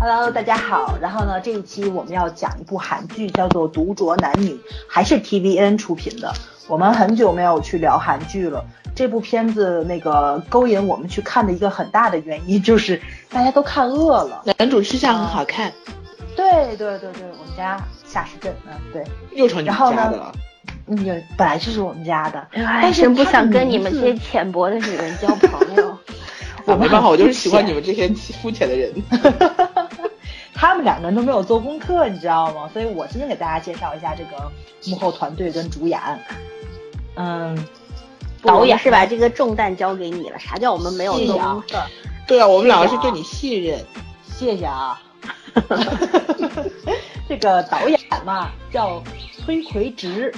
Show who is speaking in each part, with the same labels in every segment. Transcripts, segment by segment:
Speaker 1: Hello，大家好。然后呢，这一期我们要讲一部韩剧，叫做《独酌男女》，还是 TVN 出品的。我们很久没有去聊韩剧了。这部片子那个勾引我们去看的一个很大的原因就是大家都看饿了。
Speaker 2: 男主吃相很好看，
Speaker 1: 啊对对对对，我们家夏时镇，嗯，对，
Speaker 2: 又成你
Speaker 1: 然后
Speaker 2: 们
Speaker 1: 呢
Speaker 2: 家的啊了。
Speaker 1: 嗯，有本来就是我们家的，
Speaker 3: 哎
Speaker 1: 但是
Speaker 3: 真不
Speaker 1: 它的
Speaker 3: 想跟你
Speaker 1: 名
Speaker 3: 们
Speaker 1: 字
Speaker 3: 这些浅薄的女人交 朋友。
Speaker 2: 我没办法，我就是喜欢
Speaker 1: 们。
Speaker 2: 你们这些肤浅的人。
Speaker 1: 他们两个人都没有做功课，你知道吗？所以我今天给大家介绍一下这个幕后团队跟主演。嗯，
Speaker 3: 导演
Speaker 1: 呢
Speaker 3: 是把这个重担交给你了。啥叫我们没有
Speaker 1: 谢谢
Speaker 3: 做
Speaker 1: 啊
Speaker 3: 功课？
Speaker 2: 对啊，我们两个是对你 信任。
Speaker 1: 谢谢啊。 这个导演嘛叫崔奎植，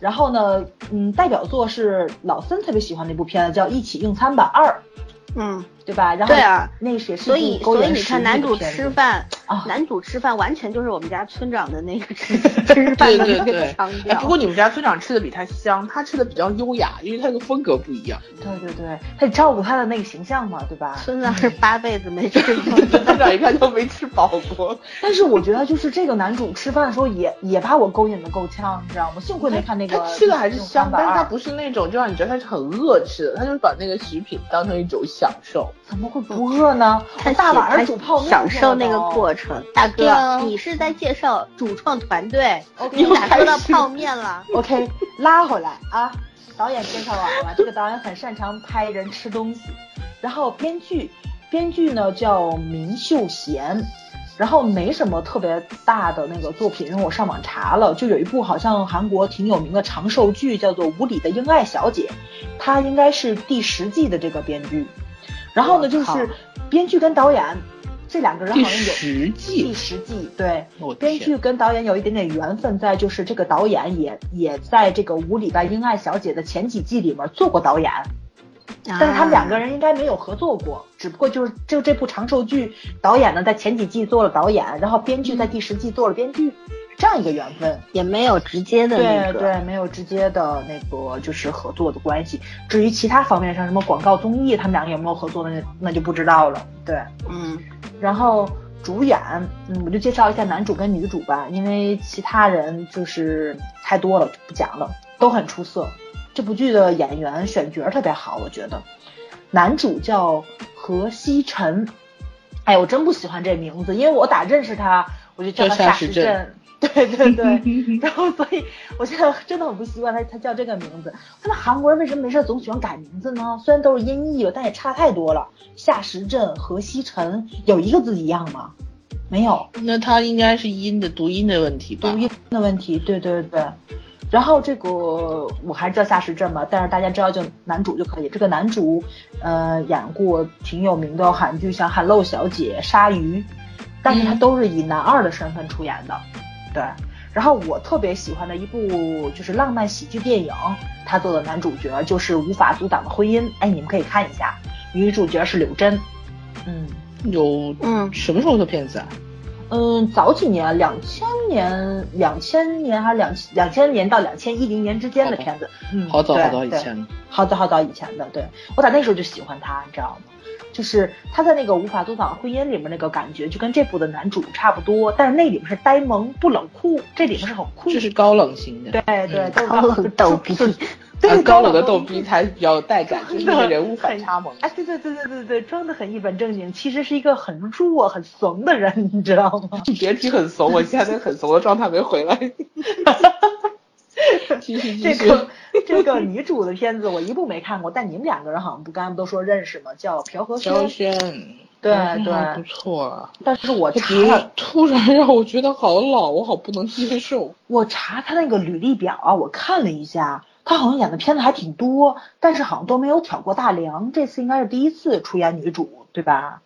Speaker 1: 然后呢，嗯，代表作是老森特别喜欢的一部片子，叫《一起用餐吧二
Speaker 3: 嗯，》，
Speaker 1: 对吧？然后
Speaker 3: 对，啊。
Speaker 1: 那也是
Speaker 3: 所以，
Speaker 1: 部勾
Speaker 3: 所以
Speaker 1: 引
Speaker 3: 你
Speaker 1: 食
Speaker 3: 看，
Speaker 1: 欲
Speaker 3: 男
Speaker 1: 的
Speaker 3: 主
Speaker 1: 片子
Speaker 3: 吃饭，
Speaker 1: 啊，
Speaker 3: 男主吃饭完全就是我们家村长的那 个吃吃饭的那
Speaker 2: 对对
Speaker 3: 个
Speaker 2: 对
Speaker 3: 腔
Speaker 2: 哎，
Speaker 3: 调
Speaker 2: 不。过你们家村长吃的比他香，他吃的比较优雅，因为他的风格不一样。
Speaker 1: 对对对，他得照顾他的那个形象嘛，对吧？
Speaker 3: 村长是八辈子没吃过。
Speaker 2: 村长一看就没吃饱过。
Speaker 1: 但是我觉得就是这个男主吃饭的时候也也把我勾引的够呛，你知道吗？幸亏没看那个。
Speaker 2: 他吃的还是香，但是他
Speaker 1: 他
Speaker 2: 不是那种就让你觉得他是很饿吃的，他就是把那个食品当成一种享受。
Speaker 1: 怎么会不饿呢？
Speaker 3: 他
Speaker 1: 我大晚上
Speaker 3: 喜
Speaker 1: 煮泡面，
Speaker 3: 享受那个过
Speaker 1: 程。
Speaker 3: 程。大
Speaker 1: 对啊
Speaker 3: 哥，你是在介绍主创 团队，
Speaker 1: OK，
Speaker 3: 你
Speaker 1: 又
Speaker 3: 咋
Speaker 1: 开
Speaker 3: 说到
Speaker 1: 始
Speaker 3: 泡面了？
Speaker 1: OK，拉回来啊！导演介绍完了，这个导演很擅长拍人吃东西，然后编剧，编剧呢叫明秀贤，然后没什么特别大的那个作品，因为我上网查了，就有一部好像韩国挺有名的长寿剧，叫做《无理的英爱小姐》，她应该是第十季的这个编剧，然后呢就
Speaker 2: 我
Speaker 1: 是编剧跟导演这两个人
Speaker 2: 第
Speaker 1: 好像有
Speaker 2: 十
Speaker 1: 第
Speaker 2: 季，
Speaker 1: 十季对。
Speaker 2: 我的
Speaker 1: 编
Speaker 2: 天
Speaker 1: 剧跟导演有一点点缘分在，就是这个导演也也在这个《无礼拜英爱小姐》的前几季里面做过导演，但是他们
Speaker 3: 啊
Speaker 1: 两个人应该没有合作过，只不过就是就这部长寿剧，导演呢在前几季做了导演，然后编剧在第十季做了编剧，这样一个缘分。
Speaker 3: 也没有直接的
Speaker 1: 对
Speaker 3: 那个。
Speaker 1: 对，没有直接的那个就是合作的关系。至于其他方面，像什么广告综艺，他们两个有没有合作的，那那就不知道了。对，
Speaker 3: 嗯，
Speaker 1: 然后主演，嗯，我就介绍一下男主跟女主吧，因为其他人就是太多了，就不讲了，都很出色。这部剧的演员选角特别好，我觉得。男主叫何西晨，哎，我真不喜欢这名字，因为我打认识他，我就叫他
Speaker 2: 叫夏
Speaker 1: 夏
Speaker 2: 时
Speaker 1: 时镇。 对对 对，然后所以我现在真的很不习惯他他叫这个名字。他们韩国人为什么没事总喜欢改名字呢？虽然都是音译了，但也差太多了。夏时镇、何西晨有一个字一样吗？没有，
Speaker 2: 那他应该是音的读音的问题吧？
Speaker 1: 读音的问题。对对对。然后这个我还是叫夏时镇吧，但是大家知道就男主就可以。这个男主，呃，演过挺有名的韩剧，像《韩露小姐》《鲨鱼》，但是他
Speaker 2: 嗯
Speaker 1: 都是以男二的身份出演的。对。然后我特别喜欢的一部就是浪漫喜剧电影，他做的男主角就是《无法阻挡的婚姻》，哎，你们可以看一下。女主角是柳珍，嗯。
Speaker 2: 有
Speaker 3: 嗯
Speaker 2: 什么时候的片子啊？
Speaker 1: 嗯，早几年，两千年、两千年还是两两千年到两千一零年之间的片子，嗯，
Speaker 2: 好早
Speaker 1: 对
Speaker 2: 好早以，
Speaker 1: 对
Speaker 2: 前了。
Speaker 1: 好早好早以前的，对我打那时候就喜欢他，你知道吗？就是他在那个《无法阻挡的婚姻》里面那个感觉，就跟这部的男主差不多，但是那里面是呆萌不冷酷，这里面是很酷，
Speaker 2: 就是高冷型的，
Speaker 1: 对对，
Speaker 2: 嗯
Speaker 1: 都是
Speaker 3: 高冷逗逼
Speaker 1: 就是
Speaker 2: 啊
Speaker 1: 对
Speaker 2: 高冷的逗逼才比较有带感，就是
Speaker 1: 真的
Speaker 2: 那个人物反差萌。
Speaker 1: 哎，对对对对对对，装的很一本正经，其实是一个很弱、很怂的人，你知道吗？
Speaker 2: 你别提很怂，我现在那个很怂的状态没 回来。继续继
Speaker 1: 这
Speaker 2: 续，
Speaker 1: 个这个女主的片子我一部没看过，但你们两个人好像不刚才不都说认识吗？叫朴和
Speaker 2: 萧
Speaker 1: 轩，
Speaker 2: 轩，
Speaker 1: 对
Speaker 2: 嗯
Speaker 1: 对
Speaker 2: 还不错。
Speaker 1: 但是我
Speaker 2: 我
Speaker 1: 查
Speaker 2: 只是
Speaker 1: 了，
Speaker 2: 突然让我觉得好老，我好不能接受。
Speaker 1: 我查他那个履历表啊，我看了一下，他好像演的片子还挺多，但是好像都没有挑过大梁，这次应该是第一次出演女主，对吧？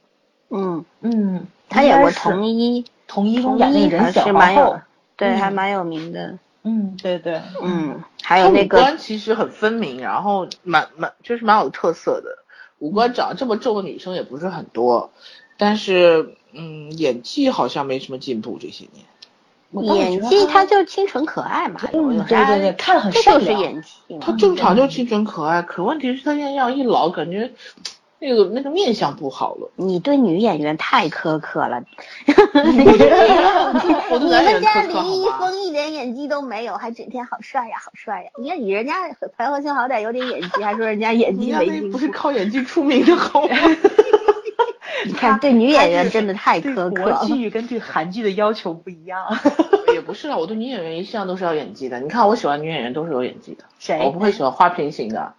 Speaker 3: 嗯，
Speaker 1: 嗯，
Speaker 3: 他演
Speaker 1: 应
Speaker 3: 过
Speaker 1: 该是
Speaker 3: 童一，
Speaker 1: 童一中
Speaker 3: 童
Speaker 1: 演那
Speaker 3: 一
Speaker 1: 个人
Speaker 3: 还
Speaker 1: 小
Speaker 3: 是
Speaker 1: 皇
Speaker 3: 蛮
Speaker 1: 后
Speaker 3: 有，，对，
Speaker 1: 嗯
Speaker 3: 还蛮有名的。
Speaker 1: 嗯，对对，
Speaker 3: 嗯，还
Speaker 2: 他
Speaker 3: 有那
Speaker 2: 五
Speaker 3: 个
Speaker 2: 官其实很分明，然后蛮蛮就是蛮有特色的。五官长得这么皱的女生也不是很多，但是嗯，演技好像没什么进步这些年。
Speaker 1: 我倒是
Speaker 3: 演
Speaker 1: 觉得
Speaker 3: 技，他就清纯可爱嘛，有
Speaker 1: 嗯，
Speaker 3: 有
Speaker 1: 对
Speaker 3: 啥
Speaker 1: 对对，看得很
Speaker 3: 这
Speaker 1: 善
Speaker 3: 就是
Speaker 1: 良。
Speaker 3: 演技
Speaker 2: 他
Speaker 3: 嘛。
Speaker 2: 正常就清纯可爱，可问题是他现在要一老，感觉那个那个面相不好 了。
Speaker 3: 你对女演员太苛刻了，
Speaker 2: 我对
Speaker 4: 你
Speaker 2: 男演
Speaker 4: 们
Speaker 2: 员
Speaker 4: 家
Speaker 2: 苛刻
Speaker 4: 林一
Speaker 2: 好吗？
Speaker 4: 峰一点演技都没有，还整天好帅呀，好帅呀！你看你人家裴浩星好歹有点演技，还说人家演
Speaker 2: 人
Speaker 4: 技
Speaker 2: 家
Speaker 4: 没
Speaker 2: 那
Speaker 4: 进
Speaker 2: 不
Speaker 4: 步
Speaker 2: 是。靠演技出名的好吗？
Speaker 3: 你看对女演员真的太
Speaker 1: 对
Speaker 3: 苛刻
Speaker 1: 国
Speaker 3: 了。
Speaker 1: 剧跟对韩剧的要求不一 样。
Speaker 2: 也不是啊，我对女演员一向都是要演技的。你看我喜欢女演员都是有演技的，
Speaker 1: 谁
Speaker 3: 哦
Speaker 2: 我不会喜欢花瓶型的。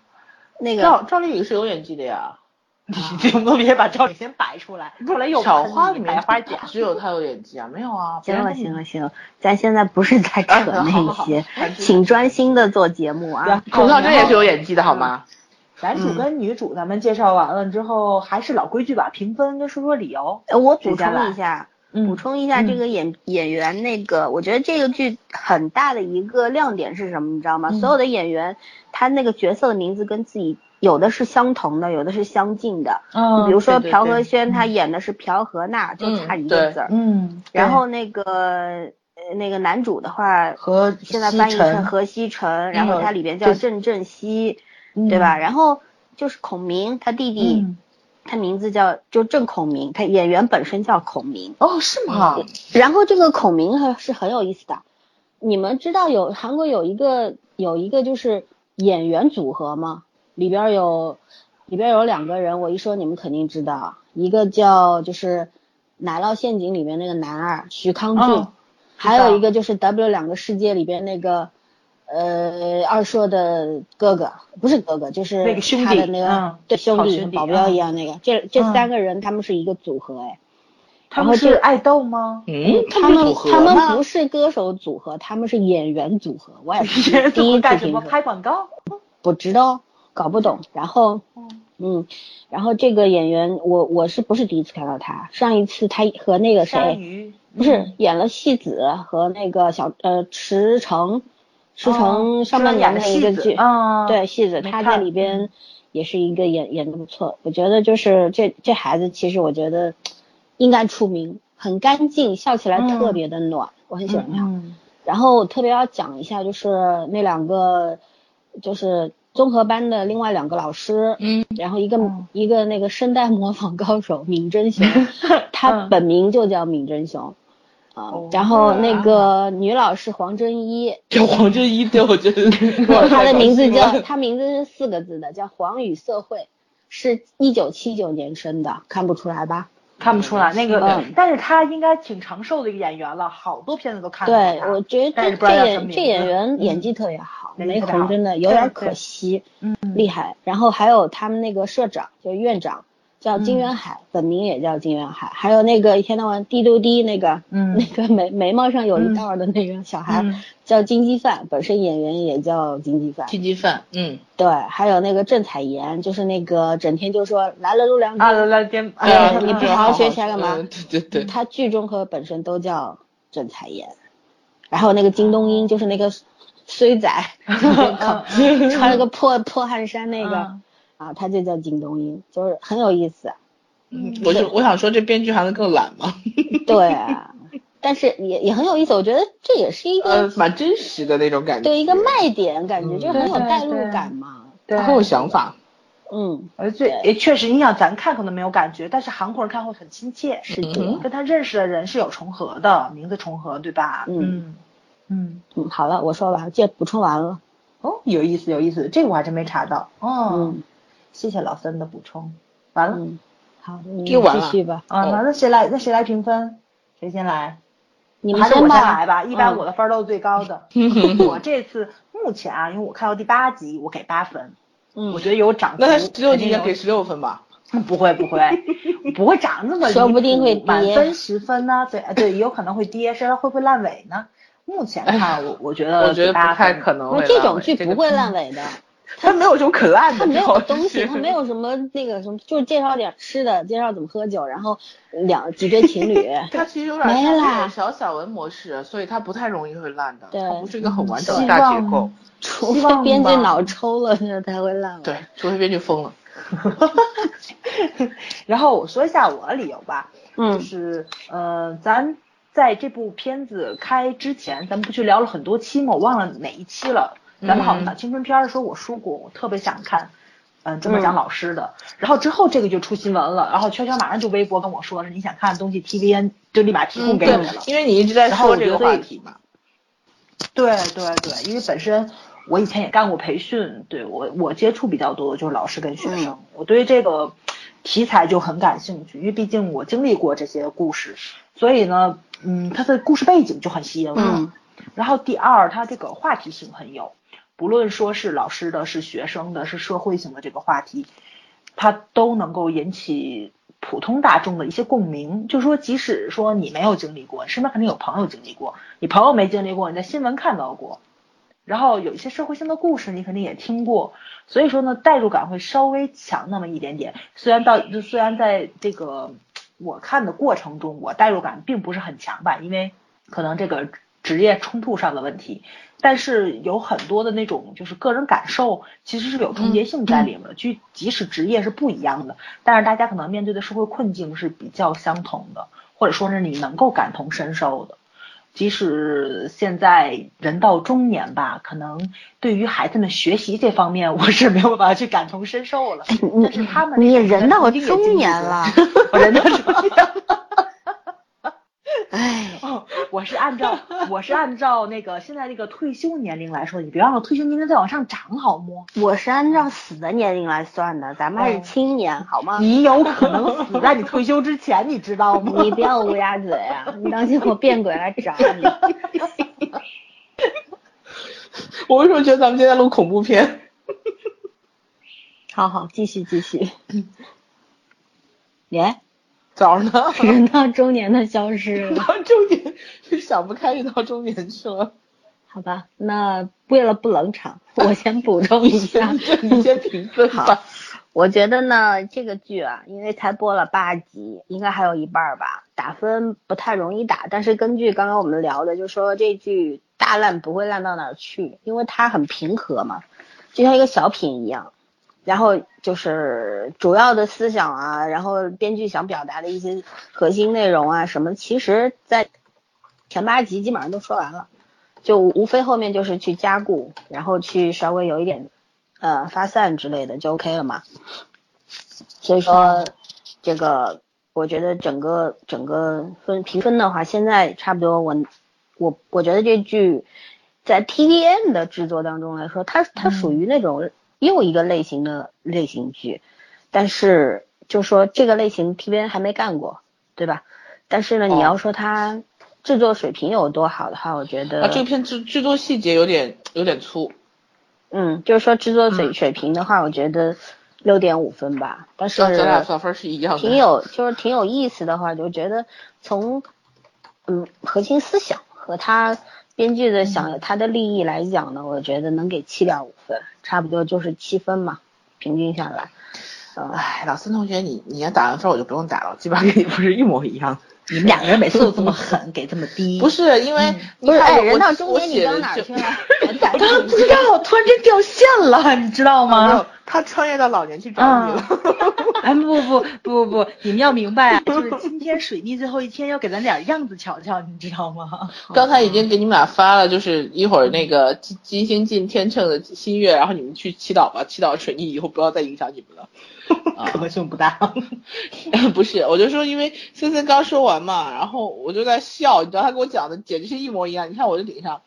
Speaker 3: 那个
Speaker 2: 哎赵赵丽颖是有演技的呀，
Speaker 1: 你能不能别把赵丽先摆出来？出来又
Speaker 2: 小
Speaker 1: 喷
Speaker 2: 花
Speaker 1: 你
Speaker 2: 里面
Speaker 1: 百花奖。
Speaker 2: 只有她有演技啊，没有啊。别
Speaker 3: 行
Speaker 2: 人
Speaker 3: 了
Speaker 2: 都
Speaker 3: 行了行了，咱现在不是在扯
Speaker 2: 哎好好
Speaker 3: 那
Speaker 2: 好
Speaker 3: 些
Speaker 2: 还，是
Speaker 3: 请专心的做节目啊。
Speaker 2: 孔孝真也是有演技的好吗？
Speaker 1: 男主跟女主咱们介绍完了之后，还是老规矩吧，评分跟说说理由。
Speaker 3: 呃，我
Speaker 1: 谁
Speaker 3: 补
Speaker 1: 先来
Speaker 3: 充一下，
Speaker 1: 嗯
Speaker 3: 补充一下这
Speaker 1: 嗯
Speaker 3: 个演、演员那个，我觉得这个剧很大的一个亮点是什么，你知道吗？
Speaker 1: 嗯
Speaker 3: 所有的演员他那个角色的名字跟自己有的是相同的，有的是相近的。
Speaker 1: 嗯
Speaker 3: 比如说
Speaker 2: 对对
Speaker 3: 朴
Speaker 2: 对
Speaker 3: 河轩，他
Speaker 1: 嗯
Speaker 3: 演的是朴荷娜，就
Speaker 2: 嗯
Speaker 3: 差一个
Speaker 2: 对
Speaker 3: 字儿。
Speaker 1: 嗯，
Speaker 3: 然后那个呃那个男主的话，
Speaker 1: 和
Speaker 3: 现在
Speaker 1: 西
Speaker 3: 翻译成
Speaker 1: 城
Speaker 3: 何西成，然后
Speaker 1: 嗯
Speaker 3: 他里边
Speaker 1: 对
Speaker 3: 叫郑振熙，对吧？？然后就是孔明，他弟弟，
Speaker 1: 嗯
Speaker 3: 他名字叫就郑孔明，他演员本身叫孔明。嗯
Speaker 2: 哦，是吗？
Speaker 3: 然后这个孔明还是很有意思的，你们知道有韩国有一个有一个就是演员组合吗？里边有里边有两个人，我一说你们肯定知道，一个叫就是《奶酪陷阱》里面那个男二徐康俊，
Speaker 2: 嗯
Speaker 1: 哦
Speaker 3: 还
Speaker 1: 知道
Speaker 3: 有一个就是《W 两个世界》里边那个。呃，二硕的哥哥不是哥哥，就是
Speaker 1: 那个兄弟
Speaker 3: 他的那个、
Speaker 1: 嗯
Speaker 3: 对兄
Speaker 1: 好
Speaker 3: 弟，
Speaker 1: 兄弟
Speaker 3: 保镖一样那个。这这
Speaker 1: 嗯
Speaker 3: 三个人他们是一个组合哎，
Speaker 1: 他们是爱豆吗？
Speaker 2: 嗯，
Speaker 3: 他
Speaker 2: 们
Speaker 3: 们
Speaker 2: 组合
Speaker 3: 他们
Speaker 2: 吗
Speaker 3: 不是歌手组合，他们是演员组合。我也
Speaker 1: 别
Speaker 3: 是
Speaker 1: 人
Speaker 3: 第
Speaker 1: 怎么
Speaker 3: 一次
Speaker 1: 干什
Speaker 3: 听
Speaker 1: 么
Speaker 3: 说，
Speaker 1: 拍广告？
Speaker 3: 不知道，搞不懂。然后，
Speaker 1: 哦
Speaker 3: 嗯，然后这个演员，我我是不是第一次看到他？上一次他和那个
Speaker 1: 鲨
Speaker 3: 谁，
Speaker 1: 鱼嗯
Speaker 3: 不是 演了戏子和那个小呃池诚，池
Speaker 1: 哦
Speaker 3: 诚上半年的一个剧，
Speaker 1: 啊，
Speaker 3: 对戏子，
Speaker 1: 没
Speaker 3: 他在
Speaker 1: 看嗯
Speaker 3: 里边也是一个演演的不错。我觉得就是这这孩子，其实我觉得应该出名，很干净，笑起来
Speaker 1: 嗯
Speaker 3: 特别的暖，我很喜欢他。
Speaker 1: 嗯，
Speaker 3: 然后我特别要讲一下，就是那两个，就是综合班的另外两个老师，
Speaker 2: 嗯，
Speaker 3: 然后一个、
Speaker 1: 哦
Speaker 3: 一个那个声带模仿高手闵真 雄，他
Speaker 1: 嗯
Speaker 3: 本名就叫闵真雄，啊、
Speaker 1: 哦
Speaker 3: 然后那个女老师黄真一，
Speaker 2: 叫黄真一，对 我觉得
Speaker 3: 不，他的名字叫 他名字是四个字的，叫黄宇色慧，是一九七九年生的，看不出来吧？
Speaker 1: 看不出来那个
Speaker 3: 嗯，
Speaker 1: 但是他应该挺长寿的一个演员了，好多片子都看过
Speaker 3: 对，
Speaker 1: 他
Speaker 3: 我觉
Speaker 1: 但
Speaker 3: 得
Speaker 1: 是不知道
Speaker 3: 这
Speaker 1: 叫什么
Speaker 3: 演
Speaker 1: 名
Speaker 3: 这
Speaker 1: 字
Speaker 3: 演员演
Speaker 1: 嗯
Speaker 3: 技特别好，
Speaker 1: 演技
Speaker 3: 没
Speaker 1: 特别
Speaker 3: 红
Speaker 1: 好
Speaker 3: 真的有
Speaker 1: 对
Speaker 3: 点
Speaker 1: 对
Speaker 3: 可惜，
Speaker 1: 嗯
Speaker 3: 厉害。然后还有他们那个社长，就是院长，叫
Speaker 1: 嗯
Speaker 3: 金元海，本名也叫金元海。还有那个一天到晚滴溜滴那个，
Speaker 1: 嗯
Speaker 3: 那个眉眉毛上有
Speaker 1: 嗯
Speaker 3: 一道儿的那个小孩，
Speaker 1: 嗯
Speaker 3: 叫金基范，本身演员也叫金基范。
Speaker 2: 金鸡饭，嗯，
Speaker 3: 对，还有那个郑采妍，就是那个整天就说来了陆良
Speaker 1: 啊，
Speaker 3: 君
Speaker 1: 来来颠，
Speaker 3: 哎
Speaker 2: 啊
Speaker 3: 呀你
Speaker 1: 嗯
Speaker 3: 不好好学习干嘛
Speaker 2: 嗯对对对，
Speaker 3: 他剧中和本身都叫郑采妍，然后那个金东
Speaker 1: 啊
Speaker 3: 英就是那个 衰仔，靠穿了个破破汗衫 那个、
Speaker 1: 嗯
Speaker 3: 啊，他就叫金东英，就是很有意思。
Speaker 2: 嗯我就我想说这编剧还能更懒吗？
Speaker 3: 对，啊但是也也很有意思，我觉得这也是一个、
Speaker 2: 呃，蛮真实的那种感觉，
Speaker 3: 对一个卖点，感觉、
Speaker 2: 嗯
Speaker 3: 就是很有
Speaker 1: 对对
Speaker 3: 代入
Speaker 1: 对
Speaker 3: 感嘛。
Speaker 1: 对，
Speaker 2: 很有想法，
Speaker 3: 嗯，
Speaker 1: 而最也确实，你想咱看可能没有感觉，但是韩国人看会很亲切，
Speaker 3: 是
Speaker 2: 嗯
Speaker 3: 的。
Speaker 1: 跟他认识的人是有重合的，名字重合，对吧？
Speaker 3: 嗯
Speaker 1: 嗯，
Speaker 3: 嗯，好了，我说完，这补充完了。
Speaker 1: 哦，有意思有意思，这个我还真没查到。哦，
Speaker 3: 嗯
Speaker 1: 谢谢老森的补充。完了
Speaker 3: 嗯，好，你
Speaker 2: 又完
Speaker 3: 继续吧。
Speaker 1: 啊，那那谁来？那谁来评分？谁先来？
Speaker 3: 你们
Speaker 1: 还是我
Speaker 3: 先
Speaker 1: 先
Speaker 3: 吧
Speaker 1: 来。吧，一般
Speaker 3: 嗯
Speaker 1: 我的分儿都是最高 的。
Speaker 2: 嗯
Speaker 1: 我这次目前啊，因为我看到第八集，我给八分，
Speaker 3: 嗯
Speaker 1: 我，觉得有涨幅。
Speaker 2: 那他十六集
Speaker 1: 肯定
Speaker 2: 应该
Speaker 1: 有
Speaker 2: 给十六分吧？
Speaker 1: 不会不会，不会涨那么离谱
Speaker 3: 说不定会跌
Speaker 1: 满分十分呢、对对，也有可能会跌，甚至会不会烂尾呢？目前看我我觉得
Speaker 2: 我觉得不
Speaker 1: 8
Speaker 2: 太
Speaker 1: 分
Speaker 2: 可能
Speaker 3: 呃不
Speaker 2: 会
Speaker 3: 是
Speaker 2: 烂尾。
Speaker 3: 这种剧不
Speaker 2: 这个
Speaker 3: 会烂尾的，
Speaker 2: 它没有什么可烂
Speaker 3: 它
Speaker 2: 的，
Speaker 3: 没
Speaker 2: 主
Speaker 3: 有
Speaker 2: 要
Speaker 3: 东西，
Speaker 2: 是
Speaker 3: 它没有什么那个什么，就是介绍点吃的，介绍怎么喝酒，然后两几对情侣，
Speaker 2: 它其实有点
Speaker 3: 没
Speaker 2: 像
Speaker 3: 啦
Speaker 2: 那种小散文模式，所以它不太容易会烂的。
Speaker 3: 对
Speaker 2: 它不是一个很完整
Speaker 1: 希
Speaker 2: 的大结
Speaker 1: 望
Speaker 2: 构。
Speaker 3: 除
Speaker 1: 希
Speaker 3: 非
Speaker 1: 望
Speaker 3: 编剧
Speaker 1: 吧
Speaker 3: 脑抽了， 那才会烂尾。
Speaker 2: 对，除非编剧疯了。
Speaker 1: 然后我说一下我的理由吧，就
Speaker 3: 嗯
Speaker 1: 是呃，咱在这部片子开之前，咱们不去聊了很多期吗？我忘了哪一期了。咱们好像
Speaker 2: 嗯
Speaker 1: 讲青春片儿的时候，我说过，我特别想看嗯，专门讲老师的。然后之后这个就出新闻了，然后圈圈马上就微博跟我说，你想看的东西，TVN 就立马提
Speaker 2: 嗯
Speaker 3: 嗯
Speaker 1: 供给你了。
Speaker 2: 因为你一直在
Speaker 1: 然后我
Speaker 2: 说这
Speaker 1: 觉
Speaker 2: 个
Speaker 1: 得
Speaker 2: 话题嘛。
Speaker 1: 对对对，因为本身我以前也干过培训，对我我接触比较多的就是老师跟学生，我对这个题材就很感兴趣，因为毕竟我经历过这些故事，所以呢，嗯，它的故事背景就很吸引我。
Speaker 3: 嗯
Speaker 1: 然后第二，它这个话题性很有，不论说是老师的、是学生的、是社会性的这个话题，它都能够引起普通大众的一些共鸣。就说即使说你没有经历过，身边肯定有朋友经历过，你朋友没经历过，你在新闻看到过，然后有一些社会性的故事你肯定也听过，所以说呢，代入感会稍微强那么一点点。虽然到就虽然在这个我看的过程中，我代入感并不是很强吧，因为可能这个职业冲突上的问题，但是有很多的那种就是个人感受，其实是有重叠性在里面的。即、即使职业是不一样的，但是大家可能面对的社会困境是比较相同的，或者说是你能够感同身受的。即使现在人到中年吧，可能对于孩子们学习这方面，我是没有办法去感同身受了。
Speaker 3: 你
Speaker 1: 但是他们
Speaker 4: 你
Speaker 1: 那个
Speaker 4: 人到
Speaker 1: 曾经也经历
Speaker 4: 中年了，
Speaker 1: 过 我 人到中年了。
Speaker 4: 哎，
Speaker 1: 哦，我是按照我是按照那个现在这个退休年龄来说，你别忘了退休年龄再往上涨好吗？
Speaker 4: 我是按照死的年龄来算的，咱们还是
Speaker 1: 嗯
Speaker 4: 青年，好吗？
Speaker 1: 你有可能死在你退休之前，你知道吗？
Speaker 3: 哦你不要乌鸦嘴啊！你当心我变鬼来找你。
Speaker 2: 我为什么觉得咱们今天在录恐怖片？
Speaker 3: 好好，继续继续。耶，
Speaker 2: 早上呢？
Speaker 3: 人到中年的消失了，
Speaker 2: 到中年就想不开，就到中年去了。
Speaker 3: 好吧？那为了不冷场，我先补充一下。
Speaker 4: 啊
Speaker 2: 你先评论吧。
Speaker 4: 我觉得呢，这个剧啊，因为才播了八集，应该还有一半儿吧，打分不太容易打。但是根据刚刚我们聊的，就说这剧大烂不会烂到哪儿去，因为它很平和嘛，就像一个小品一样。然后就是主要的思想啊，然后编剧想表达的一些核心内容啊什么，其实在前八集基本上都说完了，就无非后面就是去加固，然后去稍微有一点呃发散之类的就 OK 了嘛。所以说这个我觉得整个整个分评分的话，现在差不多我我我觉得这剧在 TVN 的制作当中来说，它它属于那种又一个类型的类型剧，但是就说这个类型 TVN 还没干过，对吧？但是呢，你
Speaker 2: 哦
Speaker 4: 要说它制作水平有多好的话，我觉得
Speaker 2: 啊，这个片制制作细节有点有点粗，
Speaker 4: 嗯，就是说制作水水平的话，我觉得六点五分吧。但是啊
Speaker 2: 咱俩算分是一样的。
Speaker 4: 挺有，就是挺有意思的话，就觉得从嗯核心思想和他编剧的
Speaker 2: 嗯
Speaker 4: 想他的利益来讲呢，我觉得能给七点五分，差不多就是七分嘛，平均下来。呃
Speaker 2: 哎，老孙同学，你你要打完分我就不用打了，基本上跟你不是一模一样。
Speaker 1: 你们两个人每次都这么狠，给这么低
Speaker 2: 不是因为你
Speaker 4: 不是，
Speaker 2: 看
Speaker 4: 哎，
Speaker 2: 我
Speaker 4: 人到
Speaker 2: 我
Speaker 4: 中年你
Speaker 2: 写
Speaker 4: 到
Speaker 2: 的
Speaker 4: 哪儿
Speaker 2: 就
Speaker 4: 去 了？人到
Speaker 1: 我
Speaker 4: 中
Speaker 1: 刚
Speaker 4: 年
Speaker 1: 刚不知道，突然间掉线了，你知道
Speaker 2: 没有
Speaker 1: 吗？，
Speaker 2: 他穿越到老年去找你了。
Speaker 4: 啊
Speaker 1: 哎，不不不不不，你们要明白啊，就是今天水逆最后一天要给咱点样子瞧瞧，你知道吗？
Speaker 2: 刚才已经给你们俩发了，就是一会儿那个金金星进天秤的新月，然后你们去祈祷吧，祈祷水逆以后不要再影响你们了。啊
Speaker 1: 可性不大。
Speaker 2: 不是，我就说，因为森森刚说完嘛，然后我就在笑，你知道他跟我讲的简直是一模一样。你看我的顶上，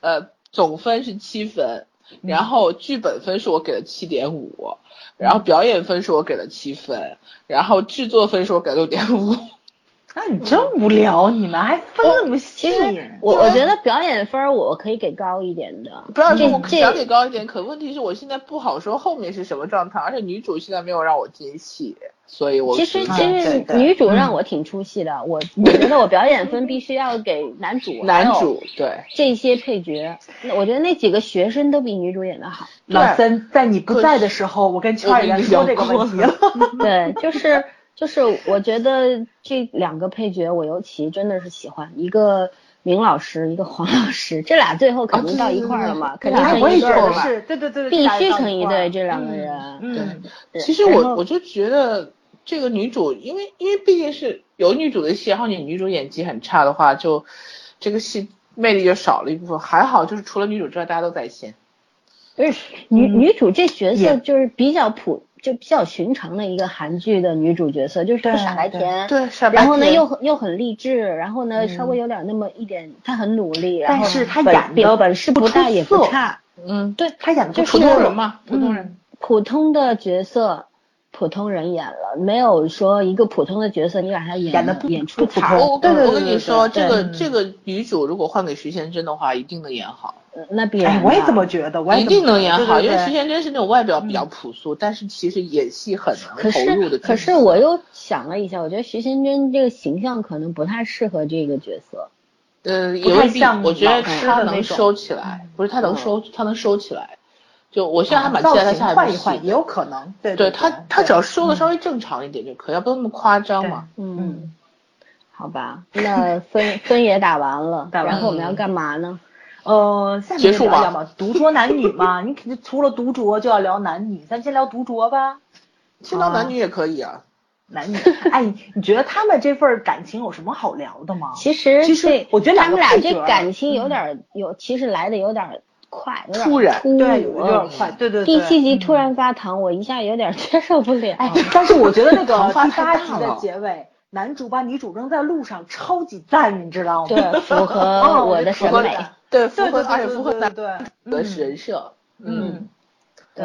Speaker 2: 呃，总分是七分，
Speaker 3: 嗯
Speaker 2: 然后剧本分数我给了七点五，然后表演分数我给了七分，然后制作分数我给了六点五。
Speaker 1: 那你真无聊，你们还分那么细？
Speaker 3: 我我觉得表演分儿我可以给高一点的，
Speaker 2: 不要说
Speaker 3: 这
Speaker 2: 我
Speaker 3: 这
Speaker 2: 想给高一点，可问题是我现在不好说后面是什么状态，而且女主现在没有让我进戏，所以我
Speaker 3: 其实
Speaker 2: 觉得
Speaker 3: 其实
Speaker 1: 对
Speaker 3: 女主让我挺出戏的，我我觉得我表演分必须要给男主
Speaker 2: 男主对。
Speaker 3: 这些配角，那我觉得那几个学生都比女主演的好。
Speaker 1: 老三在你不在的时候，我跟圈儿员说这个问题了。
Speaker 3: 对，就是就是，我觉得这两个配角我尤其真的是喜欢，一个明老师，一个黄老师，这俩最后肯定到一块儿了嘛，肯定
Speaker 1: 哎
Speaker 3: 成
Speaker 1: 我也
Speaker 3: 一
Speaker 1: 觉
Speaker 3: 对儿
Speaker 1: 得
Speaker 3: 了，
Speaker 1: 是，对对对，对
Speaker 3: 必须
Speaker 1: 打得到
Speaker 3: 成一
Speaker 1: 一块儿
Speaker 3: 对这两个人。
Speaker 1: 嗯，
Speaker 3: 对
Speaker 2: 其实
Speaker 3: 然
Speaker 2: 我
Speaker 3: 后
Speaker 2: 我就觉得这个女主，因为因为毕竟是有女主的戏，然后你女主演技很差的话，就这个戏魅力就少了一部分。还好就是除了女主之外，大家都在线。
Speaker 3: 而女
Speaker 1: 嗯
Speaker 3: 女主这角色
Speaker 1: 也
Speaker 3: 就是比较普，就比较寻常的一个韩剧的女主角色，就是
Speaker 1: 对
Speaker 3: 不傻白
Speaker 1: 对
Speaker 3: 甜，
Speaker 2: 对，傻白
Speaker 3: 然后呢
Speaker 2: 甜
Speaker 3: 又很又很励志，然后呢
Speaker 2: 嗯
Speaker 3: 稍微有点那么一点，她很努力，然
Speaker 1: 但
Speaker 3: 后
Speaker 1: 是她
Speaker 3: 本
Speaker 1: 演
Speaker 3: 本
Speaker 1: 的
Speaker 3: 本事
Speaker 1: 不
Speaker 3: 不
Speaker 1: 出
Speaker 3: 大也不
Speaker 1: 色
Speaker 3: 差，
Speaker 2: 嗯，
Speaker 3: 对，
Speaker 1: 他演的
Speaker 3: 就
Speaker 1: 不
Speaker 2: 普
Speaker 3: 是
Speaker 1: 出
Speaker 2: 通
Speaker 1: 色
Speaker 2: 人嘛，普通人。
Speaker 1: 嗯
Speaker 3: 普通的角色，普通人演了，没有说一个普通的角色你把她演
Speaker 1: 演得不
Speaker 3: 演出
Speaker 1: 不普通
Speaker 3: 彩
Speaker 2: 我
Speaker 3: 儿，
Speaker 2: 我跟
Speaker 1: 对对
Speaker 2: 我跟
Speaker 3: 对
Speaker 2: 你
Speaker 3: 对
Speaker 2: 说，
Speaker 3: 对
Speaker 2: 这个
Speaker 1: 嗯
Speaker 2: 这个女主如果换给徐贤真的话，一定能演好，
Speaker 3: 那必然
Speaker 1: 哎
Speaker 3: 的。，
Speaker 1: 我也这么觉得，我也
Speaker 2: 一
Speaker 1: 这么
Speaker 2: 定
Speaker 1: 觉得
Speaker 2: 能演好，
Speaker 1: 对
Speaker 2: 因
Speaker 1: 对嗯
Speaker 2: 为徐
Speaker 1: 对
Speaker 2: 贤真是那种外表比较朴素，但是其实演戏很
Speaker 3: 可
Speaker 2: 能投入
Speaker 3: 是
Speaker 2: 的。
Speaker 3: 可是我又想了一下，我觉得徐贤真这个形象可能不太适合这个角色。
Speaker 2: 呃，
Speaker 1: 不
Speaker 2: 也
Speaker 1: 太
Speaker 2: 未必
Speaker 1: 像，
Speaker 2: 我觉得
Speaker 1: 老师
Speaker 2: 他
Speaker 1: 的
Speaker 2: 能
Speaker 1: 那种
Speaker 2: 收起来，不是他能
Speaker 3: 嗯
Speaker 2: 收，他能收起来。就我现在还蛮期
Speaker 1: 造
Speaker 2: 待他
Speaker 1: 型
Speaker 2: 下一
Speaker 1: 换
Speaker 2: 部
Speaker 1: 一换也
Speaker 2: 戏。
Speaker 1: 有可能，对
Speaker 2: 对
Speaker 1: 对
Speaker 2: 他，他
Speaker 1: 对嗯
Speaker 2: 只要收的稍微正常一点就可以，要不要那么夸张
Speaker 1: 对
Speaker 2: 嘛。
Speaker 1: 嗯，
Speaker 3: 好 吧，那分分也打完了，
Speaker 1: 打完
Speaker 3: 然后我们
Speaker 2: 了
Speaker 3: 要干嘛呢？
Speaker 1: 呃，下面
Speaker 2: 结
Speaker 1: 就
Speaker 2: 束
Speaker 1: 聊
Speaker 2: 吧
Speaker 1: 聊嘛，独酌男女嘛，你肯定除了独酌就要聊男女，咱先聊独酌吧，
Speaker 2: 青岛
Speaker 1: 啊
Speaker 2: 男女也可以啊。
Speaker 1: 男女。哎，你觉得他们这份感情有什么好聊的吗？
Speaker 3: 其实
Speaker 1: 其实
Speaker 3: 这
Speaker 1: 我觉得
Speaker 3: 他
Speaker 1: 两
Speaker 3: 们
Speaker 1: 个
Speaker 3: 俩
Speaker 1: 配
Speaker 3: 这
Speaker 1: 角啊嗯
Speaker 3: 感情有点儿有，其实来的有点儿快，有点儿
Speaker 2: 突然
Speaker 3: 突
Speaker 1: 对，
Speaker 3: 兀
Speaker 1: 有点快，对对对。
Speaker 3: 第七集
Speaker 1: 嗯
Speaker 3: 突然发糖，我一下有点儿 接受不了。
Speaker 1: 哎，但是我觉得那 个
Speaker 2: 头发
Speaker 1: 第八
Speaker 2: 太大
Speaker 1: 集的
Speaker 2: 了
Speaker 1: 结尾，男主把女主扔在路上，超级赞，你知道吗？
Speaker 3: 对，符合
Speaker 1: 哦
Speaker 3: 我的
Speaker 1: 符
Speaker 3: 审
Speaker 1: 合
Speaker 3: 美。
Speaker 1: 的
Speaker 2: 对，
Speaker 1: 对
Speaker 2: 符合
Speaker 1: 对
Speaker 2: 而且
Speaker 1: 对
Speaker 2: 符合
Speaker 1: 对对
Speaker 2: 男
Speaker 1: 对，
Speaker 2: 的
Speaker 1: 嗯
Speaker 2: 人设。
Speaker 1: 嗯，对，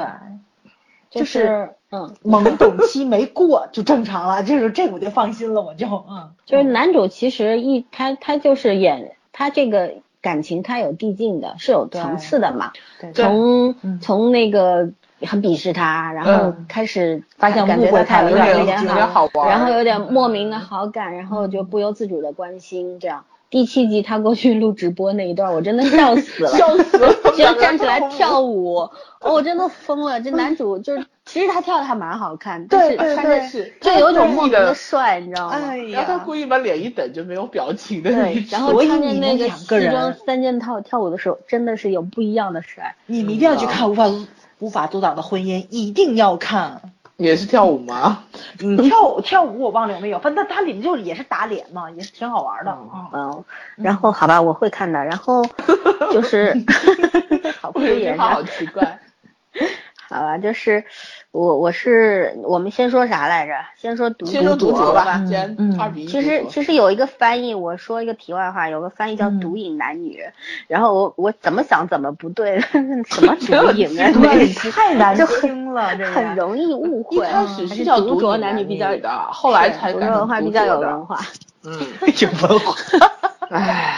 Speaker 3: 就
Speaker 1: 就是
Speaker 3: 是嗯，
Speaker 1: 懵懂期没过就正常了，这个这个我就放心了，我就嗯，
Speaker 3: 就是男主其实一他他就是演他这个感情他有递进的，是有层次的嘛。
Speaker 1: 对对
Speaker 3: 从
Speaker 1: 嗯
Speaker 3: 从那个很鄙视他，然后
Speaker 1: 嗯
Speaker 3: 开始
Speaker 1: 发现
Speaker 3: 感
Speaker 1: 误
Speaker 3: 觉
Speaker 1: 会
Speaker 3: 他
Speaker 1: 他了
Speaker 3: 谈有
Speaker 1: 有
Speaker 3: 点
Speaker 1: 点
Speaker 3: 有点
Speaker 1: 有
Speaker 3: 好
Speaker 1: 点
Speaker 2: 好玩
Speaker 3: 然后有点莫名的好感，然后就不由自主的关心这样。第七集他过去录直播那一段，我真的笑 死了。
Speaker 2: 笑死了，
Speaker 3: 直接站起来跳舞，哦，我真的疯了。这男主就是，其实他跳的还蛮好看，但是
Speaker 1: 嗯对对
Speaker 3: 穿着
Speaker 2: 是
Speaker 3: 就有一种莫名
Speaker 2: 他
Speaker 3: 的
Speaker 2: 故意
Speaker 3: 帅，你知道吗
Speaker 1: 哎？
Speaker 2: 然后他
Speaker 1: 呀，
Speaker 2: 故意把脸一等，就没有表情的那
Speaker 3: 对
Speaker 2: 种，。
Speaker 3: 然后
Speaker 1: 所以
Speaker 3: 穿着
Speaker 1: 你
Speaker 3: 那
Speaker 1: 们
Speaker 3: 个
Speaker 1: 两个
Speaker 3: 西装
Speaker 1: 人
Speaker 3: 三件套跳舞的时候，真的是有不一样的帅。
Speaker 1: 你们一定要去看《无法无法阻挡的婚姻》，一定要看。
Speaker 2: 也是跳舞吗？
Speaker 1: 你跳舞跳舞我忘了有没有，反正它里面就是也是打脸嘛，也是挺好玩的啊。
Speaker 3: 嗯，
Speaker 4: 然后好吧，我会看的。然后就是 好
Speaker 2: 我
Speaker 4: 敷
Speaker 2: 有句
Speaker 4: 衍
Speaker 2: 话
Speaker 4: 啊
Speaker 2: 好，奇怪。
Speaker 4: 好吧，就是我我是我们先说啥来着？先说独
Speaker 2: 先说独
Speaker 4: 酌
Speaker 2: 酌吧，
Speaker 1: 嗯
Speaker 2: 既然
Speaker 1: 嗯
Speaker 2: 二比一独酌。
Speaker 4: 其实其实有一个翻译，我说一个题外话，有个翻译叫“
Speaker 1: 嗯
Speaker 4: 毒瘾男女”，然后我我怎么想怎么不对， 什么毒瘾啊，
Speaker 1: 对，
Speaker 4: 这
Speaker 1: 太难
Speaker 4: 就
Speaker 1: 听了，这个
Speaker 4: 很容易误
Speaker 2: 一
Speaker 4: 会。啊
Speaker 2: 开始
Speaker 3: 啊还
Speaker 2: 是
Speaker 3: 是
Speaker 2: 叫
Speaker 3: 独
Speaker 2: 酌
Speaker 3: 酌男
Speaker 2: 女
Speaker 3: 女比较
Speaker 2: 的，后来
Speaker 4: 是
Speaker 2: 才
Speaker 4: 独
Speaker 2: 改
Speaker 4: 酌
Speaker 2: 成
Speaker 4: 文化
Speaker 2: 独
Speaker 4: 比较
Speaker 2: 酌
Speaker 4: 有
Speaker 2: 的
Speaker 4: 文化，
Speaker 2: 嗯，
Speaker 1: 有文化。
Speaker 2: 唉，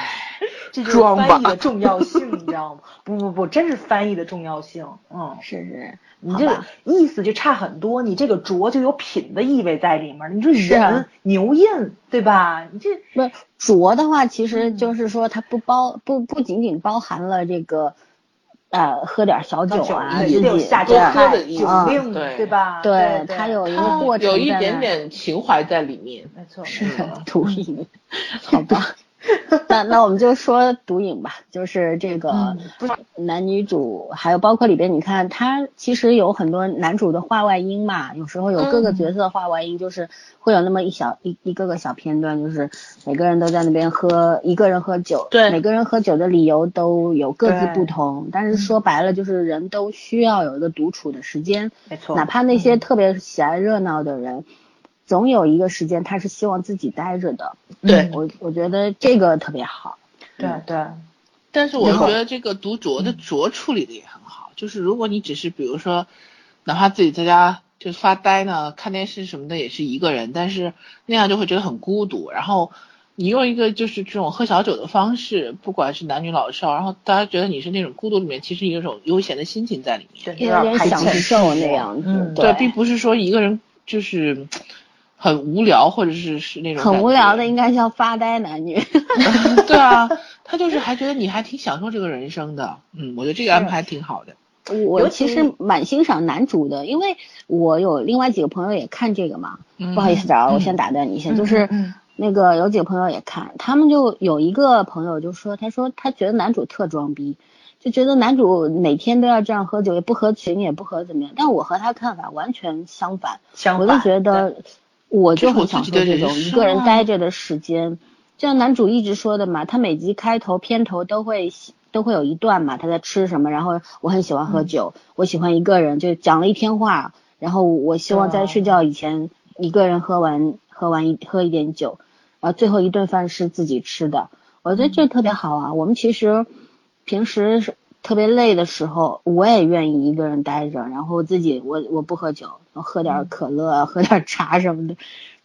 Speaker 1: 这就是
Speaker 2: 装吧
Speaker 1: 翻译的重要性，你知道吗？不不不，真是翻译的重要性。嗯，
Speaker 4: 是 是，
Speaker 1: 你
Speaker 4: 好
Speaker 1: 这个
Speaker 4: 吧
Speaker 1: 意思就差很多，你这个浊就有品的意味在里面儿。你这
Speaker 3: 是啊
Speaker 1: 人牛印，对吧？你这
Speaker 3: 不，浊的话其实就是说它不包不不仅仅包含了这个，呃，喝点小酒啊，
Speaker 1: 也
Speaker 3: 自
Speaker 1: 得有
Speaker 3: 己
Speaker 1: 下
Speaker 2: 多
Speaker 1: 酒
Speaker 2: 喝
Speaker 1: 菜、
Speaker 2: 的意
Speaker 1: 酒
Speaker 2: 思
Speaker 1: 令，
Speaker 2: 对
Speaker 1: 对吧？
Speaker 3: 对
Speaker 1: 对，
Speaker 3: 它有一个
Speaker 2: 他
Speaker 3: 过程
Speaker 2: 有一
Speaker 3: 在
Speaker 2: 点
Speaker 3: 那
Speaker 2: 点情怀在里面。
Speaker 1: 没错，
Speaker 3: 是
Speaker 1: 没错
Speaker 3: 毒瘾，好吧？那那我们就说毒瘾吧，就是这个
Speaker 1: 嗯
Speaker 3: 男女主，还有包括里边，你看他其实有很多男主的话外音嘛，有时候有各个
Speaker 1: 嗯
Speaker 3: 角色话外音，就是会有那么一小一一个个小片段，就是每个人都在那边喝，一个人喝酒，
Speaker 2: 对
Speaker 3: 每个人喝酒的理由都有各自
Speaker 1: 对
Speaker 3: 不同，但是说白了就是人都需要有一个独处的时间，
Speaker 1: 没错，嗯
Speaker 3: 哪怕那些特别喜爱热闹的人，总有一个时间他是希望自己待着的。
Speaker 2: 对
Speaker 3: 我我觉得这个特别好。
Speaker 1: 对对，
Speaker 2: 但是我
Speaker 3: 然后
Speaker 2: 觉得这个独酌的酌处理的也很好，就是如果你只是比如说，哪怕自己在家就发呆呢，看电视什么的也是一个人，但是那样就会觉得很孤独。然后你用一个就是这种喝小酒的方式，不管是男女老少，然后大家觉得你是那种孤独里面，其实有一种悠闲的心情在里面。
Speaker 1: 对，
Speaker 3: 有点
Speaker 1: 排
Speaker 3: 享
Speaker 1: 遣
Speaker 3: 受那
Speaker 1: 生活
Speaker 3: 样子
Speaker 1: 嗯
Speaker 3: 对
Speaker 2: 对，并不是说一个人就是很无聊，或者是是那种
Speaker 3: 很无聊的
Speaker 2: 感
Speaker 3: 应该叫发呆男女，
Speaker 2: 觉。 对啊，他就是还觉得你还挺享受这个人生的。嗯，我觉得这个安排挺好的。
Speaker 3: 我
Speaker 1: 尤
Speaker 3: 其
Speaker 1: 其
Speaker 3: 实蛮欣赏男主的，因为我有另外几个朋友也看这个嘛。
Speaker 2: 嗯
Speaker 3: 不好意思，找我先打断你一下，
Speaker 1: 嗯
Speaker 3: 就是
Speaker 1: 嗯嗯
Speaker 3: 那个有几个朋友也看，他们就有一个朋友就说，他说他觉得男主特装逼，就觉得男主每天都要这样喝酒，也不合群，也不合怎么样。但我和他看法完全相反，
Speaker 1: 相
Speaker 3: 我
Speaker 1: 反，
Speaker 3: 就觉得我就很享受这
Speaker 2: 这是我
Speaker 3: 种
Speaker 2: 自己的人生啊
Speaker 3: 一个人待着的时间。就像男主一直说的嘛，他每集开头片头都会都会有一段嘛，他在吃什么，然后我很喜欢喝酒，我喜欢一个人，就讲了一天话，然后我希望在睡觉以前一个人喝完喝完一喝一点酒，然后最后一顿饭是自己吃的，我觉得这特别好啊。我们其实平时是特别累的时候，我也愿意一个人待着，然后自己我我不喝酒，然后喝点可乐啊，喝点茶什么的，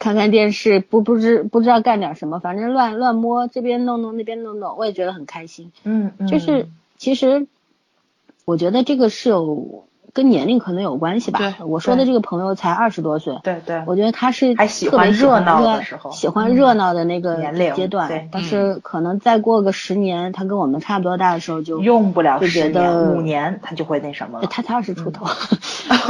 Speaker 3: 看看电视，不不知不知道干点什么，反正乱乱摸，这边弄弄那边弄弄，我也觉得很开心。
Speaker 1: 嗯嗯，
Speaker 3: 就是其实我觉得这个是有跟年龄可能有关系吧。
Speaker 2: 对
Speaker 3: 我说的
Speaker 1: 对
Speaker 3: 这个朋友才二十多岁，
Speaker 1: 对对，
Speaker 3: 我觉得他是
Speaker 1: 还喜
Speaker 3: 特别
Speaker 1: 欢
Speaker 3: 喜
Speaker 1: 热
Speaker 3: 欢
Speaker 1: 闹
Speaker 3: 热
Speaker 1: 的时候嗯
Speaker 3: 喜欢热闹的那个
Speaker 1: 年龄
Speaker 3: 阶段
Speaker 1: 对，嗯
Speaker 3: 但是可能再过个十年，他跟我们差不多大的时候就
Speaker 1: 用不了
Speaker 3: 就
Speaker 1: 十
Speaker 3: 觉
Speaker 1: 年
Speaker 3: 得
Speaker 1: 五年，他就会那什么了。嗯
Speaker 3: 他才二十出头，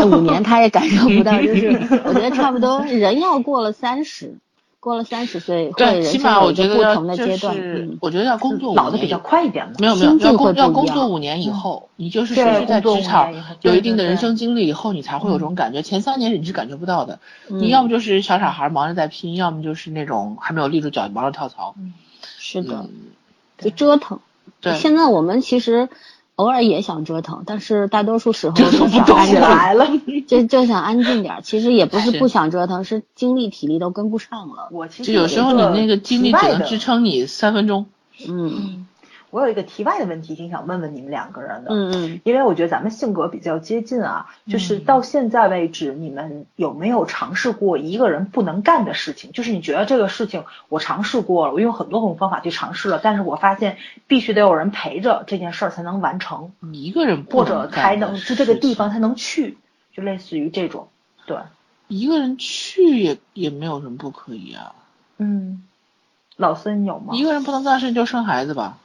Speaker 3: 五年他也感受不到， 就是我觉得差不多人要过了三十，过了三十岁会
Speaker 2: 对，
Speaker 3: 人
Speaker 2: 起
Speaker 3: 生
Speaker 2: 码
Speaker 3: 有
Speaker 2: 我
Speaker 3: 一
Speaker 2: 觉
Speaker 3: 个
Speaker 2: 得
Speaker 3: 不
Speaker 2: 要
Speaker 3: 同的
Speaker 2: 就
Speaker 3: 阶段，
Speaker 2: 是
Speaker 3: 嗯，
Speaker 2: 我觉得要工作五
Speaker 1: 老的
Speaker 2: 年
Speaker 1: 比较
Speaker 2: 以后
Speaker 1: 快一点嘛。
Speaker 2: 没有没有，
Speaker 3: 心境
Speaker 2: 要
Speaker 3: 会
Speaker 2: 工
Speaker 3: 不
Speaker 2: 要
Speaker 3: 一
Speaker 2: 工
Speaker 3: 样嗯
Speaker 2: 作五年以后，你就是
Speaker 1: 对
Speaker 2: 实际在
Speaker 1: 工作
Speaker 2: 职
Speaker 1: 五
Speaker 2: 场
Speaker 1: 年以后对
Speaker 2: 有一定的
Speaker 1: 对
Speaker 2: 人
Speaker 1: 对
Speaker 2: 生经历以后，你才会有这种感觉。前三年你是感觉不到的，
Speaker 3: 嗯
Speaker 2: 你要么就是小傻孩忙着在拼，要么就是那种还没有立住脚忙着跳槽。
Speaker 3: 是的，
Speaker 2: 嗯
Speaker 3: 就折腾。
Speaker 2: 对，
Speaker 3: 现在我们其实偶尔也想折腾，但是大多数时候都
Speaker 2: 不
Speaker 3: 想
Speaker 2: 动
Speaker 3: 安
Speaker 1: 起
Speaker 3: 静，
Speaker 1: 来 了。
Speaker 3: 就就想安静点儿。其实也不是
Speaker 2: 是
Speaker 3: 不想折腾，是精力体力都跟不上了。
Speaker 1: 我其实
Speaker 2: 就有时候你那
Speaker 1: 个
Speaker 2: 个精力只能支。撑你三分钟。
Speaker 3: 嗯
Speaker 1: 我有一个题外的问题，挺想问问你们两个人的。
Speaker 3: 嗯嗯，
Speaker 1: 因为我觉得咱们性格比较接近啊，就是到现在为止，你们有没有尝试过一个人不能干的事情？就是你觉得这个事情我尝试过了，我用很多种方法去尝试了，但是我发现必须得有人陪着这件事儿才能完成，
Speaker 2: 你一个人不
Speaker 1: 或者才
Speaker 2: 干的
Speaker 1: 能就这个
Speaker 2: 事
Speaker 1: 地
Speaker 2: 情
Speaker 1: 方才能去，就类似于这种。对，
Speaker 2: 一个人去也也没有什么不可以啊。
Speaker 1: 嗯，老孙有吗
Speaker 2: 一？个人不能干的事情就生孩子吧。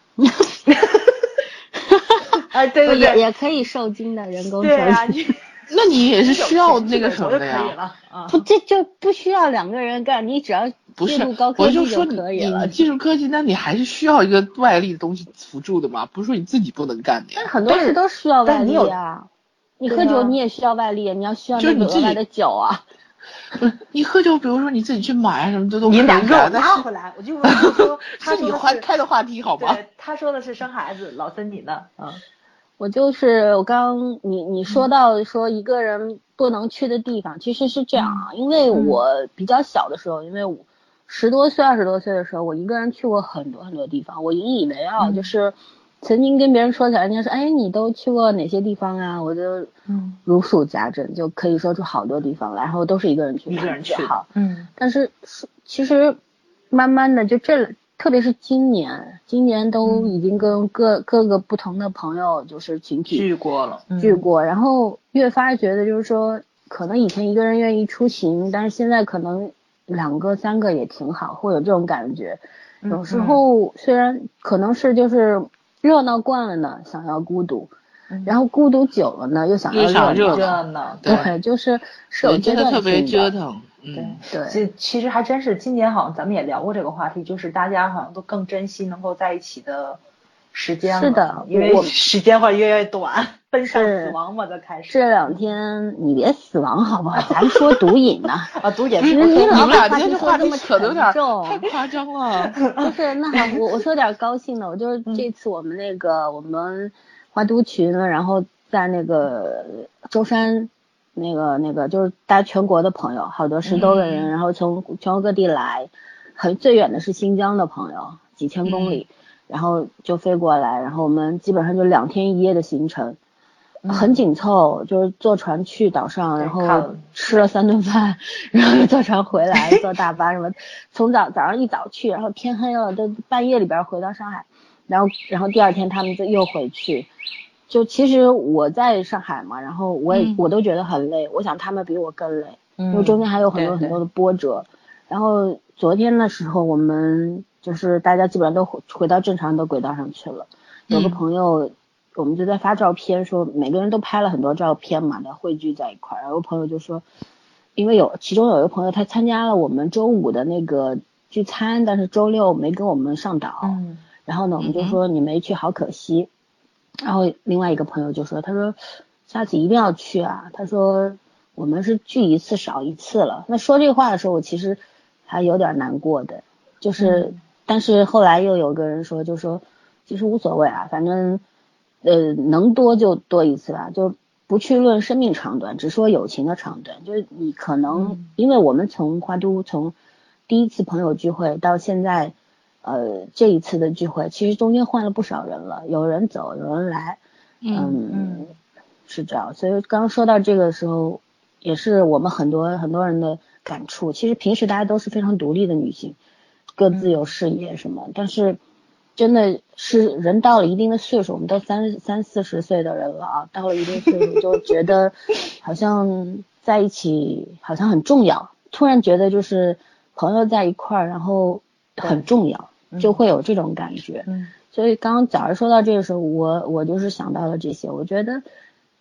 Speaker 1: 哎，对对
Speaker 3: 也
Speaker 1: 对，
Speaker 3: 也可以受精的人工受
Speaker 1: 对啊，
Speaker 3: 精。
Speaker 1: 你
Speaker 2: 那你也是需要那个什
Speaker 1: 我就可
Speaker 2: 么的
Speaker 1: 以
Speaker 2: 呀？
Speaker 1: 了啊
Speaker 3: 不，。这就不需要两个人干，你只要
Speaker 2: 不
Speaker 3: 进
Speaker 2: 是
Speaker 3: 入高，科
Speaker 2: 我
Speaker 3: 技
Speaker 2: 说你
Speaker 3: 可以
Speaker 2: 你
Speaker 3: 了
Speaker 2: 你。技术科技，那你还是需要一个外力的东西辅助的嘛，不是说你自己不能干的
Speaker 3: 但
Speaker 2: 呀。
Speaker 3: 很多
Speaker 1: 但是
Speaker 3: 事都需要外
Speaker 1: 但你
Speaker 3: 力
Speaker 1: 有
Speaker 3: 啊。你
Speaker 1: 对
Speaker 3: 喝酒
Speaker 1: 啊
Speaker 3: 你也需要外力，你要需要
Speaker 2: 就
Speaker 3: 那
Speaker 2: 是
Speaker 3: 个
Speaker 2: 你自
Speaker 3: 额外
Speaker 2: 己
Speaker 3: 的酒啊。
Speaker 2: 不是，你喝酒，比如说你自己去买啊什么的都可
Speaker 1: 你
Speaker 2: 以
Speaker 1: 们俩
Speaker 2: 干，
Speaker 1: 给我
Speaker 2: 但是
Speaker 1: 拉回来，我就我就 说，他
Speaker 2: 是
Speaker 1: 说
Speaker 2: 你
Speaker 1: 的
Speaker 2: 欢
Speaker 1: 是
Speaker 2: 开的话题好吗？
Speaker 1: 对，他说的是生孩子，老森你呢？嗯，
Speaker 3: 我就是我刚你你说到说一个人不能去的地方，其实是这样啊，
Speaker 1: 嗯
Speaker 3: 因为我比较小的时候，因为我十多岁、二十多岁的时候，我一个人去过很多很多地方，我引以为傲，
Speaker 1: 嗯
Speaker 3: 就是曾经跟别人说起来，人家说哎你都去过哪些地方啊？我就
Speaker 1: 嗯
Speaker 3: 如数家珍，就可以说出好多地方来，然后都是一个人去，
Speaker 1: 一个人去的
Speaker 3: 好。
Speaker 1: 嗯
Speaker 3: 但是是其实慢慢的就这，特别是今年，今年都
Speaker 1: 嗯
Speaker 3: 已经跟各、各个不同的朋友就是群体
Speaker 1: 聚过了，
Speaker 3: 聚过，然后越发觉得就是说，可能以前一个人愿意出行，但是现在可能两个三个也挺好，会有这种感觉。
Speaker 1: 嗯
Speaker 3: 有时候虽然可能是就是热闹惯了呢，想要孤独，
Speaker 1: 嗯
Speaker 3: 然后孤独久了呢，又想
Speaker 2: 又
Speaker 3: 要
Speaker 2: 想热
Speaker 3: 热闹。
Speaker 1: 热闹，
Speaker 2: 对
Speaker 3: 对，就是是有
Speaker 2: 人
Speaker 3: 阶
Speaker 2: 真
Speaker 3: 段
Speaker 2: 的特别
Speaker 3: 性
Speaker 2: 折
Speaker 3: 的。
Speaker 2: 腾，
Speaker 1: 对
Speaker 2: 嗯，。
Speaker 3: 对，
Speaker 1: 这其实还真是，今年好像咱们也聊过这个话题，就是大家好像都更珍惜能够在一起的时间了
Speaker 3: 是的
Speaker 1: 因为
Speaker 3: 我
Speaker 1: 时间会越来越短，奔向
Speaker 3: 是
Speaker 1: 死亡嘛，都开始
Speaker 3: 这两天你别死亡好不 好？咱说毒瘾 呢，
Speaker 1: 啊，读也
Speaker 2: 不是
Speaker 1: 是
Speaker 3: 你
Speaker 2: 你
Speaker 3: 老
Speaker 2: 们
Speaker 3: 把
Speaker 2: 俩
Speaker 3: 话
Speaker 2: 今天
Speaker 3: 题
Speaker 2: 这
Speaker 3: 说
Speaker 2: 话
Speaker 3: 这
Speaker 2: 题
Speaker 3: 么
Speaker 2: 扯的有点
Speaker 3: 沉
Speaker 2: 儿
Speaker 3: 重
Speaker 2: 太夸 张了。
Speaker 3: 就是那好，我我说点高兴的，我就是
Speaker 2: 嗯
Speaker 3: 这次我们那个我们花都群，然后在那个舟山。那个那个就是大家全国的朋友，好多十多个
Speaker 2: 嗯
Speaker 3: 人，然后从全国各地来，很最远的是新疆的朋友，几千公里，
Speaker 2: 嗯
Speaker 3: 然后就飞过来，然后我们基本上就两天一夜的行程，
Speaker 2: 嗯
Speaker 3: 很紧凑，就是坐船去岛上，
Speaker 1: 对
Speaker 3: 然
Speaker 1: 看
Speaker 3: 后
Speaker 1: 了
Speaker 3: 吃了三顿饭，然后又坐船回 来，坐大巴什么，从早早上一早去，然后天黑了都半夜里边回到上海，然后然后第二天他们就又回去。就其实我在上海嘛，然后我也、
Speaker 2: 嗯
Speaker 3: 我都觉得很累，我想他们比我更累，
Speaker 1: 因
Speaker 3: 因为中间还有很多
Speaker 1: 嗯对
Speaker 3: 很多的波折。然后昨天的时候，我们就是大家基本上都回回到正常的轨道上去了。有个
Speaker 2: 嗯
Speaker 3: 朋友，我们就在发照片，说每个人都拍了很多照片嘛，然后汇聚在一块儿。然后朋友就说，因为有其中有一个朋友他参加了我们周五的那个聚餐，但是周六没跟我们上岛。
Speaker 1: 嗯
Speaker 3: 然后呢，我们就
Speaker 2: 嗯哼
Speaker 3: 说你没去，好可惜。然后另外一个朋友就说，他说下次一定要去啊。他说我们是聚一次少一次了。那说这话的时候，我其实
Speaker 2: 嗯
Speaker 3: 还有点难过的，就是、但是后来又有个人说，就说其实无所谓啊，反正呃能多就多一次吧，就不去论生命长短，只说友情的长短。就是你可能、
Speaker 1: 嗯
Speaker 3: 因为我们从花都从第一次朋友聚会到现在，呃这一次的聚会，其实中间换了不少人了，有人走，有人来，嗯
Speaker 1: 嗯
Speaker 3: 是这样。所以刚说到这个时候，也是我们很多很多人的感触。其实平时大家都是非常独立的女性，各自有事业什么，但是真的是人到了一定的岁数，我们都三三四十岁的人了啊，到了一定岁数就觉得好像在一起好像很重要，突然觉得就是朋友在一块儿，然后很重要，就会有这种感觉。
Speaker 1: 嗯
Speaker 3: 所以刚刚早上说到这个时候，我我就是想到了这些。我觉得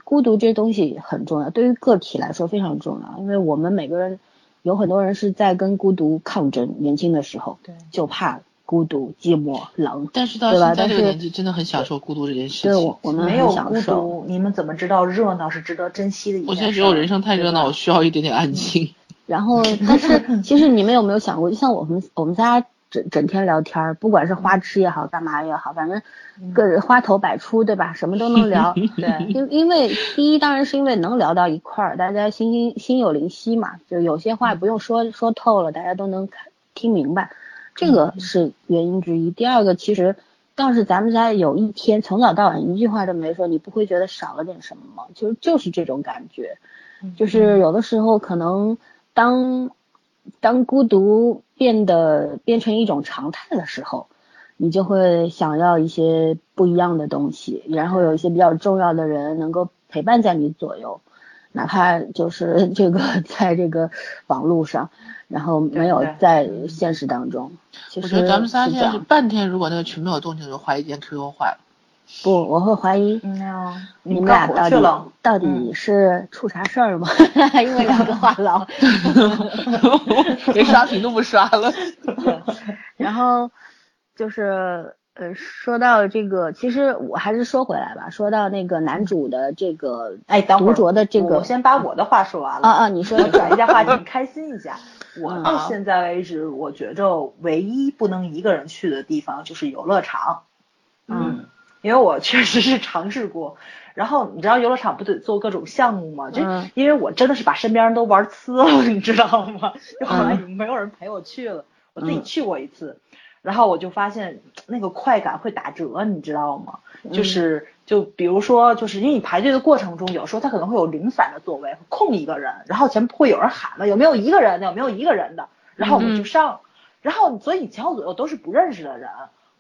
Speaker 3: 孤独这东西很重要，对于个体来说非常重要，因为我们每个人有很多人是在跟孤独抗争。年轻的时候，
Speaker 1: 对
Speaker 3: 就怕孤独、寂寞、冷。
Speaker 2: 但是到
Speaker 3: 对
Speaker 2: 现
Speaker 3: 吧
Speaker 2: 在这个
Speaker 3: 但是
Speaker 2: 年纪，真的很享受孤独这件事
Speaker 3: 对，
Speaker 2: 情
Speaker 3: 我。我们
Speaker 1: 没有
Speaker 3: 很享
Speaker 1: 孤
Speaker 3: 受。
Speaker 1: 独，你们怎么知道热闹是值得珍惜的一件事儿？
Speaker 2: 我现在觉得我人生太热闹，我需要一点点
Speaker 3: 嗯
Speaker 2: 安静。
Speaker 3: 然后，但是其实你们有没有想过，就像我们我们仨整整天聊天儿，不管是花痴也好，干嘛也好，反正
Speaker 1: 嗯
Speaker 3: 个人花头百出，对吧？什么都能聊。
Speaker 1: 对，
Speaker 3: 因因为第一当然是因为能聊到一块儿，大家心心心有灵犀嘛，就有些话不用说说透了，大家都能看听明白，这个是原因之一。第二个，其实要是咱们家有一天从早到晚一句话都没说，你不会觉得少了点什么吗？就就是这种感觉，
Speaker 1: 嗯
Speaker 3: 就是有的时候可能当当孤独变得变成一种常态的时候，你就会想要一些不一样的东西，然后有一些比较重要的人能够陪伴在你左右，哪怕就是这个在这个网络上，然后没有
Speaker 1: 对对
Speaker 3: 在现实当中。其
Speaker 2: 我
Speaker 3: 实
Speaker 2: 觉得咱们仨
Speaker 3: 是
Speaker 2: 现
Speaker 3: 这
Speaker 2: 在是
Speaker 3: 样，
Speaker 2: 半天，如果那个群没有动静，就怀疑今天 QQ 坏了。
Speaker 3: 不，我会怀疑
Speaker 1: 嗯呀，
Speaker 3: 你们
Speaker 1: 们
Speaker 3: 俩
Speaker 1: 干活
Speaker 3: 到
Speaker 1: 去
Speaker 3: 底
Speaker 1: 了，
Speaker 3: 到底是出啥事儿吗？ 因为两个话痨。
Speaker 2: 连刷屏都不刷 了。
Speaker 3: 然后就是呃，说到这个，其实我还是说回来吧，说到那个男主的这个
Speaker 1: 哎，等会
Speaker 3: 独
Speaker 1: 儿
Speaker 3: 着的这
Speaker 1: 我
Speaker 3: 个
Speaker 1: 我先把我的话说完了
Speaker 3: 啊啊，你说
Speaker 1: 我转一下话题，开心一下。我
Speaker 3: 嗯
Speaker 1: 到现在为止，我觉着唯一不能一个人去的地方就是游乐场。
Speaker 3: 嗯，
Speaker 1: 啊因为我确实是尝试过。然后你知道游乐场不得做各种项目吗？就
Speaker 3: 嗯
Speaker 1: 因为我真的是把身边人都玩呲了， 你知道吗？就后
Speaker 3: 嗯
Speaker 1: 来没有人陪我去了，我自己去过一次，然后我就发现那个快感会打折，你知道吗？
Speaker 3: 嗯
Speaker 1: 就是就比如说，就是因为你排队的过程中，有时候他可能会有零散的座位，空一个人，然后前会有人喊了，有没有一个人的？有没有一个人的？然后我
Speaker 3: 嗯
Speaker 1: 们就上，然后所以前后左右都是不认识的人。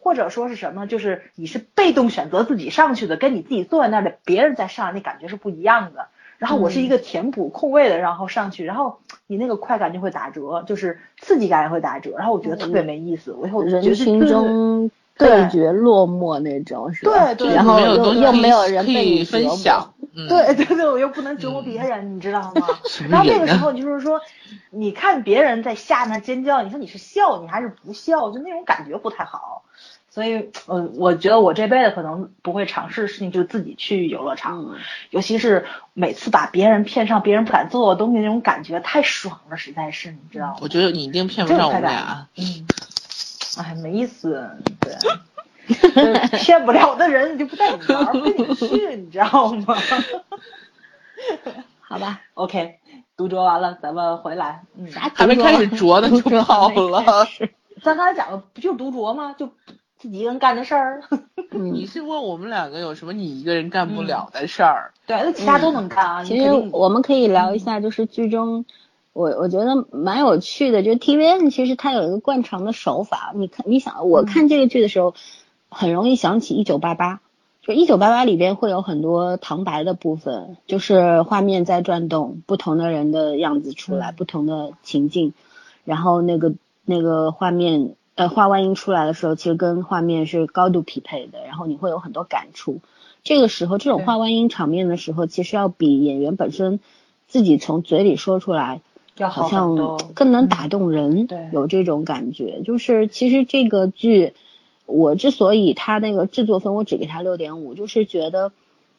Speaker 1: 或者说是什么，就是你是被动选择自己上去的，跟你自己坐在那里，别人再上，那感觉是不一样的。然后我是一
Speaker 3: 嗯
Speaker 1: 个填补空位的，然后上去，然后你那个快感就会打折，就是刺激感也会打折。然后我觉得特别没意思，我以后觉得
Speaker 3: 嗯人群中
Speaker 1: 对
Speaker 3: 对决落寞那种是吧？
Speaker 1: 对对
Speaker 3: 然后
Speaker 2: 没有
Speaker 3: 又
Speaker 2: 东西
Speaker 3: 又
Speaker 2: 可以
Speaker 3: 没有人
Speaker 2: 可
Speaker 3: 被
Speaker 2: 以
Speaker 3: 你
Speaker 2: 分
Speaker 3: 折磨
Speaker 2: 享，嗯，
Speaker 1: 对对对，我又不能折磨
Speaker 3: 嗯
Speaker 1: 别人，你知道吗？
Speaker 2: 什
Speaker 1: 然
Speaker 2: 么
Speaker 1: 后那
Speaker 2: 人
Speaker 1: 个时
Speaker 2: 呢？
Speaker 1: 候你就是说，你看别人在下面尖叫，你说你是笑你还是不笑，就那种感觉不太好。所以，呃，我觉得我这辈子可能不会尝试事情，就是自己去游乐场，
Speaker 3: 嗯
Speaker 1: 尤其是每次把别人骗上别人不敢坐的东西，那种感觉太爽了，实在是，你知道吗？
Speaker 2: 我觉得你一定骗不
Speaker 1: 这
Speaker 2: 上
Speaker 1: 种
Speaker 2: 我
Speaker 1: 快
Speaker 2: 们
Speaker 1: 感
Speaker 2: 俩。，
Speaker 1: 嗯，哎，没意思，对。就是 骗不了的人，你就不带你玩儿，不跟你去，你知道吗
Speaker 3: 好吧？
Speaker 1: ？OK，读折完了，咱们回来。嗯，
Speaker 3: 啥
Speaker 2: 还没
Speaker 3: 执着
Speaker 2: 开始啄呢就跑了。
Speaker 1: 咱刚才讲的不就独酌吗？就自己一个人干的事儿。
Speaker 2: 你
Speaker 3: 嗯，
Speaker 2: 是问我们两个有什么你一个人干不了的事儿？
Speaker 1: 对，那其他都能干啊。
Speaker 3: 嗯其
Speaker 1: 你
Speaker 3: 实
Speaker 1: 肯定嗯
Speaker 3: 我们可以聊一下，就是剧中。我我觉得蛮有趣的，就是 TVN 其实它有一个惯常的手法，你看，你想，
Speaker 1: 嗯
Speaker 3: 我看这个剧的时候，很容易想起《一九八八》，就《一九八八》里边会有很多旁白的部分，就是画面在转动，不同的人的样子出来，
Speaker 1: 嗯
Speaker 3: 不同的情境，然后那个那个画面，呃，画外音出来的时候，其实跟画面是高度匹配的，然后你会有很多感触。这个时候，这种
Speaker 1: 对
Speaker 3: 画外音场面的时候，其实要比演员本身自己从嘴里说出来，
Speaker 1: 要
Speaker 3: 好
Speaker 1: 很
Speaker 3: 像
Speaker 1: 多。嗯
Speaker 3: 更能打动人，
Speaker 1: 对
Speaker 3: 有这种感觉。就是其实这个剧，我之所以它那个制作分我只给它六点五，就是觉得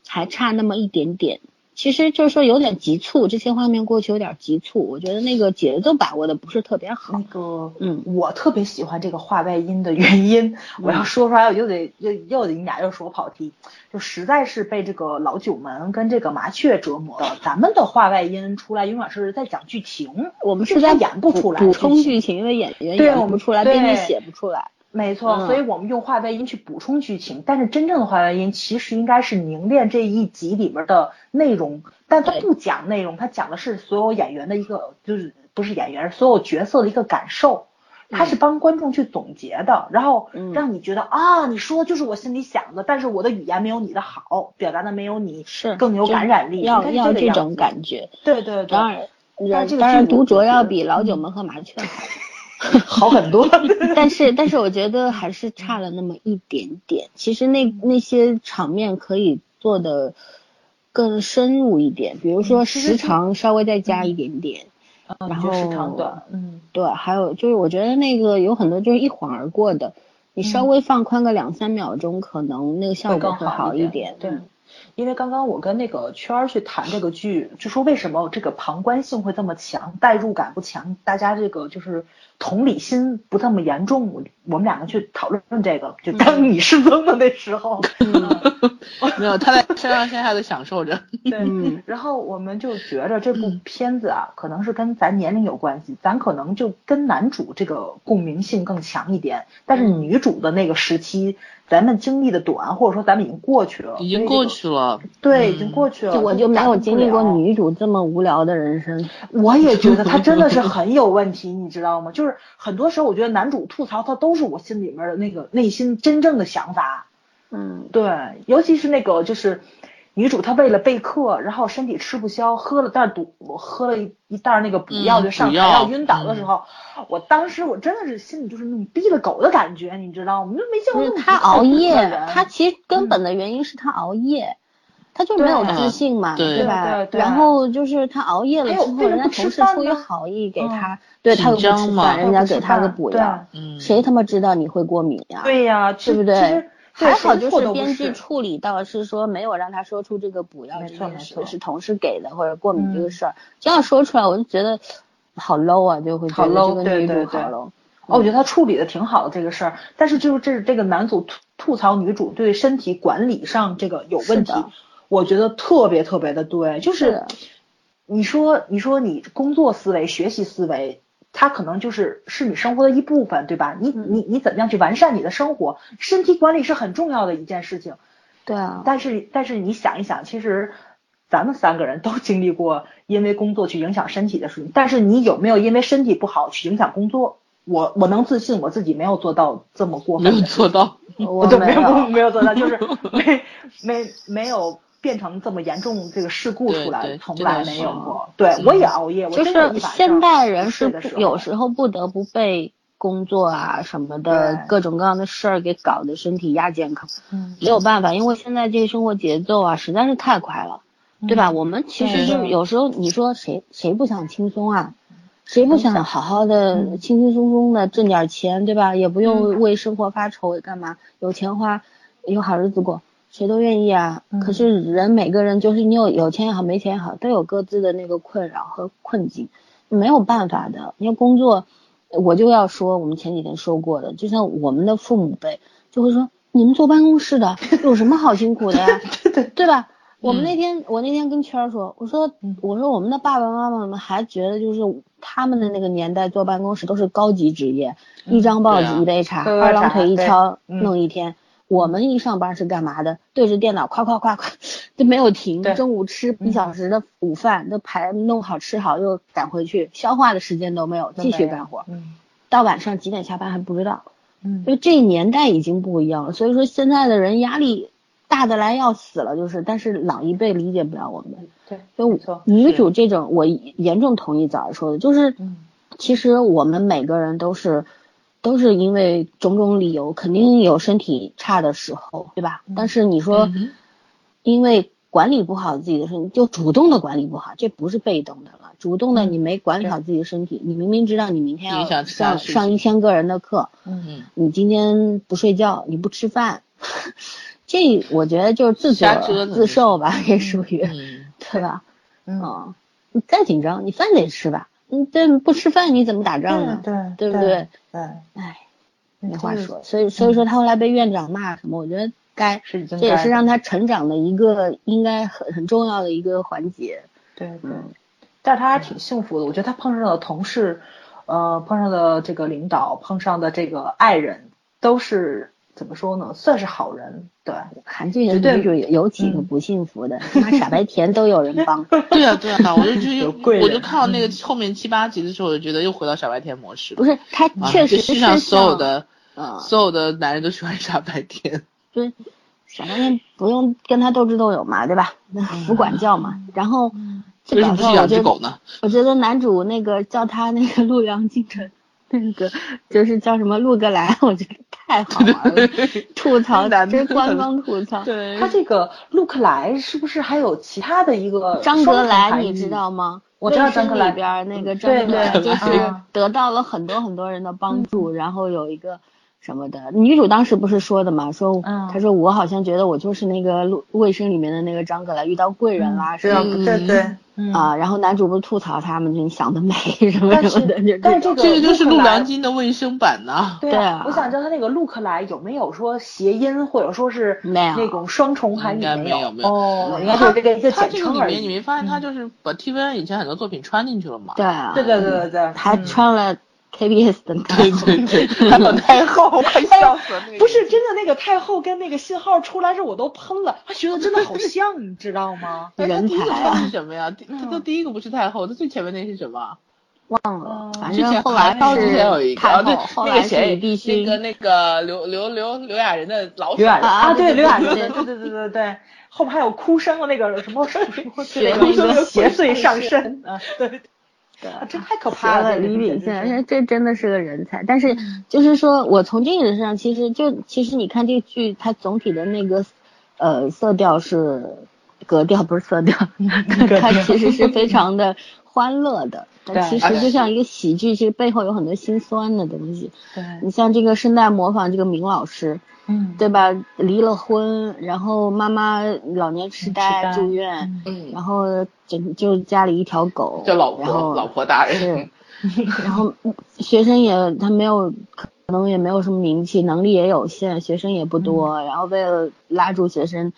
Speaker 3: 还差那么一点点，其实就是说有点急促，这些画面过去有点急促，我觉得那个节奏把握的不是特别好
Speaker 1: 那。个，
Speaker 3: 嗯嗯
Speaker 1: 我特别喜欢这个话外音的原因，我要说出来我就得又又得你俩又说我跑题，就实在是被这个老九门跟这个麻雀折磨了。咱们的话外音出来永远是在讲剧情，
Speaker 3: 我们
Speaker 1: 就是他
Speaker 3: 在
Speaker 1: 演不出来
Speaker 3: 补充剧情，因为演员
Speaker 1: 对
Speaker 3: 演
Speaker 1: 我
Speaker 3: 不
Speaker 1: 们
Speaker 3: 出来，
Speaker 1: 对
Speaker 3: 编剧写不出来。
Speaker 1: 没错，
Speaker 3: 嗯
Speaker 1: 所以我们用话外音去补充剧情，但是真正的话外音其实应该是凝练这一集里边的内容，但他
Speaker 3: 对
Speaker 1: 不讲内容，他讲的是所有演员的一个，就是不是演员，所有角色的一个感受，他是帮观众去总结的，然后
Speaker 3: 嗯
Speaker 1: 让你觉得啊，你说的就是我心里想的，但是我的语言没有你的好，表达的没有你
Speaker 3: 是
Speaker 1: 更有
Speaker 3: 就
Speaker 1: 感染力，应
Speaker 3: 要
Speaker 1: 该是
Speaker 3: 要
Speaker 1: 这
Speaker 3: 这
Speaker 1: 个
Speaker 3: 种
Speaker 1: 样子，
Speaker 3: 感觉。
Speaker 1: 对对对，
Speaker 3: 当然，
Speaker 1: 但这个
Speaker 3: 当然
Speaker 1: 剧我
Speaker 3: 读者
Speaker 1: 觉
Speaker 3: 要
Speaker 1: 得
Speaker 3: 比老九门和麻雀好，
Speaker 1: 好很 多，
Speaker 3: 但是但是我觉得还是差了那么一点点。其实那那些场面可以做的更深入一点，比如说
Speaker 1: 嗯其实是
Speaker 3: 时长稍微再加一点点。
Speaker 1: 嗯
Speaker 3: 然
Speaker 1: 就时长
Speaker 3: 后
Speaker 1: 短，嗯。
Speaker 3: 对，还有就是我觉得那个有很多就是一晃而过的，你稍
Speaker 1: 嗯
Speaker 3: 微放宽个两三秒钟，可能那个效
Speaker 1: 会更
Speaker 3: 果会
Speaker 1: 好
Speaker 3: 一
Speaker 1: 点
Speaker 3: 点。。
Speaker 1: 对，嗯因为刚刚我跟那个圈儿去谈这个剧，就说为什么这个旁观性会这么强，代入感不强，大家这个就是同理心不这么严重。我我们两个去讨论这个，就当你失踪的那时候，
Speaker 3: 嗯
Speaker 2: 没有，他在山上山下的享受 着。
Speaker 1: 对。
Speaker 3: 嗯，
Speaker 1: 然后我们就觉着这部片子啊，可能是跟咱年龄有关系，咱可能就跟男主这个共鸣性更强一点，但是
Speaker 3: 嗯
Speaker 1: 女主的那个时期，咱们经历的短，或者说咱们已经过去了，
Speaker 2: 已经过去了，
Speaker 1: 对，已
Speaker 2: 嗯
Speaker 1: 经过去了。
Speaker 3: 就我
Speaker 1: 这
Speaker 3: 就没
Speaker 1: 改
Speaker 3: 有
Speaker 1: 变不
Speaker 3: 经历过
Speaker 1: 了，
Speaker 3: 女主这么无聊的人生。
Speaker 1: 我也觉得 他真的是很有问题，你知道吗？就是很多时候我觉得男主吐槽他都是我心里面的那个内心真正的想法。
Speaker 3: 嗯，
Speaker 1: 对，尤其是那个就是女主她为了备课，然后身体吃不消，喝了袋毒，我喝了一一袋那个补药
Speaker 2: 嗯
Speaker 1: 就上
Speaker 2: 补
Speaker 1: 台
Speaker 2: 药
Speaker 1: 要晕倒
Speaker 3: 嗯
Speaker 1: 的时候，我当时我真的是心里就是那种逼了狗的感觉，你知道吗？我就没见
Speaker 3: 不
Speaker 1: 过
Speaker 3: 是
Speaker 1: 那么
Speaker 3: 她
Speaker 1: 不靠
Speaker 3: 嗯熬
Speaker 1: 谱的
Speaker 3: 夜，
Speaker 1: 人
Speaker 3: 她其实根本的原因是她熬夜，她就没有
Speaker 1: 对
Speaker 3: 自信嘛，
Speaker 2: 对
Speaker 3: 吧
Speaker 1: 对对？对
Speaker 3: 然后就是她熬夜了
Speaker 1: 还
Speaker 3: 之
Speaker 1: 有
Speaker 3: 后，
Speaker 1: 为什
Speaker 3: 人
Speaker 1: 么
Speaker 3: 家
Speaker 1: 不吃
Speaker 3: 同事出于
Speaker 1: 饭呢
Speaker 3: 好意给她，对她又不
Speaker 2: 紧张
Speaker 3: 吃
Speaker 2: 嘛
Speaker 3: 饭，人家
Speaker 1: 嗯不吃
Speaker 3: 给她个
Speaker 1: 饭
Speaker 3: 补
Speaker 1: 对
Speaker 3: 药，
Speaker 2: 嗯，
Speaker 3: 谁他妈知道你会过敏呀？
Speaker 1: 对呀、其
Speaker 3: 对不
Speaker 1: 实
Speaker 3: 对
Speaker 1: 其实对
Speaker 3: 还好
Speaker 1: 谁
Speaker 3: 就
Speaker 1: 错
Speaker 3: 是
Speaker 1: 都不
Speaker 3: 编剧
Speaker 1: 是
Speaker 3: 处理到是说没有让他说出这个补药
Speaker 1: 没
Speaker 3: 这
Speaker 1: 错
Speaker 3: 件
Speaker 1: 没
Speaker 3: 事
Speaker 1: 错
Speaker 3: 是同事给的或者过敏这个
Speaker 1: 嗯
Speaker 3: 事儿，这样说出来我就觉得好 low 啊，就会觉
Speaker 1: 好
Speaker 3: 得
Speaker 1: low，
Speaker 3: 这个
Speaker 1: 对
Speaker 3: 女主
Speaker 1: 对
Speaker 3: 好
Speaker 1: 对
Speaker 3: low。
Speaker 1: 哦，我觉得他处理的挺好的这个事儿，但是就是这这个男主吐吐槽女主对身体管理上这个有问题
Speaker 3: 是的，
Speaker 1: 我觉得特别特别的对，就是
Speaker 3: 的
Speaker 1: 你说你说你工作思维、学习思维，它可能就是是你生活的一部分，对吧？你
Speaker 3: 嗯
Speaker 1: 你你怎么样去完善你的生活？身体管理是很重要的一件事情，
Speaker 3: 对啊，
Speaker 1: 但是但是你想一想，其实咱们三个人都经历过因为工作去影响身体的事情，但是你有没有因为身体不好去影响工作？我我能自信我自己没有做到这么过
Speaker 2: 没
Speaker 1: 分
Speaker 2: 有
Speaker 1: 的事
Speaker 2: 做到。
Speaker 3: 我
Speaker 1: 对，
Speaker 3: 没
Speaker 1: 有
Speaker 3: 有。
Speaker 1: 没有做到，就是没 没没有变成这么严重这个事故
Speaker 2: 对
Speaker 1: 出来，
Speaker 2: 对
Speaker 1: 从
Speaker 2: 这倒
Speaker 1: 来没有
Speaker 2: 是
Speaker 1: 过。对我也熬夜，我
Speaker 3: 嗯就
Speaker 1: 真的
Speaker 3: 是
Speaker 1: 一晚
Speaker 3: 现
Speaker 1: 上
Speaker 3: 代人是
Speaker 1: 睡的
Speaker 3: 不
Speaker 1: 时候
Speaker 3: 有时候不得不被工作啊什么的
Speaker 1: 对
Speaker 3: 各种各样的事儿给搞得身体亚健康，
Speaker 1: 嗯
Speaker 3: 没有办法，因为现在这个生活节奏啊实在是太快了。
Speaker 1: 嗯
Speaker 3: 对吧？我们其实
Speaker 1: 对
Speaker 3: 就是
Speaker 1: 对
Speaker 3: 有时候你说谁谁不想轻松啊？谁不想好好的
Speaker 1: 嗯
Speaker 3: 轻轻松松的挣点钱，对吧？也不用
Speaker 1: 嗯
Speaker 3: 为生活发愁，干嘛？有钱花，有好日子过，谁都愿意啊。
Speaker 1: 嗯
Speaker 3: 可是人每个人就是你有有钱也好，没钱也好，都有各自的那个困扰和困境，没有办法的。因为工作，我就要说我们前几天说过的，就像我们的父母辈就会说，你们坐办公室的有什么好辛苦 的呀？对吧？我们那天、我那天跟圈儿说，我说
Speaker 1: 嗯
Speaker 3: 我说我们的爸爸妈妈们还觉得就是他们的那个年代坐办公室都是高级职业，一张报
Speaker 2: 对啊
Speaker 3: 纸一杯茶，
Speaker 1: 嗯喝喝
Speaker 3: 二郎
Speaker 1: 茶
Speaker 3: 腿一
Speaker 1: 对
Speaker 3: 敲
Speaker 1: 嗯
Speaker 3: 弄一天。我们一上班是干嘛的？对着电脑夸夸夸夸，就没有停。
Speaker 1: 对
Speaker 3: 中午吃一
Speaker 1: 嗯
Speaker 3: 小时的午饭，都排弄好吃好又赶回去，消化的时间都没有，继续干活。
Speaker 1: 嗯
Speaker 3: 到晚上几点下班还不知道。
Speaker 1: 嗯，
Speaker 3: 就这年代已经不一样了，所以说现在的人压力大的来要死了，就是，但是老一辈理解不了我们。
Speaker 1: 嗯对，
Speaker 3: 所
Speaker 1: 没
Speaker 3: 以
Speaker 1: 错，
Speaker 3: 女
Speaker 1: 是
Speaker 3: 主这种，我严重同意早儿说的，就是
Speaker 1: 嗯
Speaker 3: 其实我们每个人都是都是因为种种理由，肯定有身体差的时候，对吧？但是你说
Speaker 2: 嗯
Speaker 3: 因为管理不好自己的身体，就主动的管理不好，这不是被动的了。主动的
Speaker 1: 嗯
Speaker 3: 你没管理好自己的身体，你明明知道你明天
Speaker 2: 影
Speaker 3: 要
Speaker 2: 响其他
Speaker 3: 上
Speaker 2: 事情
Speaker 3: 上一千个人的课，
Speaker 1: 嗯，
Speaker 2: 嗯，
Speaker 3: 你今天不睡觉，你不 吃饭，这我觉得就是自作
Speaker 2: 瞎折腾
Speaker 3: 自受吧，这属于。
Speaker 2: 嗯
Speaker 3: 对吧？
Speaker 1: 嗯，
Speaker 3: 嗯，你再紧张，你饭得吃吧？你这不吃饭你怎么打仗呢？
Speaker 1: 对
Speaker 3: 对不
Speaker 1: 对
Speaker 3: 对？
Speaker 1: 对，
Speaker 3: 哎，
Speaker 1: 嗯
Speaker 3: 没话
Speaker 1: 这个
Speaker 3: 说。所以所以说他后来被院长骂什么，我觉得该，
Speaker 1: 是应该
Speaker 2: 嗯
Speaker 1: 的
Speaker 3: 这也是让他成长的一个应该很很重要的一个环节。
Speaker 1: 对对
Speaker 3: 嗯，
Speaker 1: 但是他还挺幸福的。我觉得他碰上的同事，呃，碰上的这个领导，碰上的这个爱人，都是怎么说呢？算是好人，对，
Speaker 3: 韩剧里
Speaker 1: 绝对
Speaker 3: 面就是有有几个
Speaker 1: 嗯
Speaker 3: 不幸 福的，他妈傻白甜都有人帮。
Speaker 2: 对啊，对啊，我就 就
Speaker 1: 有
Speaker 2: 又
Speaker 1: 贵人嗯
Speaker 2: 我就看到那个后面七八集的时候，我就觉得又回到傻白甜模式了。
Speaker 3: 不是，他
Speaker 2: 啊，
Speaker 3: 确
Speaker 2: 这
Speaker 3: 实
Speaker 2: 世
Speaker 3: 是
Speaker 2: 上所有的
Speaker 3: 像，嗯，
Speaker 2: 所有的男人都喜欢傻白甜。
Speaker 3: 就是傻白甜不用跟他斗智斗勇嘛，对吧？那服管教嘛。然后这
Speaker 2: 为什么
Speaker 3: 表
Speaker 2: 不
Speaker 3: 上
Speaker 2: 去
Speaker 3: 我
Speaker 2: 养
Speaker 3: 觉
Speaker 2: 只
Speaker 3: 得
Speaker 2: 狗呢？
Speaker 3: 我觉得男主那个叫他那个陆阳进城，那个就是叫什么陆哥来，我觉得太好 玩了，吐槽
Speaker 2: 男的
Speaker 3: 真官方吐槽。
Speaker 2: 对
Speaker 1: 他这个陆克莱是不是还有其他的一个
Speaker 3: 张
Speaker 1: 双
Speaker 3: 格
Speaker 1: 重
Speaker 3: 莱
Speaker 1: 含
Speaker 3: 你
Speaker 1: 义
Speaker 3: 知？道吗？
Speaker 1: 我知道
Speaker 3: 卫生
Speaker 1: 张格莱嗯
Speaker 3: 里边儿那个张格莱
Speaker 1: 对对
Speaker 3: 就是
Speaker 1: 嗯
Speaker 3: 得到了很多很多人的帮助，然后有一个什么的，女主当时不是说的嘛，说
Speaker 1: 嗯
Speaker 3: 她说我好像觉得我就是那个陆卫生里面的那个张格莱遇到贵人啦，是
Speaker 2: 对啊
Speaker 3: 吧
Speaker 2: 对对，
Speaker 1: 嗯
Speaker 3: 啊，然后男主不是吐槽他们，就你想得美什么
Speaker 1: 但
Speaker 3: 什么的，
Speaker 1: 是
Speaker 3: 就
Speaker 1: 但是
Speaker 3: 种
Speaker 1: 这个
Speaker 2: 这个就是陆
Speaker 1: 克莱
Speaker 2: 良金的卫生版呐。
Speaker 1: 对
Speaker 3: 对啊
Speaker 1: 我想知道他那个陆克莱有没有说谐音，或者说是
Speaker 3: 没有
Speaker 1: 那种双重含义？
Speaker 2: 应该没有没有
Speaker 1: 哦，应该就
Speaker 2: 他
Speaker 1: 是这个一个
Speaker 2: 他
Speaker 1: 简
Speaker 2: 这个
Speaker 1: 称
Speaker 2: 里
Speaker 1: 而
Speaker 2: 面你
Speaker 1: 已。
Speaker 2: 没发现他就是把 TVN 以前很多作品穿进去了吗？
Speaker 3: 对啊，
Speaker 1: 对对对对对，
Speaker 3: 还
Speaker 1: 嗯
Speaker 3: 穿了 KBS 的
Speaker 2: 对 对对，还有太后，我快笑死了。那个
Speaker 1: 不是真的，那个太后跟那个信号出来时候我都喷了，他学的真的好像，你知道吗？
Speaker 2: 哎他
Speaker 3: 人
Speaker 2: 第一个
Speaker 3: 才
Speaker 2: 穿的
Speaker 3: 啊，
Speaker 2: 是什么呀？第他都第一个不是太后，他最前面那是什么？
Speaker 3: 忘
Speaker 1: 哦
Speaker 3: 了，反
Speaker 2: 之
Speaker 3: 正
Speaker 2: 前
Speaker 3: 后来
Speaker 2: 到之
Speaker 3: 是
Speaker 2: 前有一个，
Speaker 3: 太
Speaker 2: 哦对
Speaker 3: 后，，后
Speaker 2: 那
Speaker 3: 来
Speaker 2: 个
Speaker 3: 是你
Speaker 2: 谁，
Speaker 3: 必须
Speaker 2: 那个那个刘刘刘刘亚仁的老
Speaker 1: 刘
Speaker 2: 鼠
Speaker 1: 亚仁
Speaker 3: 啊
Speaker 1: 啊，对
Speaker 3: 对
Speaker 1: 刘亚仁，
Speaker 3: 对
Speaker 1: 对对对对对，后面还有哭声的那个什么什么之类
Speaker 3: 对
Speaker 1: 的，
Speaker 3: 那个
Speaker 1: 邪祟上身啊，对，啊，真太可怕了，
Speaker 3: 李秉
Speaker 1: 现
Speaker 3: 宪，这真的是个人才。但是就是说我从这个身上，其实就其实你看这个剧，它总体的那个呃色调是格调，不是色调，
Speaker 1: 格
Speaker 3: 它
Speaker 1: 调
Speaker 3: 其实是非常的欢乐的。但
Speaker 1: 对
Speaker 3: 其实就像一个喜剧，其实背后有很多心酸的东西。
Speaker 1: 对，
Speaker 3: 你像这个声带模仿这个明老师，
Speaker 1: 嗯，
Speaker 3: 对吧？离了婚，然后妈妈老年痴
Speaker 1: 痴
Speaker 3: 呆
Speaker 1: 呆
Speaker 3: 住院，
Speaker 1: 嗯
Speaker 2: 嗯，
Speaker 3: 然后整就家里一条狗，
Speaker 2: 叫老
Speaker 3: 然后
Speaker 2: 婆老婆大人
Speaker 3: 是，然后学生也他没有可能也没有什么名气，能力也有限，学生也不多，然后为了拉住学生，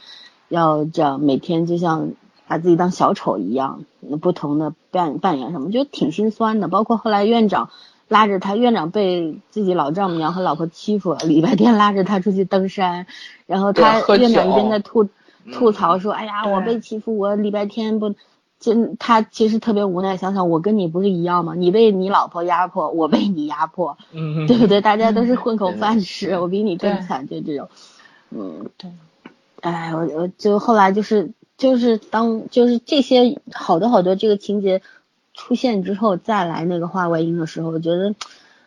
Speaker 3: 要这样每天就像把自己当小丑一样，不同的扮扮演什么，就挺心酸的。包括后来院长。拉着他，院长被自己老丈母娘和老婆欺负了。礼拜天拉着他出去登山，然后他
Speaker 2: 对啊喝
Speaker 3: 院长一
Speaker 2: 酒
Speaker 3: 边在吐
Speaker 2: 嗯
Speaker 3: 吐槽说：“哎呀，我
Speaker 1: 对
Speaker 3: 被欺负，我礼拜天不。”真他其实特别无奈，想想我跟你不是一样吗？你被你老婆压迫，我被你压迫，
Speaker 2: 嗯，
Speaker 3: 对不对？大家都是混口饭吃，
Speaker 2: 嗯
Speaker 3: 我比你更
Speaker 1: 对
Speaker 3: 惨，就这种，嗯，
Speaker 1: 对，
Speaker 3: 哎，我我就后来就是就是当就是这些好多好多这个情节出现之后，再来那个画外音的时候，我觉得，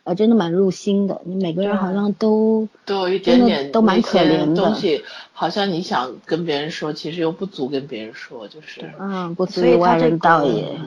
Speaker 3: 呃，真的蛮入心的。你每个人
Speaker 1: 对
Speaker 3: 好像都
Speaker 2: 都有一点
Speaker 3: 真
Speaker 2: 点
Speaker 3: 的都蛮
Speaker 2: 那些
Speaker 3: 可怜的
Speaker 2: 东西，好像你想跟别人说，其实又不足跟别人说，就是
Speaker 3: 嗯不足
Speaker 1: 所以他
Speaker 3: 外
Speaker 1: 这
Speaker 3: 人
Speaker 1: 个
Speaker 3: 道也，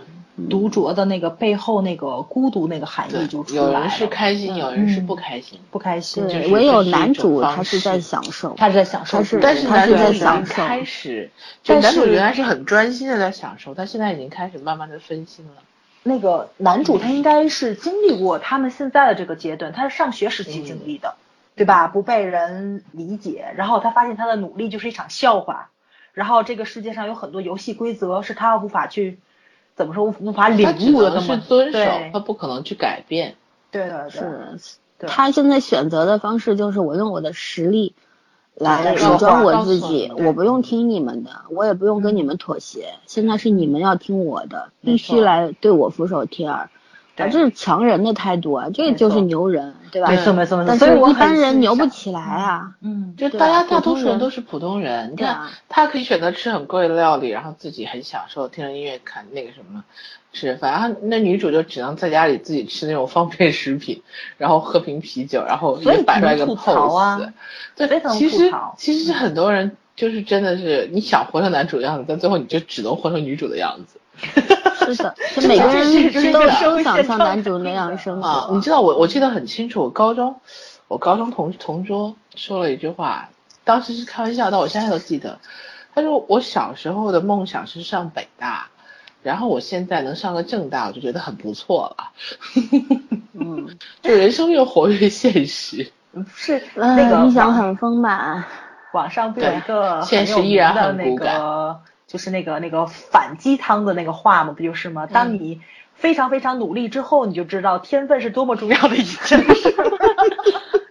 Speaker 1: 独酌的那个背后那个孤独那个含
Speaker 3: 嗯
Speaker 1: 义就
Speaker 2: 对，
Speaker 1: 出来
Speaker 2: 有
Speaker 1: 了，
Speaker 2: 人是开心，
Speaker 1: 嗯
Speaker 2: 有人是不开心。
Speaker 1: 不开心，
Speaker 2: 就
Speaker 3: 对，
Speaker 2: 是
Speaker 3: 唯
Speaker 2: 这
Speaker 3: 有
Speaker 2: 是一
Speaker 3: 男
Speaker 2: 种
Speaker 3: 主
Speaker 2: 方
Speaker 3: 他是在
Speaker 2: 式
Speaker 3: 享受，
Speaker 1: 他是在享受
Speaker 3: 他
Speaker 1: 自
Speaker 3: 是
Speaker 1: 己，
Speaker 2: 但是
Speaker 3: 他
Speaker 2: 男
Speaker 3: 是
Speaker 2: 主
Speaker 3: 在
Speaker 2: 已
Speaker 3: 享
Speaker 2: 经
Speaker 3: 受
Speaker 2: 开始，就
Speaker 1: 但
Speaker 2: 男主
Speaker 1: 是
Speaker 2: 原来是很专心的在享受，他现在已经开始慢慢的分心了。
Speaker 1: 那个男主他应该是经历过他们现在的这个阶段，他是上学时期经
Speaker 2: 嗯
Speaker 1: 历的，对吧？不被人理解，然后他发现他的努力就是一场笑话，然后这个世界上有很多游戏规则是他无法去怎么说无无法领
Speaker 2: 他只
Speaker 1: 悟的那
Speaker 2: 能
Speaker 1: 么
Speaker 2: 是遵守
Speaker 1: 对，
Speaker 2: 他不可能去改变。
Speaker 1: 对对对，
Speaker 3: 是
Speaker 1: 对
Speaker 3: 他现在选择的方式就是我用我的实力来
Speaker 1: 来
Speaker 3: 武
Speaker 1: 说
Speaker 3: 装
Speaker 1: 话
Speaker 3: 我
Speaker 2: 告
Speaker 3: 自
Speaker 2: 诉
Speaker 3: 己
Speaker 2: 你，
Speaker 1: 对
Speaker 3: 我不用听你们的，我也不用跟
Speaker 1: 嗯
Speaker 3: 你们妥协。现在是你们要听我的，必
Speaker 1: 没
Speaker 3: 须
Speaker 1: 错
Speaker 3: 来对我俯首帖耳。啊，
Speaker 1: 对
Speaker 3: 这是强人的态度啊，这
Speaker 1: 没
Speaker 3: 就是
Speaker 1: 错
Speaker 3: 牛人，对吧？
Speaker 1: 没错没错没错，
Speaker 3: 但
Speaker 1: 所以
Speaker 3: 是
Speaker 1: 我
Speaker 3: 一般
Speaker 1: 很
Speaker 3: 人
Speaker 1: 欣
Speaker 3: 牛不
Speaker 1: 赏
Speaker 3: 起来 啊。
Speaker 1: 嗯，
Speaker 2: 就是
Speaker 3: 对
Speaker 2: 大家
Speaker 3: 啊
Speaker 2: 大多
Speaker 3: 普通
Speaker 2: 数人
Speaker 3: 人
Speaker 2: 都是普通人，你
Speaker 3: 对
Speaker 2: 看、
Speaker 3: 啊
Speaker 2: 他可以选择吃很贵的料理，然后自己很享受，听着音乐看那个什么吃饭。然后那女主就只能在家里自己吃那种方便食品，然后喝瓶啤酒，然后
Speaker 1: 所以
Speaker 2: 也摆出来一个
Speaker 1: 能吐槽啊
Speaker 2: pose。
Speaker 1: 所以
Speaker 2: 对
Speaker 1: 才，能
Speaker 2: 其
Speaker 1: 吐
Speaker 2: 实
Speaker 1: 槽嗯
Speaker 2: 其实很多人就是真的是你想活成男主的样子，但最后你就只能活成女主的样子。
Speaker 3: 是的，就每个
Speaker 1: 这是
Speaker 3: 人
Speaker 1: 这
Speaker 3: 都
Speaker 1: 是社
Speaker 3: 都
Speaker 1: 会
Speaker 3: 想
Speaker 1: 现状
Speaker 3: 像男主
Speaker 1: 肯
Speaker 3: 那
Speaker 1: 定
Speaker 3: 样
Speaker 1: 的
Speaker 3: 生
Speaker 2: 啊，
Speaker 3: 活
Speaker 2: 你。知道我我记得很清楚，我高中我高中同同桌说了一句话，当时是开玩笑，但我现在都记得。他说我小时候的梦想是上北大，然后我现在能上个正大，我就觉得很不错了。
Speaker 3: 嗯，
Speaker 2: 就人生越活越现实，
Speaker 1: 嗯是
Speaker 3: 呃
Speaker 1: 那个啊
Speaker 3: 理想
Speaker 1: 网
Speaker 3: 很丰满，啊
Speaker 1: 网上不有一个
Speaker 2: 对现实
Speaker 1: 很有
Speaker 2: 依然
Speaker 1: 名的
Speaker 2: 很
Speaker 1: 那
Speaker 2: 骨感
Speaker 1: 个，就是那个那个反鸡汤的那个话嘛，不就是吗？
Speaker 2: 嗯
Speaker 1: 当你非常非常努力之后，你就知道天分是多么重要的一件事。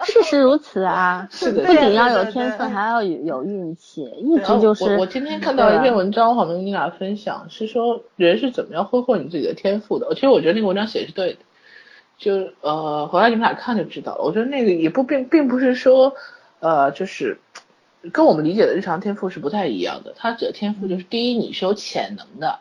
Speaker 3: 事实如此啊。
Speaker 2: 是 的
Speaker 3: 不
Speaker 1: 对呀
Speaker 3: 仅要有
Speaker 1: 对
Speaker 3: 天分，
Speaker 1: 对
Speaker 3: 还要有有运气，一
Speaker 1: 对
Speaker 3: 直就
Speaker 2: 哦我我
Speaker 3: 是
Speaker 2: 今天看到
Speaker 3: 对
Speaker 2: 一
Speaker 3: 啊
Speaker 2: 篇文章，好像跟你俩分享，是说人是怎么样挥霍你自己的天赋的。其实我觉得那个文章写的是对的，就是呃，回来你们俩看就知道了。我觉得那个也不并并不是说呃，就是跟我们理解的日常天赋是不太一样的。他指的天赋就是第一，你是有潜能的，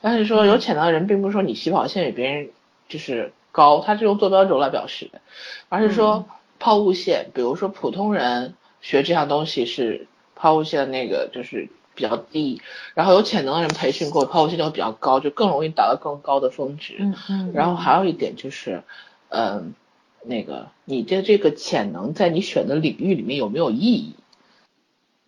Speaker 2: 但是说有潜能的人，并不是说你起跑线比别人就是高，他是用坐标轴来表示的，而是说抛物线，比如说普通人学这项东西是抛物线的那个就是比较低，然后有潜能的人培训过抛物线就会比较高，就更容易达到更高的峰值。
Speaker 1: 嗯
Speaker 2: 然后还有一点就是，嗯，那个你的这个潜能在你选的领域里面有没有意义？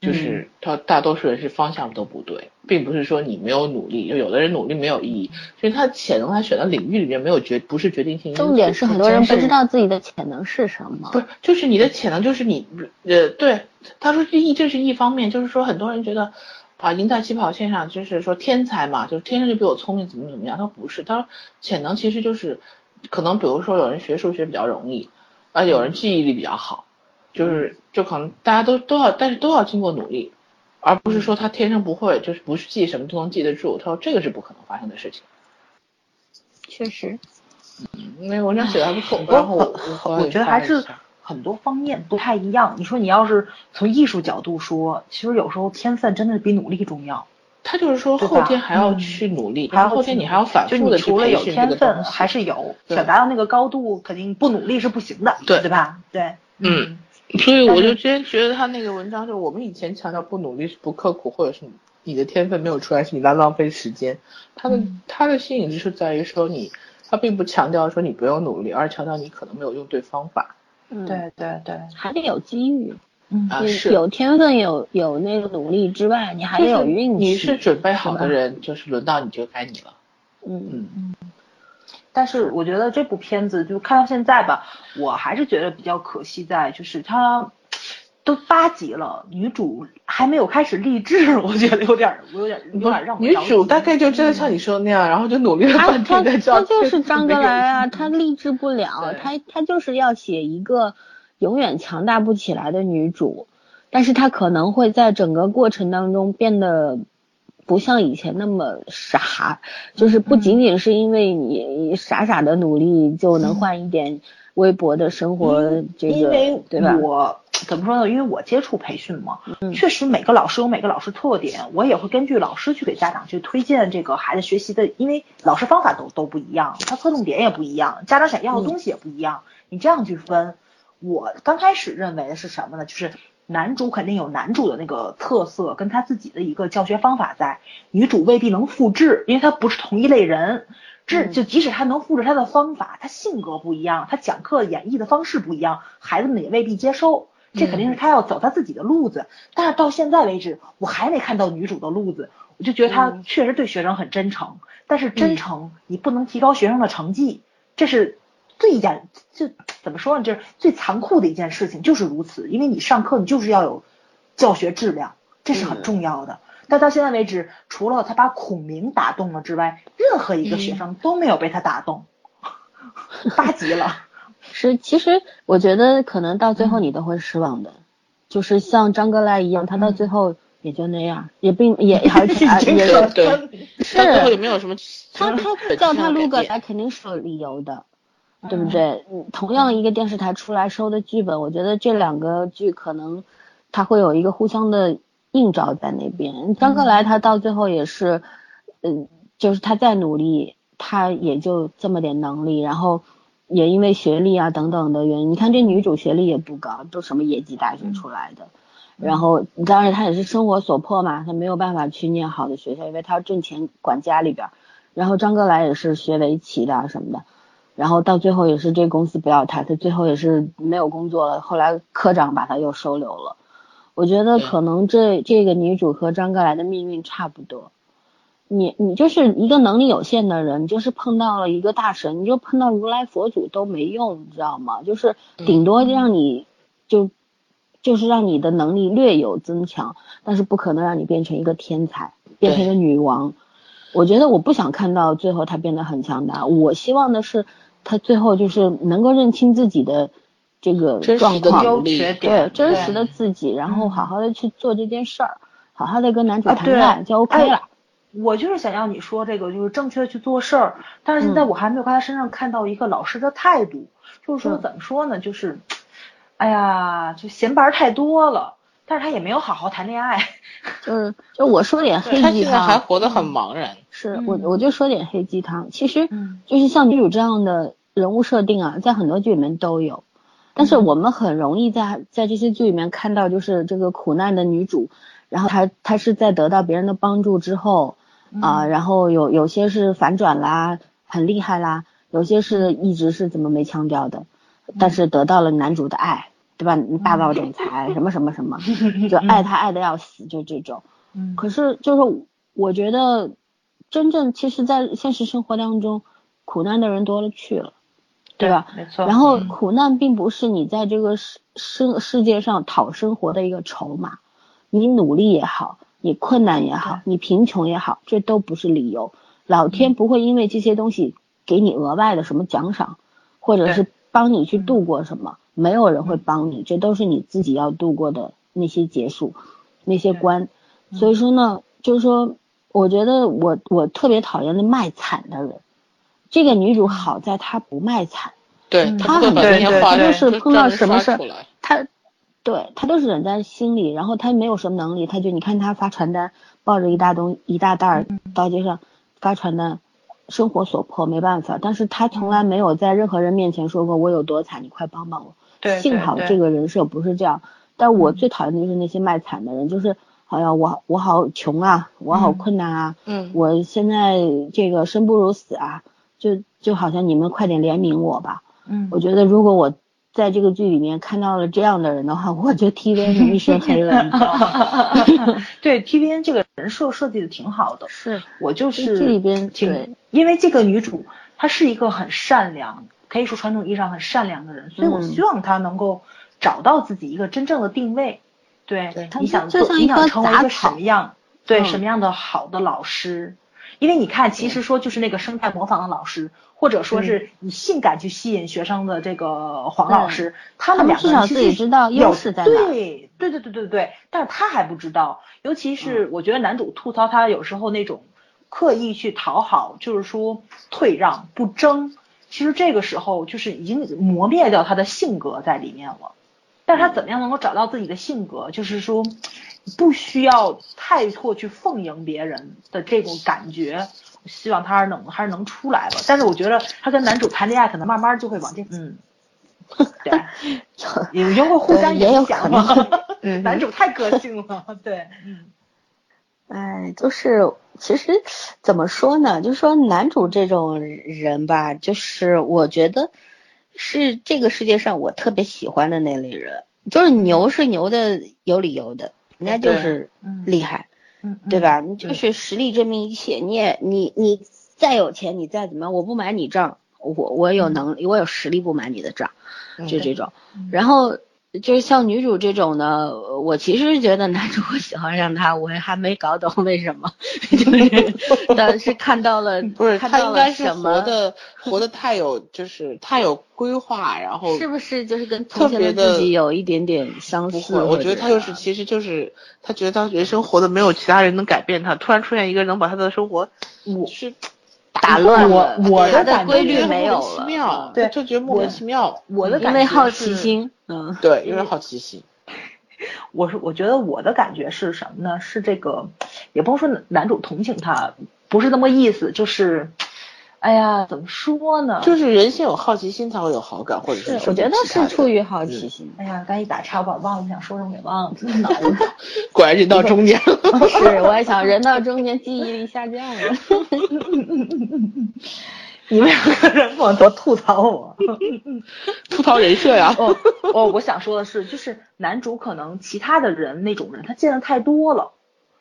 Speaker 2: 就是
Speaker 3: 嗯
Speaker 2: 他大多数人是方向都不对，并不是说你没有努力，就有的人努力没有意义，就是他潜能他选的领域里面没有决不是决定性因素。
Speaker 3: 重点是很多人不知道自己的潜能是什么。
Speaker 2: 不是，就是你的潜能，就是你，呃，对，他说这一这是一方面，就是说很多人觉得啊，赢在起跑线上，就是说天才嘛，就是天生就比我聪明，怎么怎么样。他说不是，他说潜能其实就是，可能比如说有人学数学比较容易，啊，有人记忆力比较好，就是就可能大家都都要，但是都要经过努力，而不是说他天生不会，就是不是记什么都能记得住。他说这个是不可能发生的事情。
Speaker 3: 确实，
Speaker 2: 因为文章写的还不错，
Speaker 1: 多
Speaker 2: 然后我
Speaker 1: 很
Speaker 2: 我
Speaker 1: 哎我觉得还是
Speaker 2: 翻了一下
Speaker 1: 很多方面不太一样。你说你要是从艺术角度说，其实有时候天分真的是比努力重要，
Speaker 2: 他就是说
Speaker 1: 对
Speaker 2: 后
Speaker 1: 吧
Speaker 2: 天还要
Speaker 1: 嗯
Speaker 2: 去努力，
Speaker 1: 还
Speaker 2: 然
Speaker 1: 要
Speaker 2: 后后天
Speaker 1: 去
Speaker 2: 你还要反
Speaker 1: 就
Speaker 2: 复
Speaker 1: 你
Speaker 2: 的去
Speaker 1: 除了
Speaker 2: 培
Speaker 1: 有
Speaker 2: 训这
Speaker 1: 天
Speaker 2: 个
Speaker 1: 分
Speaker 2: 东西，
Speaker 1: 还是有，
Speaker 2: 对
Speaker 1: 想达到那个高度，肯定不努力是不行的，
Speaker 2: 对
Speaker 1: 对吧？对，
Speaker 2: 嗯，所以
Speaker 1: 但
Speaker 2: 我就是今天觉得他那个文章，就是我们以前强调不努力是不刻苦，或者是你的天分没有出来，是你在浪费时间。他的、他的吸引之处在于说你，他并不强调说你不用努力，而是强调你可能没有用对方法
Speaker 3: 嗯，，
Speaker 1: 对对对，
Speaker 3: 还得有机遇，
Speaker 1: 嗯
Speaker 2: 啊，
Speaker 3: 你
Speaker 2: 是。
Speaker 3: 有天分，有有那个努力之外，你还
Speaker 2: 就
Speaker 3: 得
Speaker 2: 是
Speaker 3: 有运气。
Speaker 2: 你是准备好
Speaker 3: 吧
Speaker 2: 的人，就是轮到你就该你了。
Speaker 3: 嗯，
Speaker 2: 嗯，
Speaker 1: 但是我觉得这部片子就看到现在吧，我还是觉得比较可惜在就是它都八集了，女主还没有开始励志， 我觉得有点儿，我有点儿有
Speaker 2: 不
Speaker 1: 点儿让，我
Speaker 2: 女
Speaker 1: 着
Speaker 2: 主
Speaker 1: 急嗯啊
Speaker 2: 大概就真的像你说的那样，然后就努力了
Speaker 3: 他
Speaker 2: 半
Speaker 3: 他
Speaker 2: 天才知道
Speaker 3: 他就
Speaker 2: 这
Speaker 3: 是
Speaker 2: 个
Speaker 3: 张
Speaker 2: 没
Speaker 3: 哥
Speaker 2: 有
Speaker 3: 来啊，他励志不了，
Speaker 2: 对
Speaker 3: 他他就是要写一个永远强大不起来的女主，但是她可能会在整个过程当中变得不像以前那么傻，就是不仅仅是因为你你傻傻的努力就能换一点微薄的生活，这
Speaker 1: 因
Speaker 3: 个
Speaker 1: 为
Speaker 3: 对吧？
Speaker 1: 我怎么说呢？因为我接触培训嘛，
Speaker 2: 嗯
Speaker 1: 确实每个老师有每个老师特点，我也会根据老师去给家长去推荐这个孩子学习的，因为老师方法都都不一样，他侧重点也不一样，家长想
Speaker 2: 嗯
Speaker 1: 要的东西也不一样，你这样去分。我刚开始认为的是什么呢？就是男主肯定有男主的那个特色，跟他自己的一个教学方法在，女主未必能复制，因为她不是同一类人。这就即使她能复制她的方法，她性格不一样，她讲课演绎的方式不一样，孩子们也未必接受。这肯定是她要走她自己的路子。但是到现在为止，我还没看到女主的路子，我就觉得她确实对学生很真诚，但是真诚你不能提高学生的成绩，这是最严就怎么说呢？这是最残酷的一件事情，就是如此。因为你上课你就是要有教学质量，这是很
Speaker 2: 嗯
Speaker 1: 重要的。但到现在为止，除了他把孔明打动了之外，任何一个
Speaker 2: 嗯
Speaker 1: 学生都没有被他打动， 八级了。
Speaker 3: 是，其实我觉得可能到最后你都会失望的，就是像张格莱一样，他到最后也就那样，也并也还是啊也
Speaker 2: 对 对，
Speaker 3: 是
Speaker 2: 到最后也没有什么。
Speaker 3: 他他叫他录个来肯定是有理由的，对不对？嗯同样一个电视台出来收的剧本，我觉得这两个剧可能它会有一个互相的映照在那边。张克莱他到最后也是，嗯，就是他再努力，他也就这么点能力，然后。也因为学历啊等等的原因，你看这女主学历也不高，都什么野鸡大学出来的，然后当然她也是生活所迫嘛，她没有办法去念好的学校，因为她要挣钱管家里边儿。然后张哥来也是学围棋的啊什么的，然后到最后也是这公司不要他，他最后也是没有工作了，后来科长把他又收留了。我觉得
Speaker 2: 对
Speaker 3: 可能这这个女主和张格莱的命运差不多。你你就是一个能力有限的人，你就是碰到了一个大神，你就碰到如来佛祖都没用，你知道吗？就是顶多让你就就是让你的能力略有增强，但是不可能让你变成一个天才，变成一个女王。我觉得我不想看到最后她变得很强大，我希望的是她最后就是能够认清自己的这个
Speaker 2: 真实
Speaker 3: 状
Speaker 2: 的
Speaker 3: 况，
Speaker 2: 努
Speaker 1: 优
Speaker 2: 力
Speaker 1: 缺
Speaker 3: 对
Speaker 1: 点，
Speaker 3: 真
Speaker 1: 对
Speaker 3: 实的自己，然后
Speaker 1: 嗯
Speaker 3: 好好的去做这件事儿，好好的跟男主
Speaker 1: 啊
Speaker 3: 谈
Speaker 1: 对
Speaker 3: 恋爱就 OK
Speaker 1: 哎
Speaker 3: 了。
Speaker 1: 我就是想要你说这个，就是正确的去做事儿，但是现
Speaker 3: 嗯
Speaker 1: 在我还没有从他身上看到一个老师的态度，就是说
Speaker 3: 嗯
Speaker 1: 怎么说呢，就是，哎呀，就闲白儿太多了，但是他也没有好好谈恋爱，
Speaker 3: 就是就我说点黑
Speaker 2: 他
Speaker 3: 鸡
Speaker 2: 现在还
Speaker 3: 汤，
Speaker 2: 活得很茫然。
Speaker 3: 是我
Speaker 1: 嗯
Speaker 3: 我就说点黑鸡汤。其实
Speaker 1: 嗯
Speaker 3: 就是像女主这样的人物设定啊，在很多剧里面都有，但是
Speaker 1: 嗯
Speaker 3: 我们很容易在在这些剧里面看到，就是这个苦难的女主，然后她她是在得到别人的帮助之后，啊、
Speaker 1: 嗯
Speaker 3: 然后有有些是反转啦，很厉害啦，有些是一直是怎么没腔调的，但是得到了男主的爱，对吧？霸道总裁什么什么什么，就爱他爱的要死，就这种。
Speaker 1: 嗯
Speaker 3: 可是就是我觉得，真正其实，在现实生活当中，苦难的人多了去了，对吧？？
Speaker 1: 没错。
Speaker 3: 然后
Speaker 1: 嗯
Speaker 3: 苦难并不是你在这个世世世界上讨生活的一个筹码，你努力也好，你困难也好，你贫穷也好，这都不是理由。老
Speaker 1: 嗯
Speaker 3: 天不会因为这些东西给你额外的什么奖赏，或者是帮你去度过什么，
Speaker 1: 嗯
Speaker 3: 没有人会帮你，这都是你自己要度过的那些结束，那些
Speaker 1: 对嗯
Speaker 3: 关。所以说呢，就是说，我觉得我我特别讨厌那卖惨的人。这个女主好在她不卖惨。
Speaker 2: 对
Speaker 1: 嗯
Speaker 2: 不会
Speaker 3: 他
Speaker 2: 把
Speaker 3: 很
Speaker 2: 那些
Speaker 1: 对
Speaker 2: 话
Speaker 1: 对
Speaker 3: 就是碰到什么事儿
Speaker 2: 儿出来，
Speaker 3: 他对他都是忍在心里，然后他没有什么能力，他就你看他发传单，抱着一大东一大袋
Speaker 1: 嗯
Speaker 3: 儿到街上发传单，生活所迫没办法，但是他从来没有在任何人面前说过我有多惨，你快帮帮我。
Speaker 1: 对嗯
Speaker 3: 幸好这个人设不是这样，但我最讨厌的就是那些卖惨的人，就是好呀，我我好穷啊，我好
Speaker 1: 嗯
Speaker 3: 困难啊，
Speaker 2: 嗯，
Speaker 3: 我现在这个生不如死啊，就就好像你们快点怜悯我吧。
Speaker 1: 嗯
Speaker 3: 我觉得如果我在这个剧里面看到了这样的人的话，我就 TVN 一身黑了，你 知道吗？
Speaker 1: 对 TVN 这个人设设计的挺好的，
Speaker 3: 是，
Speaker 1: 我就
Speaker 3: 这
Speaker 1: 是
Speaker 3: 这里边对
Speaker 1: 挺，因为这个女主她是一个很善良，可以说传统意义上很善良的人，所以我
Speaker 3: 嗯
Speaker 1: 希望她能够找到自己一个真正的定位。对，
Speaker 2: 对
Speaker 1: 你
Speaker 3: 她
Speaker 1: 想
Speaker 3: 就
Speaker 1: 做，
Speaker 3: 像
Speaker 1: 你
Speaker 3: 一
Speaker 1: 想
Speaker 3: 棵
Speaker 1: 成为
Speaker 3: 杂
Speaker 1: 一个什
Speaker 3: 草
Speaker 1: 么样？对，
Speaker 3: 嗯
Speaker 1: 什么样的好的老师？因为你看，其实说就是那个生态模仿的老师，或者说是以性感去吸引学生的这个黄老
Speaker 3: 嗯对
Speaker 1: 师，他
Speaker 3: 他
Speaker 1: 们两
Speaker 3: 们至
Speaker 1: 个人
Speaker 3: 少
Speaker 1: 其
Speaker 3: 自己
Speaker 1: 实
Speaker 3: 知道
Speaker 1: 有
Speaker 3: 优势在哪儿
Speaker 1: 对对对对对对，但是他还不知道，尤其
Speaker 3: 嗯
Speaker 1: 是我觉得男主吐槽他有时候那种刻意去讨好，就是说退让不争，其实这个时候就是已经磨灭掉他的性格在里面了。但是他怎么样能够找到自己的性格？就是说，不需要太过去奉迎别人的这种感觉。我希望他还是能还是能出来吧。但是我觉得他跟男主谈恋爱，可能慢慢就会往这嗯，对，你们就会互相
Speaker 3: 嗯也有
Speaker 1: 影
Speaker 3: 可
Speaker 1: 响
Speaker 3: 能
Speaker 1: 嘛。
Speaker 4: 嗯
Speaker 1: 男主太个性了，对，嗯
Speaker 3: 哎，
Speaker 4: 就是其实怎么说呢？就是说男主这种人吧，就是我觉得是这个世界上我特别喜欢的那类人。就是牛是牛的有理由的，人家就是
Speaker 1: 嗯
Speaker 4: 厉害，
Speaker 1: 嗯，
Speaker 4: 对吧？你就
Speaker 1: 对
Speaker 4: 是实力证明一切。你也你你再有钱，你再怎么样，我不买你账，我我有能力，我有实力不买你的账，就这种。
Speaker 1: 嗯
Speaker 4: 然后就是像女主这种呢，呃我其实觉得男主会喜欢上她，我还没搞懂为什么， 就是但是看到了，
Speaker 2: 不是
Speaker 4: 看
Speaker 2: 他
Speaker 4: 到
Speaker 2: 应
Speaker 4: 了
Speaker 2: 该是
Speaker 4: 什
Speaker 2: 活
Speaker 4: 么，
Speaker 2: 的活的太有就是太有规划，然后
Speaker 4: 是不是就是跟
Speaker 2: 特
Speaker 4: 从前的
Speaker 2: 别
Speaker 4: 自
Speaker 2: 的
Speaker 4: 己有一点点相
Speaker 2: 不
Speaker 4: 似
Speaker 2: 会，？我
Speaker 4: 或
Speaker 2: 觉得
Speaker 4: 者
Speaker 2: 他就是，其实就是他觉得他人生活的没有其他人能改变他，突然出现一个能把他的生活
Speaker 1: 我
Speaker 2: 是
Speaker 4: 打乱
Speaker 1: 我
Speaker 4: 了
Speaker 1: 我
Speaker 4: 对他
Speaker 1: 的
Speaker 4: 的
Speaker 1: 感
Speaker 4: 规律
Speaker 1: 觉
Speaker 4: 没有
Speaker 2: 莫名其
Speaker 4: 了
Speaker 2: 妙，，
Speaker 1: 对
Speaker 2: 就觉得莫名
Speaker 1: 我
Speaker 2: 其妙，
Speaker 1: 我的
Speaker 4: 因
Speaker 1: 感
Speaker 4: 为
Speaker 1: 觉
Speaker 4: 好奇
Speaker 1: 是，
Speaker 4: 心，嗯，
Speaker 2: 对，有点好奇心，
Speaker 1: 我是我觉得我的感觉是什么呢？是这个，也不能说男男主同情他，不是那么意思，就是，哎呀，怎么说呢？
Speaker 2: 就是人先有好奇心才会有好感，或者是
Speaker 4: 我觉得是出
Speaker 2: 出于
Speaker 4: 于好奇心。
Speaker 1: 哎呀，刚一打岔，我把忘了想说什么给忘了， 脑子
Speaker 2: 果然人到中年 了，
Speaker 4: 是，我也想，人到中年记忆力下降了。
Speaker 1: 你们两个人不能多吐槽我。
Speaker 2: 吐槽人设呀。
Speaker 1: 哦哦，我想说的是，就是男主可能其他的人那种人，他见的太多了，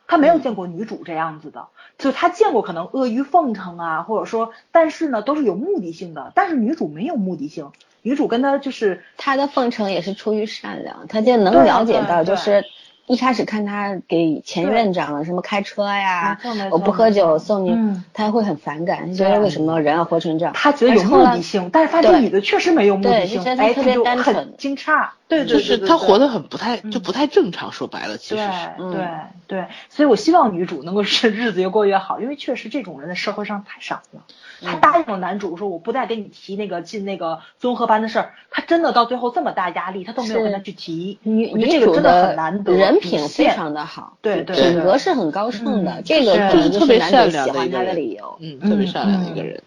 Speaker 1: 他没有见过女主这样子的，就他见过可能阿谀奉承啊，或者说，但是呢都是有目的性的，但是女主没有目的性，女主跟他就是
Speaker 3: 他的奉承也是出于善良，他就能
Speaker 1: 对啊
Speaker 3: 了解到，
Speaker 1: 对
Speaker 3: 就
Speaker 1: 对
Speaker 3: 是一开始看他给前
Speaker 1: 对
Speaker 3: 院长什么开车呀
Speaker 1: 啊没错没，错
Speaker 3: 我不喝
Speaker 1: 没
Speaker 3: 酒
Speaker 1: 错
Speaker 3: 送你
Speaker 1: 嗯，
Speaker 3: 他会很反感，觉
Speaker 1: 对啊
Speaker 3: 得为什么人要活成这样？
Speaker 1: 他觉得有
Speaker 3: 但是后
Speaker 1: 目
Speaker 3: 来
Speaker 1: 的性，但是发现
Speaker 3: 对
Speaker 1: 女的确实没有目的
Speaker 3: 对
Speaker 1: 性，
Speaker 3: 就觉得她
Speaker 1: 哎，
Speaker 3: 特
Speaker 1: 他
Speaker 3: 别
Speaker 1: 就
Speaker 3: 单纯
Speaker 1: 很惊诧。 对对
Speaker 2: 就
Speaker 1: 对，
Speaker 2: 是
Speaker 1: 对
Speaker 2: 他
Speaker 1: 对
Speaker 2: 活得很不太，
Speaker 1: 嗯
Speaker 2: 就不太正常。说白了，其实
Speaker 1: 对
Speaker 2: 是
Speaker 3: 嗯
Speaker 1: 对对，所以我希望女主能够是日子越过越好，因为确实这种人在社会上太少了。她
Speaker 3: 嗯
Speaker 1: 答应了男主说我不再跟你提那个进那个综合班的事儿，她真的到最后这么大压力，她都没有跟他去提。
Speaker 3: 女
Speaker 1: 我觉得
Speaker 3: 女
Speaker 1: 这个
Speaker 3: 主
Speaker 1: 真的很难得，
Speaker 3: 人
Speaker 1: 底
Speaker 3: 品非
Speaker 1: 线
Speaker 3: 常的好，
Speaker 1: 对对
Speaker 3: 品
Speaker 1: 对
Speaker 3: 格是很高尚的
Speaker 1: 嗯，
Speaker 3: 这个
Speaker 1: 是
Speaker 3: 可能
Speaker 2: 就是
Speaker 3: 就
Speaker 2: 特别
Speaker 3: 是男
Speaker 2: 善
Speaker 3: 主
Speaker 2: 良
Speaker 3: 喜
Speaker 2: 的一
Speaker 3: 欢
Speaker 2: 个
Speaker 3: 他的
Speaker 2: 人
Speaker 3: 理由，
Speaker 2: 嗯，特别善良的一个人。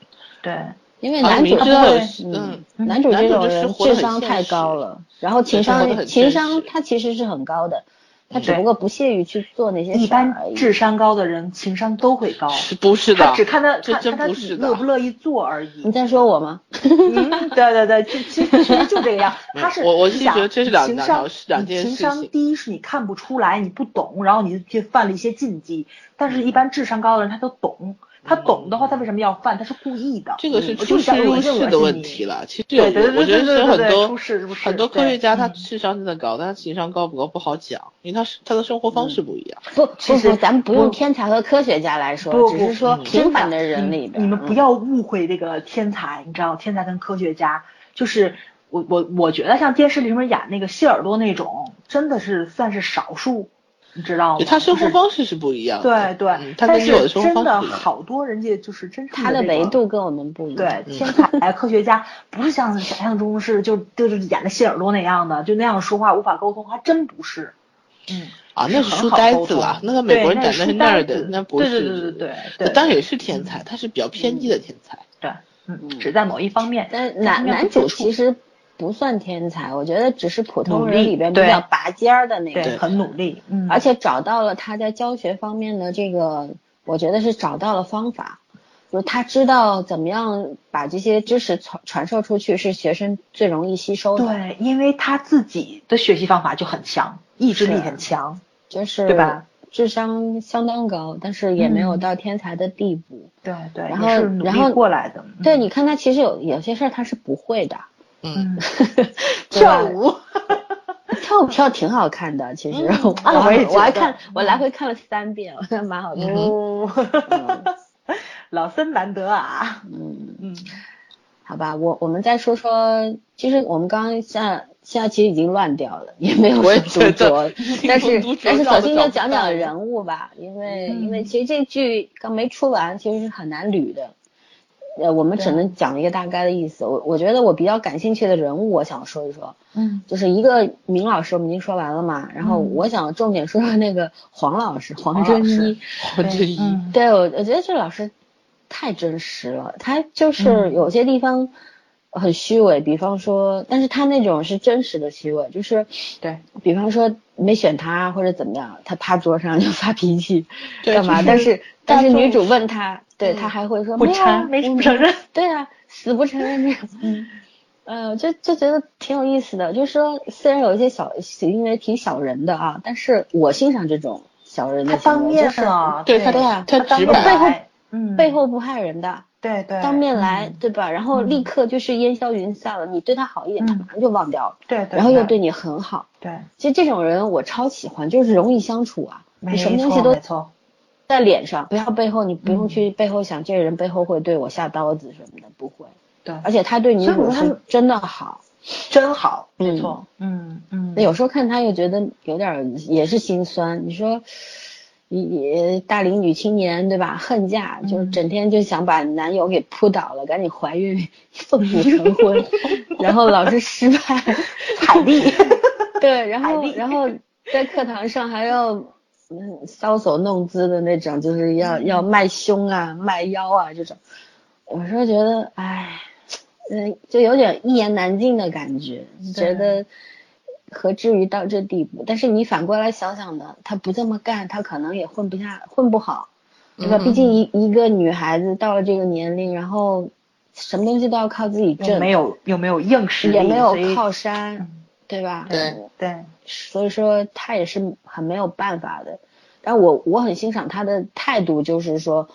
Speaker 1: 对，
Speaker 3: 因为
Speaker 2: 好像
Speaker 3: 男主
Speaker 2: 啊明知道有
Speaker 3: 嗯
Speaker 2: 嗯，
Speaker 3: 男主这
Speaker 2: 男
Speaker 3: 种
Speaker 2: 主就是
Speaker 3: 人
Speaker 2: 活得
Speaker 3: 智
Speaker 2: 很
Speaker 3: 商太高了，然后情
Speaker 2: 活得
Speaker 3: 商
Speaker 2: 很
Speaker 3: 情
Speaker 2: 现
Speaker 3: 商
Speaker 2: 实
Speaker 3: 他其实是很高的，他只
Speaker 1: 对
Speaker 3: 不过不屑于去做那些
Speaker 1: 一
Speaker 3: 事儿而
Speaker 1: 般
Speaker 3: 已。
Speaker 1: 智商高的人情商都会高，
Speaker 2: 是不是的
Speaker 1: 他？只看他
Speaker 2: 这
Speaker 1: 看
Speaker 2: 真
Speaker 1: 看他
Speaker 2: 不
Speaker 1: 自己
Speaker 2: 是的
Speaker 1: 乐不乐意做而
Speaker 3: 你
Speaker 1: 已。
Speaker 3: 在说我吗？
Speaker 1: 嗯，对对对，就其实其实就这个样。他是
Speaker 2: 嗯我我
Speaker 1: 你
Speaker 2: 是
Speaker 1: 想
Speaker 2: 觉得这是两
Speaker 1: 情
Speaker 2: 两
Speaker 1: 商
Speaker 2: 条事两
Speaker 1: 你
Speaker 2: 件
Speaker 1: 情
Speaker 2: 事
Speaker 1: 商
Speaker 2: 情
Speaker 1: 低是你看不出来，你不懂，然后你去犯了一些禁忌。但是，一般智商高的人他都懂，他懂的话，他为什么要犯？他是故意的。
Speaker 2: 这个是
Speaker 1: 嗯我
Speaker 2: 出
Speaker 1: 就想
Speaker 2: 世
Speaker 1: 恶
Speaker 2: 入
Speaker 1: 心
Speaker 2: 世
Speaker 1: 恶
Speaker 2: 的
Speaker 1: 心
Speaker 2: 问
Speaker 1: 你
Speaker 2: 题了。其实有，
Speaker 1: 对对对
Speaker 2: 我觉
Speaker 1: 对
Speaker 2: 得
Speaker 1: 对
Speaker 2: 是
Speaker 1: 对
Speaker 2: 很
Speaker 1: 对
Speaker 2: 多
Speaker 1: 出世入世
Speaker 2: 很多科学家他
Speaker 1: 对嗯
Speaker 2: 智商真的高，但他情商高不高不好讲，因为他是他的生活
Speaker 1: 嗯
Speaker 2: 方式不一样。
Speaker 3: 不
Speaker 1: 其
Speaker 3: 不
Speaker 1: 实
Speaker 3: 不，咱们不
Speaker 1: 不
Speaker 3: 用天才和科学家来
Speaker 1: 不
Speaker 3: 说，
Speaker 1: 不
Speaker 3: 只是说
Speaker 2: 嗯
Speaker 3: 平凡
Speaker 1: 真
Speaker 3: 的人
Speaker 1: 你
Speaker 3: 里边，
Speaker 1: 你们不
Speaker 3: 嗯
Speaker 1: 要误会这个天才，你知道，天才跟科学家就是。我我我觉得像电视里面演那个谢耳朵那种，真的是算是少数，你知道吗
Speaker 2: 对？他生
Speaker 1: 就是
Speaker 2: 活方式是不一样的。
Speaker 1: 对对，
Speaker 2: 嗯他
Speaker 1: 但
Speaker 2: 跟
Speaker 1: 是
Speaker 2: 你有的生活
Speaker 1: 真
Speaker 2: 方
Speaker 1: 的
Speaker 2: 式不一样。
Speaker 1: 好多人家就是真正
Speaker 3: 他的
Speaker 1: 这个
Speaker 3: 维度跟我们不一样
Speaker 1: 对。天才科学家不是像想象中是就就是演的谢耳朵那样的，就那样说话无法沟通，还真不是。嗯，
Speaker 2: 啊，那是
Speaker 1: 很
Speaker 2: 书
Speaker 1: 好
Speaker 2: 呆
Speaker 1: 沟
Speaker 2: 子了，
Speaker 1: 通
Speaker 2: 那个美
Speaker 1: 对
Speaker 2: 国人
Speaker 1: 那
Speaker 2: 长
Speaker 1: 是书
Speaker 2: 得是那
Speaker 1: 呆
Speaker 2: 儿的
Speaker 1: 子，
Speaker 2: 那不
Speaker 1: 对
Speaker 2: 是，
Speaker 1: 对对对对
Speaker 2: 那
Speaker 1: 对嗯
Speaker 2: 当然也是天才，他是比较偏激的天才。
Speaker 1: 对，嗯，只在某一方面，
Speaker 3: 但
Speaker 1: 这
Speaker 3: 男
Speaker 1: 方面
Speaker 3: 男
Speaker 1: 不接
Speaker 3: 主
Speaker 1: 触
Speaker 3: 其实不算天才，我觉得只是普
Speaker 1: 努
Speaker 3: 通人
Speaker 1: 力
Speaker 3: 里边比
Speaker 1: 对
Speaker 3: 较拔尖儿的那
Speaker 1: 对
Speaker 3: 种，
Speaker 1: 很努力，嗯，
Speaker 3: 而且找到了他在教学方面的这个，我觉得是找到了方法，就是他知道怎么样把这些知识传传授出去，是学生最容易吸收的，
Speaker 1: 对，因为他自己的学习方法就很强，意志力
Speaker 3: 是
Speaker 1: 很强，
Speaker 3: 就是
Speaker 1: 对吧？
Speaker 3: 智商相当高，但是也没有
Speaker 1: 嗯
Speaker 3: 到天才的地步。
Speaker 1: 对对，
Speaker 3: 然
Speaker 1: 也
Speaker 3: 后
Speaker 1: 是努
Speaker 3: 然
Speaker 1: 力
Speaker 3: 后
Speaker 1: 过来的，嗯
Speaker 3: 对，你看他其实有有些事儿他是不会的，
Speaker 2: 嗯，
Speaker 1: 嗯，
Speaker 3: 对吧
Speaker 1: 跳 舞。
Speaker 3: 跳舞跳挺好看的，其 实、
Speaker 2: 嗯
Speaker 3: 我
Speaker 1: 啊我也觉
Speaker 3: 还
Speaker 1: 得嗯
Speaker 3: 我还看我来回看了三遍，我觉得蛮好看的。
Speaker 1: 哦， 老僧难得啊，
Speaker 3: 嗯，
Speaker 1: 嗯，
Speaker 3: 好吧，我我们再说说，其实我们刚刚下下期已经乱掉了，也没有
Speaker 2: 我也
Speaker 3: 说
Speaker 2: 觉
Speaker 3: 独
Speaker 2: 得
Speaker 3: 酌，但是
Speaker 2: 独酌
Speaker 3: 但是
Speaker 2: 绕
Speaker 3: 首
Speaker 2: 得找
Speaker 3: 先就
Speaker 2: 不
Speaker 3: 讲讲
Speaker 2: 到
Speaker 3: 人物吧，因为、因为
Speaker 1: 嗯
Speaker 3: 其实这剧刚没出完，其实是很难捋的。呃，我们只
Speaker 1: 对
Speaker 3: 能讲一个大概的意思。我我觉得我比较感兴趣的人物，我想说一说，
Speaker 1: 嗯，
Speaker 3: 就是一个明老师，我们已经说完了嘛。然后
Speaker 1: 嗯
Speaker 3: 我想重点说说那个黄老师，黄
Speaker 1: 黄老
Speaker 3: 真
Speaker 1: 师
Speaker 3: 一。
Speaker 2: 我哦这一
Speaker 1: 嗯
Speaker 3: 对，我我觉得这老师太真实了，他就是
Speaker 1: 嗯
Speaker 3: 有些地方很虚伪，比方说，但是他那种是真实的虚伪，就是
Speaker 1: 对，
Speaker 3: 比方说没选他或者怎么样，他趴桌上就 发脾气，
Speaker 2: 对
Speaker 3: 干嘛？
Speaker 2: 就是
Speaker 3: 但是但是
Speaker 2: 大众
Speaker 3: 女主问他，对
Speaker 2: 嗯
Speaker 3: 他还会说
Speaker 1: 不
Speaker 3: 没有啊
Speaker 1: 承，没
Speaker 3: 我
Speaker 1: 承认，
Speaker 3: 对啊，死不承认这种。
Speaker 1: 嗯
Speaker 3: 呃，就就觉得挺有意思的，就是说虽然有一些小行为挺小人的啊，但是我欣赏这种小人
Speaker 1: 他
Speaker 3: 的
Speaker 1: 当
Speaker 3: 行为，
Speaker 1: 面
Speaker 3: 就是
Speaker 1: 啊，
Speaker 2: 对
Speaker 3: 对啊
Speaker 2: 他
Speaker 1: 当
Speaker 2: 直
Speaker 1: 面
Speaker 2: 白，
Speaker 1: 来，嗯，
Speaker 3: 背后不害人的。
Speaker 1: 对对，
Speaker 3: 当面来，
Speaker 1: 嗯，
Speaker 3: 对吧？然后立刻就是烟消云散了，你对他好一点，
Speaker 1: 嗯
Speaker 3: 他马上就忘掉了，
Speaker 1: 对对，
Speaker 3: 然后又对你很好。
Speaker 1: 对，
Speaker 3: 其实这种人我超喜欢，就是容易相处啊，
Speaker 1: 没
Speaker 3: 你什么东西
Speaker 1: 错
Speaker 3: 都
Speaker 1: 没错，
Speaker 3: 在脸上，不要背后，你
Speaker 1: 嗯
Speaker 3: 不用去背后想这个人背后会对我下刀子什么的，不会。
Speaker 1: 对，
Speaker 3: 而且他对女
Speaker 1: 所以我
Speaker 3: 主
Speaker 1: 说他
Speaker 3: 是
Speaker 1: 们
Speaker 3: 真的好，
Speaker 1: 啊真好，没
Speaker 3: 嗯
Speaker 1: 错，嗯嗯，
Speaker 3: 那有时候看他又觉得有点儿也是心酸。你说，也也大龄女青年对吧？恨嫁就是
Speaker 1: 嗯
Speaker 3: 整天就想把男友给扑倒了，赶紧怀孕， 奉子成 婚，然后老是失败，
Speaker 1: 海丽，
Speaker 3: 对，然后
Speaker 1: 海蛎
Speaker 3: 然后在课堂上还要嗯搔首弄姿的那种，就是要
Speaker 1: 嗯
Speaker 3: 要卖胸啊、卖腰啊这种。我说觉得，哎，嗯，就有点一言难尽的感觉，觉得何至于到这地步？但是你反过来想想呢，他不这么干，他可能也混不下、混不好，对吧？
Speaker 2: 嗯
Speaker 3: 毕竟一一个女孩子到了这个年龄，然后什么东西都要靠自己
Speaker 1: 又
Speaker 3: 挣，
Speaker 1: 没有又没有硬实力，
Speaker 3: 也没有
Speaker 1: 所以嗯
Speaker 3: 靠山，对吧？
Speaker 2: 对
Speaker 1: 对，
Speaker 3: 所以说他也是很没有办法的。但我我很欣赏他的态度，就是说，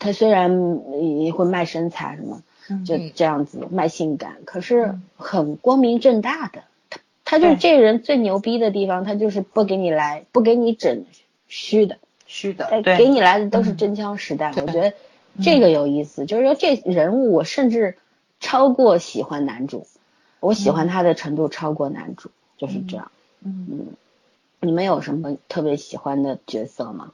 Speaker 3: 他虽然也会卖身材什么，就
Speaker 2: 嗯
Speaker 3: 这样子卖性感，可是很光明正大的。他他就是
Speaker 1: 对
Speaker 3: 这人最牛逼的地方，他就是不给你来，不给你整虚的，
Speaker 1: 虚的，
Speaker 3: 哎
Speaker 1: 对，
Speaker 3: 给你来的都是真枪实弹。我觉得这个有意思，就是说这人物我甚至超过喜欢男主，我喜欢他的程度超过男主，就是这样。
Speaker 1: 嗯
Speaker 3: 你们有什么特别喜欢的角色吗？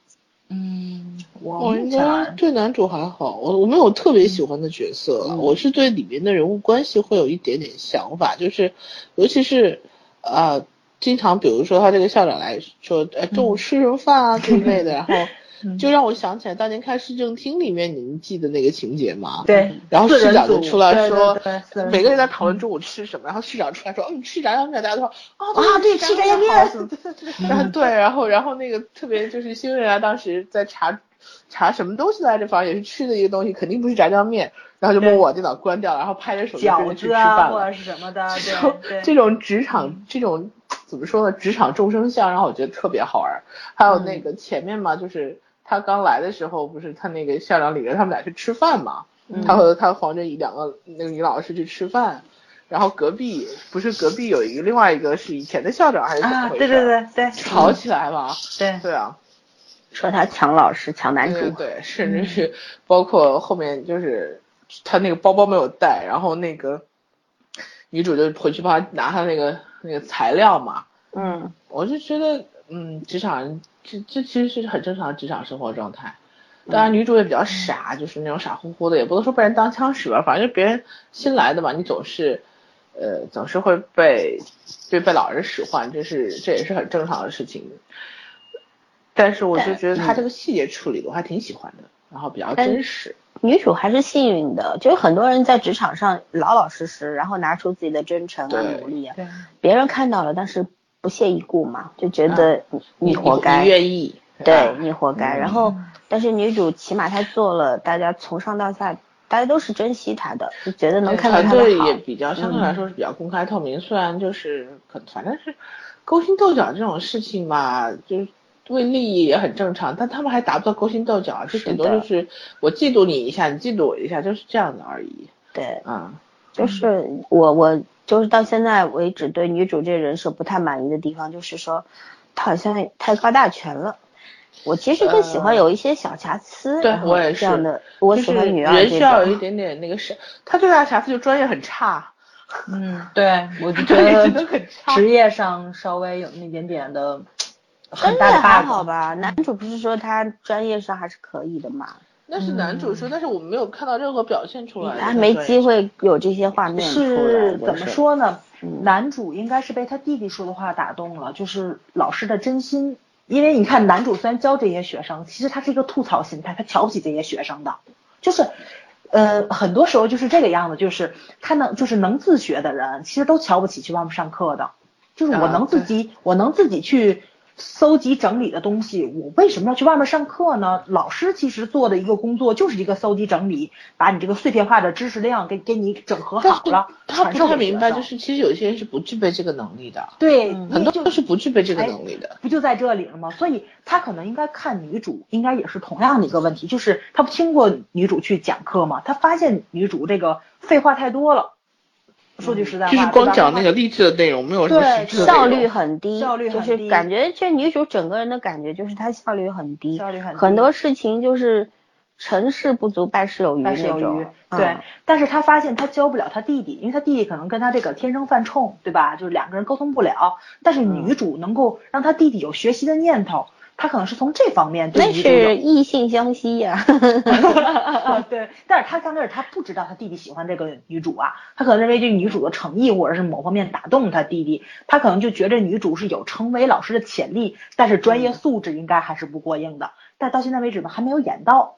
Speaker 2: 嗯，
Speaker 1: 我
Speaker 2: 我
Speaker 1: 目
Speaker 2: 应该
Speaker 1: 前
Speaker 2: 对男主还好，我我没有特别喜欢的角色了，
Speaker 3: 嗯
Speaker 2: 我是对里面的人物关系会有一点点想法，就是尤其是呃，经常比如说他这个校长来说，呃，
Speaker 1: 嗯
Speaker 2: 中午吃什么饭啊之类 的，然后就让我想起来当年看市政厅里面，你们记得那个情节吗？
Speaker 1: 对，
Speaker 2: 嗯然后
Speaker 1: 四
Speaker 2: 市
Speaker 1: 人
Speaker 2: 长就
Speaker 1: 组
Speaker 2: 出来
Speaker 1: 对
Speaker 2: 说
Speaker 1: 对对四，人
Speaker 2: 每个
Speaker 1: 组
Speaker 2: 人在讨论中午吃什么，然后市长出来说，嗯，吃炸酱面，大家都说
Speaker 1: 啊
Speaker 2: 啊，
Speaker 1: 对吃炸酱面
Speaker 2: 好 然后对，然后然后那个特别就是新人啊，当时在查查什么东西来着，反正也是吃的一个东西，肯定不是炸酱面，然后就把
Speaker 1: 对
Speaker 2: 我电脑关掉，然后拍着手机跟着
Speaker 1: 饺
Speaker 2: 去
Speaker 1: 子
Speaker 2: 吃
Speaker 1: 啊
Speaker 2: 饭
Speaker 1: 或
Speaker 2: 了。
Speaker 1: 者是什么的，
Speaker 2: 这种
Speaker 1: 对嗯
Speaker 2: 这
Speaker 1: 对，
Speaker 2: 种职场这种怎么说呢？职场众生相让我觉得特别好玩。还有
Speaker 1: 嗯
Speaker 2: 那个前面嘛，就是他刚来的时候，不是他那个校长领着他们俩去吃饭嘛，
Speaker 1: 嗯
Speaker 2: 他和他黄振宇两个那个女老师去吃饭。然后隔壁不是隔壁有一个另外一个是以前的校长还是怎么
Speaker 1: 啊
Speaker 2: 回事？
Speaker 1: 对对对对嗯
Speaker 2: 吵起来嘛，
Speaker 1: 对
Speaker 2: 对啊，
Speaker 4: 说他抢老师抢男
Speaker 2: 对对
Speaker 4: 主，
Speaker 2: 嗯 对，甚至是包括后面就是他那个包包没有带，然后那个女主就回去帮他拿他那个那个材料嘛，
Speaker 4: 嗯，
Speaker 2: 我就觉得嗯，职场人这这其实是很正常的职场生活状态。当
Speaker 4: 嗯
Speaker 2: 然，女主也比较傻，就是那种傻乎乎的，也不能说被人当枪使吧，反正就别人新来的嘛，你总是，呃，总是会被，就被老人使唤，这是这也是很正常的事情。但是我就觉得
Speaker 4: 嗯
Speaker 2: 他这个细节处理的我还挺喜欢的，然后比较真实。
Speaker 4: 女主还是幸运的，就是很多人在职场上老老实实，然后拿出自己的真诚啊、
Speaker 2: 对
Speaker 4: 努力啊，
Speaker 1: 对
Speaker 4: 别人看到了，但是不屑一顾嘛，就觉得你
Speaker 2: 嗯你
Speaker 4: 活该，
Speaker 2: 你愿意，
Speaker 4: 对
Speaker 2: 吧
Speaker 4: 你活该。
Speaker 2: 嗯
Speaker 4: 然后，但是女主起码她做了，大家从上到下，大家都是珍惜她的，就觉得能看到
Speaker 2: 团
Speaker 4: 她的
Speaker 2: 队
Speaker 4: 好。嗯
Speaker 2: 也比较相对来说是比较公开透明，虽然就是可反正是勾心斗角这种事情嘛，就是为利益也很正常，但他们还达不到勾心斗角，啊就是顶多
Speaker 4: 的
Speaker 2: 就是我嫉妒你一下，你嫉妒我一下，就是这样的而已
Speaker 4: 对，
Speaker 2: 啊。
Speaker 4: 就是我我就是到现在为止对女主这人设不太满意的地方，就是说她好像太高大全了。我其实更喜欢有一些小瑕疵，
Speaker 2: 对
Speaker 4: 然后
Speaker 2: 我也是
Speaker 4: 这样的。嗯我
Speaker 2: 就
Speaker 4: 喜
Speaker 2: 是
Speaker 4: 欢女二
Speaker 2: 人
Speaker 4: 这
Speaker 2: 需要有一
Speaker 4: 种，
Speaker 2: 点点那个是，他最大的瑕疵就专业很 差，
Speaker 1: 嗯对，我就觉
Speaker 2: 专业真
Speaker 4: 呃
Speaker 2: 的
Speaker 1: 得
Speaker 2: 很差。
Speaker 1: 职业上稍微有那点点的很
Speaker 4: 真的
Speaker 1: 大的 bug，
Speaker 4: 还好吧？男主不是说他专业上还是可以的嘛？
Speaker 2: 那是男主说，但是我们没有看到任何表现出来，
Speaker 4: 他嗯没机。会有这些画面出来。
Speaker 1: 是
Speaker 4: 就是
Speaker 1: 怎么？说呢？
Speaker 4: 嗯
Speaker 1: 男主应该是被他弟弟说的话打动了，就是老师的真心。因为你看，男主虽然教这些学生，其实他是一个吐槽心态，他瞧不起这些学生的，就是。呃，很多时候就是这个样子，就是他能就是能自学的人，其实都瞧不起去外面上课的。就是我
Speaker 2: 啊
Speaker 1: 能自己，我能自己去搜集整理的东西，我为什么要去外面上课呢？老师其实做的一个工作就是一个搜集整理，把你这个碎片化的知识量给给你整合
Speaker 2: 但
Speaker 1: 好
Speaker 2: 是
Speaker 1: 了，
Speaker 2: 他
Speaker 1: 传
Speaker 2: 不
Speaker 1: 授
Speaker 2: 太
Speaker 1: 给学
Speaker 2: 明白，
Speaker 1: 生
Speaker 2: 就是其实有些人是不具备这个能力的。
Speaker 1: 对，
Speaker 2: 很
Speaker 1: 因
Speaker 2: 多
Speaker 1: 为
Speaker 2: 都
Speaker 1: 就是
Speaker 2: 不具备这个
Speaker 1: 哎
Speaker 2: 能力的。
Speaker 1: 不就在这里了吗？所以他可能应该看女主，应该也是同样的一个问题，就是他不听过女主去讲课吗？他发现女主这个废话太多了，说句实在话，
Speaker 2: 嗯就是光
Speaker 1: 对吧
Speaker 2: 讲那个励志的内容，没有什么
Speaker 1: 对
Speaker 2: 实质的内
Speaker 4: 效
Speaker 2: 容
Speaker 4: 率很低，
Speaker 1: 效率很
Speaker 4: 就是
Speaker 1: 低
Speaker 4: 感觉这女主整个人的感觉就是她效率很低，
Speaker 1: 效率很低
Speaker 4: 多事情就是成事不足败事有余
Speaker 1: 但是
Speaker 4: 那
Speaker 1: 有余
Speaker 4: 种。，
Speaker 1: 对
Speaker 4: 嗯，。
Speaker 1: 但是他发现他教不了他弟弟，因为他弟弟可能跟他这个天生犯冲，对吧？就是两个人沟通不了。
Speaker 4: 嗯
Speaker 1: 但是女主能够让他弟弟有学习的念头，他可能是从这方面对
Speaker 4: 那
Speaker 1: 女主有
Speaker 4: 是嗯异性相吸 呀、
Speaker 1: 啊， 对，但是他刚开始他不知道他弟弟喜欢这个女主啊，他可能认为这女主的诚意或者是某方面打动他弟弟，他可能就觉着女主是有成为老师的潜力，但是
Speaker 4: 嗯
Speaker 1: 专业素质应该还是不过硬的。但到现在为止呢，还没有演到，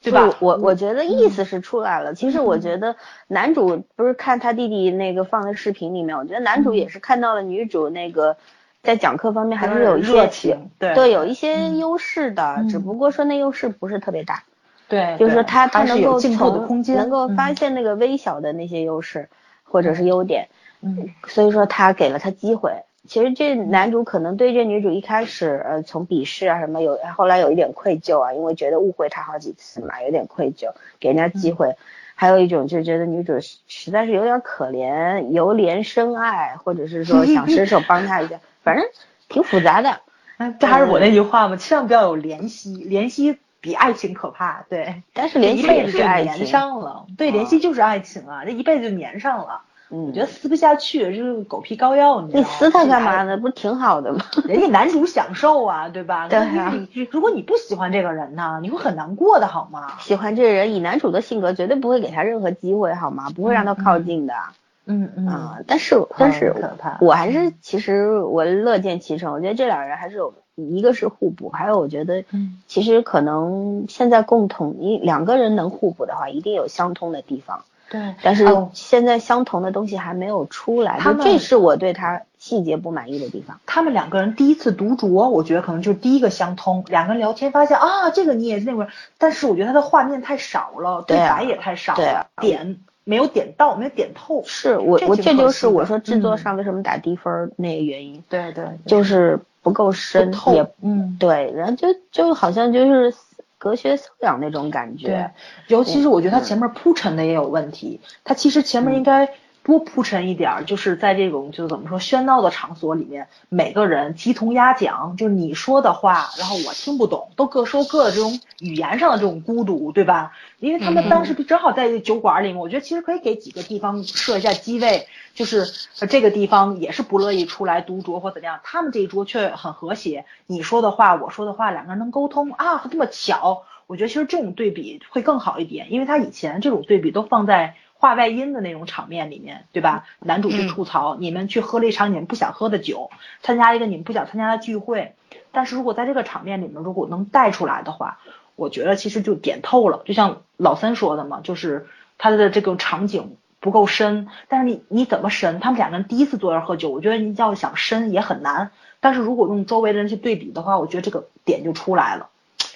Speaker 1: 对嗯吧？
Speaker 4: 我我觉得意思是出来了。其实我觉得男主不是看他弟弟那个放的视频里面，我觉得男主也是看到了女主那个在讲课方面还是有一些
Speaker 1: 嗯热情，对
Speaker 4: 对，有一些优势的，
Speaker 1: 嗯
Speaker 4: 只不过说那优势不是特别大。
Speaker 1: 对，
Speaker 3: 就是说
Speaker 1: 对
Speaker 3: 他他
Speaker 1: 还是
Speaker 3: 能
Speaker 1: 有
Speaker 3: 够
Speaker 1: 进步的
Speaker 3: 从
Speaker 1: 空间，
Speaker 3: 能够发
Speaker 1: 嗯
Speaker 3: 现那个微小的那些优势或者是优点，
Speaker 1: 嗯
Speaker 3: 所以说他给了他机会。其实这男主可能对这女主一开始呃从鄙视啊什么有，后来有一点愧疚啊，因为觉得误会他好几次嘛，有点愧疚，给人家
Speaker 1: 嗯
Speaker 3: 机会。还有一种就是觉得女主实实在是有点可怜，由怜生爱，或者是说想伸手帮他 一下，反正挺复杂的。
Speaker 1: 哎这还是我那句话嘛，千万不要有怜惜，怜惜比爱情可怕。对，
Speaker 3: 但是联
Speaker 1: 一
Speaker 3: 系
Speaker 1: 辈
Speaker 3: 也
Speaker 1: 子
Speaker 3: 是
Speaker 1: 就
Speaker 3: 爱
Speaker 1: 粘
Speaker 3: 情，啊
Speaker 1: 上了，对，怜惜就是爱情啊，这一辈子就粘上了。
Speaker 3: 嗯
Speaker 1: 我觉，得撕不下去，这是狗皮膏药，你知道
Speaker 3: 你
Speaker 1: 吗？
Speaker 3: 撕他
Speaker 1: 这
Speaker 3: 干
Speaker 1: 还
Speaker 3: 嘛呢？不挺好的吗？
Speaker 1: 人家男主享受啊，对吧？
Speaker 3: 对
Speaker 1: 那
Speaker 3: 啊
Speaker 1: 你你如果你不喜欢这个人呢，你会很难过的好吗？
Speaker 3: 喜欢这个人，以男主的性格绝对不会给他任何机会，好吗？不会让他靠近的啊、
Speaker 1: 嗯嗯，
Speaker 3: 但是，但是
Speaker 1: 很可怕
Speaker 3: 我还是其实我乐见其成。我觉得这两人还是有一个是互补，还有我觉得
Speaker 1: 嗯
Speaker 3: 其实可能现在共同一两个人能互补的话，一定有相通的地方。
Speaker 1: 对。
Speaker 3: 但是
Speaker 1: 哦
Speaker 3: 现在相同的东西还没有出来，
Speaker 1: 他
Speaker 3: 就
Speaker 1: 们
Speaker 3: 这是我对他细节不满意的地方。
Speaker 1: 他们两个人第一次独酌，我觉得可能就是第一个相通。两个人聊天发现啊，这个你也是那个人，但是我觉得他的画面太少了，
Speaker 3: 对啊
Speaker 1: 白也太少了，
Speaker 3: 对啊
Speaker 1: 点没有点到，没有点透。
Speaker 3: 是我
Speaker 1: 这
Speaker 3: 我
Speaker 1: 挺
Speaker 3: 这
Speaker 1: 可
Speaker 3: 就是
Speaker 1: 惜
Speaker 3: 我
Speaker 1: 的
Speaker 3: 说制作
Speaker 1: 嗯
Speaker 3: 上为什么打低分儿那个原因，
Speaker 1: 对对，对
Speaker 3: 就是不够深
Speaker 1: 不透
Speaker 3: 也
Speaker 1: 嗯。
Speaker 3: 对，然后就就好像就是隔靴搔痒那种感
Speaker 1: 对
Speaker 3: 觉。，
Speaker 1: 尤其是我觉得他前面铺陈的也有问题，他其实前面应该多铺陈一点儿，就是在这种就怎么说喧闹的场所里面，每个人鸡同鸭讲，就你说的话，然后我听不懂，都各说各的这种语言上的这种孤独，对吧？因为他们当时正好在酒馆里面，我觉得其实可以给几个地方设一下机位，就是呃这个地方也是不乐意出来独酌或怎么样，他们这一桌却很和谐，你说的话，我说的话，两个人能沟通啊，这么巧。我觉得其实这种对比会更好一点，因为他以前这种对比都放在话外音的那种场面里面，对吧？男主去吐槽、你们去喝了一场你们不想喝的酒，参加一个你们不想参加的聚会，但是如果在这个场面里面，如果能带出来的话，我觉得其实就点透了。就像老三说的嘛，就是他的这个场景不够深，但是你你怎么深？他们两个人第一次坐那儿喝酒，我觉得你要想深也很难。但是如果用周围的人去对比的话，我觉得这个点就出来了。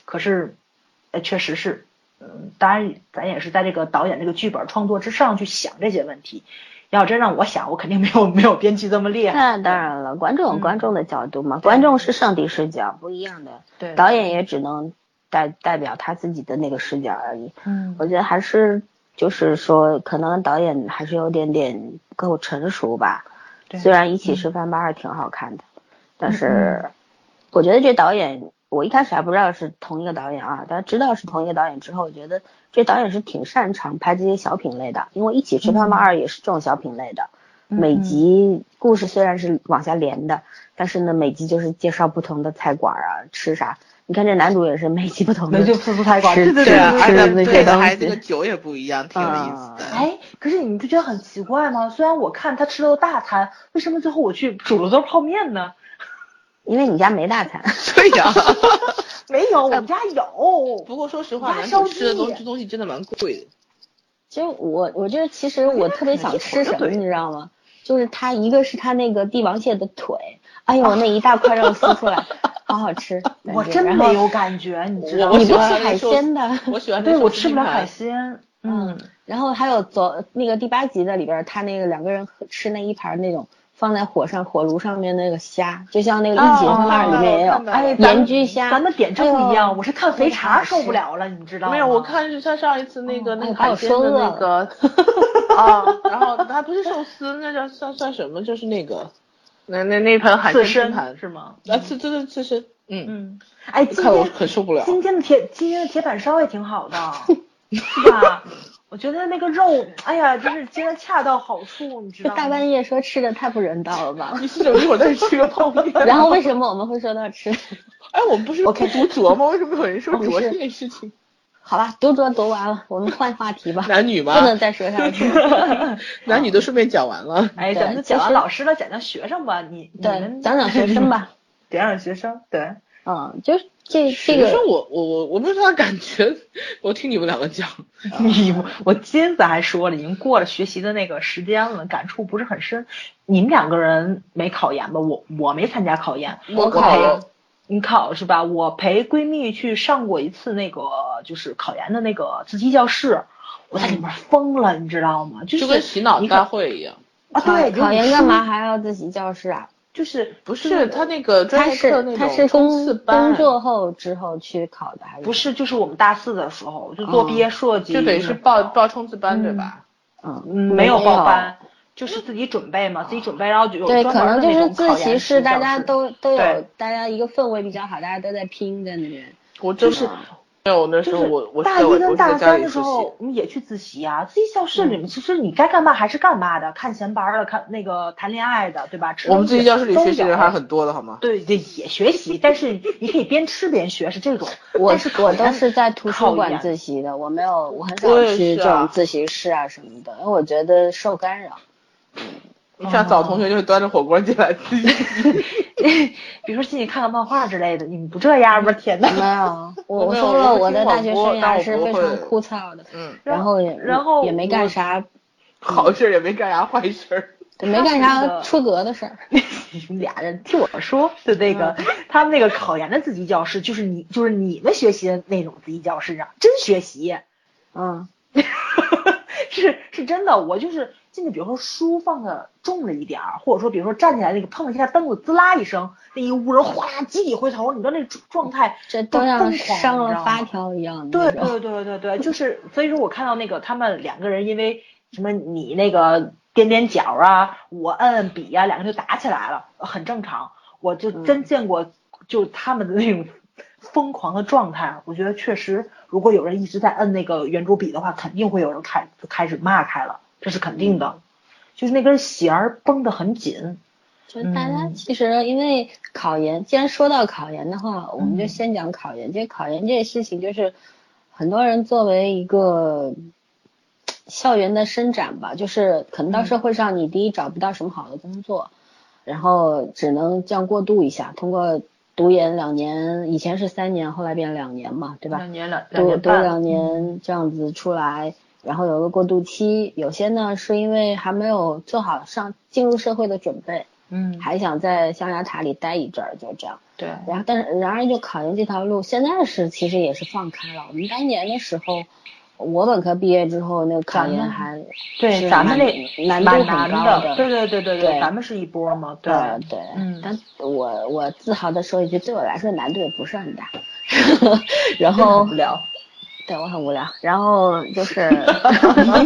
Speaker 1: 可是，呃，确实是，嗯，当然咱也是在这个导演这个剧本创作之上去想这些问题。要真让我想，我肯定没有没有编剧这么 厉害。
Speaker 3: 那当然了，观众有
Speaker 1: 嗯
Speaker 3: 观众的角度嘛，观众是上帝视角，不一样的。
Speaker 1: 对
Speaker 3: 导演也只能代代表他自己的那个视角而已。
Speaker 1: 嗯
Speaker 3: 我觉得还是就是说，可能导演还是有点点不够成熟吧。
Speaker 1: 对嗯
Speaker 3: 虽然《一起吃饭吧二》挺好看的，但是我觉得这导演，我一开始还不知道是同一个导演啊，但知道是同一个导演之后，我觉得这导演是挺擅长拍这些小品类的，因为《一起吃饭吧二》也是这种小品类的。
Speaker 1: 嗯
Speaker 3: 每
Speaker 1: 嗯
Speaker 3: 集故事虽然是往下连的，但是呢，每集就是介绍不同的菜馆啊，吃啥。你看这男主也是每集不同的，
Speaker 1: 那就不不太管，
Speaker 3: 是
Speaker 1: 对对
Speaker 3: 是
Speaker 1: 对
Speaker 2: 对啊，
Speaker 1: 对
Speaker 2: 而
Speaker 1: 对
Speaker 2: 且
Speaker 3: 是那些
Speaker 2: 配的
Speaker 3: 东
Speaker 2: 还
Speaker 3: 西
Speaker 2: 这个酒也不一样，挺有意思的。
Speaker 1: 哎，可是你不觉得很奇怪吗？虽然我看他吃的都大餐，为什么最后我去煮的都是泡面呢？
Speaker 3: 因为你家没大餐。
Speaker 2: 对呀、
Speaker 1: 没有，我们家有。
Speaker 2: 不过说实话，
Speaker 1: 压
Speaker 2: 男
Speaker 1: 烧
Speaker 2: 主吃的
Speaker 1: 鸡
Speaker 2: 东西东西真的蛮贵的。
Speaker 5: 其实我我这其实我特别想吃什么，你知道吗？就是它一个是它那个帝王蟹的腿，哎呦那一大块 肉撕出来，好好吃。
Speaker 1: 我真
Speaker 5: 没
Speaker 1: 没
Speaker 5: 有。
Speaker 1: 有感觉，你知道
Speaker 2: 我
Speaker 1: 吗
Speaker 5: 你？
Speaker 2: 喜
Speaker 5: 不
Speaker 2: 欢
Speaker 5: 吃
Speaker 2: 那
Speaker 5: 海
Speaker 2: 寿
Speaker 5: 鲜的
Speaker 2: 我喜欢
Speaker 1: 对，
Speaker 2: 这
Speaker 1: 我
Speaker 2: 寿司
Speaker 1: 吃不
Speaker 2: 拼
Speaker 1: 了
Speaker 2: 盘
Speaker 1: 海鲜。嗯，
Speaker 5: 然后还有昨那个第八集的里边，他那个两个人喝吃那一盘那种放在火上火炉上面那个虾，就像那个《一
Speaker 1: 哦
Speaker 5: 起
Speaker 1: 哦
Speaker 5: 吃饭》里
Speaker 1: 哦
Speaker 5: 面也有
Speaker 2: 看到了
Speaker 1: 哎，咱
Speaker 5: 盐
Speaker 1: 们
Speaker 5: 焗虾。
Speaker 1: 咱们点这不一
Speaker 5: 哎
Speaker 1: 样，
Speaker 5: 呦
Speaker 1: 我是看肥肠受不了了，你知道吗？
Speaker 2: 没有，我看是他上一次那个、
Speaker 5: 哦
Speaker 2: 那
Speaker 5: 哎
Speaker 2: 个
Speaker 5: 把
Speaker 2: 海
Speaker 5: 我
Speaker 2: 鲜
Speaker 5: 说
Speaker 2: 的
Speaker 5: 饿
Speaker 2: 那
Speaker 5: 了
Speaker 2: 个啊，然后他不是寿司，那叫算算什么？就是那个那那那盘海
Speaker 1: 刺
Speaker 2: 鲜拼
Speaker 1: 身
Speaker 2: 盘
Speaker 1: 是吗？
Speaker 2: 啊，刺刺刺刺身，嗯，
Speaker 1: 嗯，哎，今
Speaker 2: 看我
Speaker 1: 天
Speaker 2: 很受不了。
Speaker 1: 今天的铁今天的铁板烧也挺好 的，是吧？我觉得那个肉，哎呀，就是今天恰到好处，你知
Speaker 5: 这
Speaker 1: 道吗？
Speaker 5: 大半夜说吃的太不人道了 吧？
Speaker 2: 你是怎么一会儿在这吃个泡面？
Speaker 5: 然后为什么我们会说到吃？
Speaker 2: 哎，我哦们不是不
Speaker 1: OK
Speaker 2: 读琢吗？为什么有人 说
Speaker 5: 不
Speaker 2: 琢
Speaker 5: 是
Speaker 2: 这件事情？
Speaker 5: 好吧，读着读完了，我们换话题吧，
Speaker 2: 男女
Speaker 5: 不
Speaker 2: 嘛，
Speaker 5: 能再说下去。 了。
Speaker 2: 男女都顺便讲完 了。
Speaker 1: 哎，
Speaker 5: 对
Speaker 1: 咱们讲
Speaker 5: 其
Speaker 1: 完
Speaker 5: 实
Speaker 1: 老师了，讲讲学生吧。你你
Speaker 5: 对
Speaker 1: 们，
Speaker 5: 讲讲学 生吧。
Speaker 1: 讲讲学生，对，
Speaker 5: 嗯，就是这这
Speaker 2: 其实
Speaker 5: 个，
Speaker 2: 我我我我没有太大感觉，我听你们两个讲，
Speaker 1: 你我今咱还说了，已经过了学习的那个时间了，感触不是很深。你们两个人没考研吧？我我没参加考研，
Speaker 5: 我
Speaker 1: 我
Speaker 5: 考
Speaker 1: 陪
Speaker 5: 了，
Speaker 1: 你考是吧？我陪闺蜜去上过一次那个就是考研的那个自习教室，我在里面疯了，你知道吗？就
Speaker 2: 就跟
Speaker 1: 是
Speaker 2: 洗脑
Speaker 1: 你
Speaker 2: 大
Speaker 1: 看
Speaker 2: 会一样。
Speaker 1: 啊，对，
Speaker 3: 考
Speaker 1: 就是
Speaker 3: 研干
Speaker 1: 书
Speaker 3: 嘛？还要自习教室啊？
Speaker 1: 就是
Speaker 2: 不
Speaker 1: 就是
Speaker 2: 他那个专
Speaker 3: 他
Speaker 2: 业课
Speaker 3: 是
Speaker 2: 那
Speaker 3: 他
Speaker 2: 种
Speaker 3: 是
Speaker 2: 冲刺
Speaker 3: 工
Speaker 2: 班，
Speaker 3: 工作后之后去考的还是？
Speaker 1: 不，是就是我们大四的时候就做毕业设计，
Speaker 2: 就等于是报报冲刺班对吧？
Speaker 3: 嗯，
Speaker 1: 嗯没有报班，就是自己准备嘛，自己准备，然后就有
Speaker 3: 对，
Speaker 1: 专
Speaker 3: 可
Speaker 1: 门
Speaker 3: 能
Speaker 1: 的
Speaker 3: 就
Speaker 1: 那
Speaker 3: 是
Speaker 1: 种
Speaker 3: 自
Speaker 1: 考研
Speaker 3: 习室，
Speaker 1: 室
Speaker 3: 大
Speaker 1: 教
Speaker 3: 家
Speaker 1: 室
Speaker 3: 都都有
Speaker 1: 对，
Speaker 3: 大家一个氛围比较好，大家都在拼在那边。
Speaker 2: 我真的没有那时
Speaker 1: 就
Speaker 2: 候
Speaker 1: 是
Speaker 2: 我我
Speaker 1: 大
Speaker 2: 记得我
Speaker 1: 一
Speaker 2: 我
Speaker 1: 跟
Speaker 2: 是
Speaker 1: 大
Speaker 2: 在家
Speaker 1: 三
Speaker 2: 里
Speaker 1: 的时
Speaker 2: 复习
Speaker 1: 候，，我们也去自习啊。自习教室里面，其实你该干嘛还是干嘛的，看闲班儿的，看那个谈恋爱的，对吧？吃
Speaker 2: 我们
Speaker 1: 东西
Speaker 2: 自习教室里
Speaker 1: 都
Speaker 2: 学习的人
Speaker 1: 有
Speaker 2: 还很多的好吗？
Speaker 1: 对对也学习，但是你可以边吃边学，是这种。
Speaker 3: 我
Speaker 1: 但是考
Speaker 3: 我都
Speaker 1: 研
Speaker 3: 是在图
Speaker 1: 考
Speaker 3: 书馆
Speaker 1: 研
Speaker 3: 自习的，我没有，我很
Speaker 2: 我
Speaker 3: 少
Speaker 2: 也
Speaker 3: 去
Speaker 2: 是
Speaker 3: 这
Speaker 2: 啊
Speaker 3: 种自习室啊什么的，因为我觉得受干扰。
Speaker 2: 你像早同学就是端着火锅进来自己，
Speaker 1: 比如说进去看看漫画之类的，你们不这样吗？天呐。
Speaker 3: 没有，我
Speaker 2: 我没有
Speaker 3: 说了，
Speaker 2: 我会
Speaker 3: 我的
Speaker 2: 听广播
Speaker 3: 大学生
Speaker 2: 但
Speaker 3: 涯
Speaker 2: 我
Speaker 3: 是
Speaker 2: 不
Speaker 3: 非
Speaker 2: 会
Speaker 3: 常枯燥的，
Speaker 2: 嗯，
Speaker 1: 然
Speaker 3: 然
Speaker 1: 后
Speaker 3: 后也
Speaker 1: 然后
Speaker 3: 也没
Speaker 1: 我
Speaker 3: 干啥，
Speaker 2: 好事儿也没干啥坏事儿。
Speaker 3: 没
Speaker 1: 他
Speaker 3: 干
Speaker 1: 是那
Speaker 3: 啥
Speaker 1: 个
Speaker 3: 出格的事儿。
Speaker 1: 你们俩人听我说的那个， 他们那个考研的自习教室，就是你就是你们学习的那种自习教室啊，真学习，
Speaker 3: 嗯，
Speaker 1: 是是真的。我就是进去，比如说书放的重了一点儿，或者说比如说站起来那个碰一下凳子，滋啦一声，那一屋人哗啦集体回头，你知道那状状态
Speaker 3: 这
Speaker 1: 都
Speaker 3: 都
Speaker 1: 疯
Speaker 3: 像
Speaker 1: 狂
Speaker 3: 上
Speaker 1: 你知
Speaker 3: 了
Speaker 1: 道
Speaker 3: 发
Speaker 1: 吗
Speaker 3: 条一样的
Speaker 1: 对
Speaker 3: 那种。
Speaker 1: 对对对对，就是所以说我看到那个他们两个人因为什么你那个踮踮脚啊，我摁摁笔啊，两个人就打起来了，很正常。我就真见过就他们的那种疯狂的状态，我觉得确实，如果有人一直在摁那个圆珠笔的话，肯定会有人开就开始骂开了，这是肯定的。就是那根弦儿绷得很紧，
Speaker 3: 就是大家
Speaker 1: 嗯
Speaker 3: 其实因为考研，既然说到考研的话，我们就
Speaker 1: 嗯
Speaker 3: 先讲考研。这考研这个事情，就是很多人作为一个校园的伸展吧，就是可能到
Speaker 1: 嗯
Speaker 3: 社会上，你第一找不到什么好的工作，然后只能这样过渡一下，通过读研两年，以前是三年，后来变两年嘛，对吧？
Speaker 1: 两年两两
Speaker 3: 读
Speaker 1: 年
Speaker 3: 读
Speaker 1: 半，
Speaker 3: 两年这样子出来，然后有个过渡期，有些呢是因为还没有做好上进入社会的准备。
Speaker 1: 嗯，
Speaker 3: 还想在象牙塔里待一阵儿，就这样。
Speaker 1: 对，
Speaker 3: 然后，但是然而就考研这条路，现在是其实也是放开了。我们当年的时候，我本科毕业之后，那个考
Speaker 1: 咱们
Speaker 3: 研还
Speaker 1: 对，
Speaker 3: 是
Speaker 1: 咱们
Speaker 3: 蛮
Speaker 1: 那
Speaker 3: 难
Speaker 1: 蛮
Speaker 3: 度很
Speaker 1: 难
Speaker 3: 高
Speaker 1: 的，对对对对
Speaker 3: 对
Speaker 1: 咱们是一波嘛，对
Speaker 3: 对，对，
Speaker 1: 嗯
Speaker 3: 但我我自豪的说一句，对我来说难度也不是很大。 然后
Speaker 1: 无，聊，
Speaker 3: 对我很无聊。然后 就是，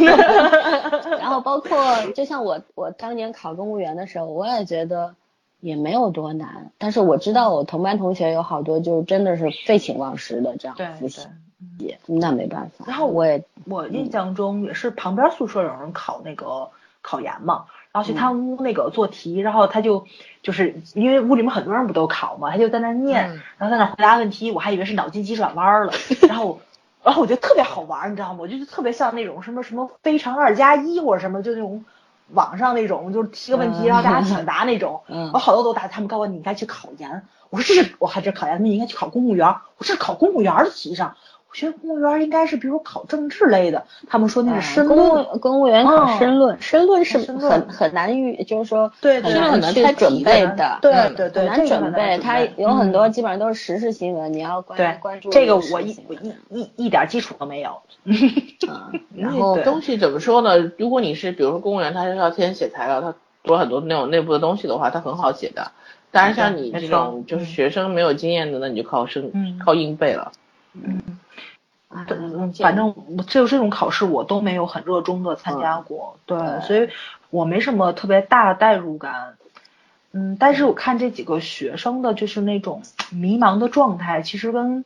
Speaker 3: 然后包括就像我我当年考公务员的时候，我也觉得也没有多难，但是我知道我同班同学有好多就是真的是废寝忘食的这样
Speaker 1: 对
Speaker 3: 复
Speaker 1: 对
Speaker 3: 习，。那没办法。
Speaker 1: 然后
Speaker 3: 我也
Speaker 1: 我印象中也是旁边宿舍有人考那个考研嘛，然后去他
Speaker 3: 嗯
Speaker 1: 屋那个做题，然后他就就是因为屋里面很多人不都考嘛，他就在那念，
Speaker 2: 嗯
Speaker 1: 然后在那回答问题，我还以为是脑筋急转弯 儿了，然后。然后我觉得特别好玩儿，你知道吗？我就是特别像那种什么什么非常二加一或者什么，就那种网上那种，就是提个问题
Speaker 3: 嗯
Speaker 1: 让大 家抢答那种。
Speaker 3: 嗯
Speaker 1: 我好多都答他们告诉我你应该去考研，我说这是我还这考研，你应该去考公务员儿。我说这考公务员儿的题上，我觉得公务员儿应该是比如考政治类的，他们说那
Speaker 3: 哎
Speaker 1: 是申
Speaker 3: 公
Speaker 1: 论，
Speaker 3: 务公务员考
Speaker 1: 嗯
Speaker 3: 申论，申论是
Speaker 1: 考申论
Speaker 3: 很很难预，就是说
Speaker 1: 对
Speaker 3: 很
Speaker 1: 对
Speaker 2: 很
Speaker 3: 难
Speaker 2: 难
Speaker 3: 去
Speaker 2: 开题
Speaker 3: 准备
Speaker 1: 的
Speaker 3: 的。
Speaker 1: 对
Speaker 2: 嗯
Speaker 1: 对
Speaker 3: 很
Speaker 1: 对，这
Speaker 3: 难
Speaker 1: 个
Speaker 3: 准备，它有很多
Speaker 1: 嗯
Speaker 3: 基本上都是时事新闻，你要关
Speaker 1: 对
Speaker 3: 关注
Speaker 1: 这个
Speaker 3: 时
Speaker 1: 我
Speaker 3: 事
Speaker 1: 一
Speaker 3: 新
Speaker 1: 我
Speaker 3: 闻嗯
Speaker 1: 一一一点基础都没有。
Speaker 3: 啊，
Speaker 2: 那
Speaker 1: 然后
Speaker 2: 哦东西怎么说呢？如果你是比如说公务员，他是要先写材料，他做很多那种内部的东西的话，他很好写的。当然，像你
Speaker 1: 没错
Speaker 2: 这种就是
Speaker 3: 嗯
Speaker 2: 学生没有经验的，那你就靠生、
Speaker 1: 嗯
Speaker 2: 靠硬背了。
Speaker 3: 啊
Speaker 1: 对，嗯
Speaker 3: 这
Speaker 1: 反正我只有这种考试我都没有很热衷的参加过，对，所以我没什么特别大的代入感。嗯，但是我看这几个学生的就是那种迷茫的状态，其实跟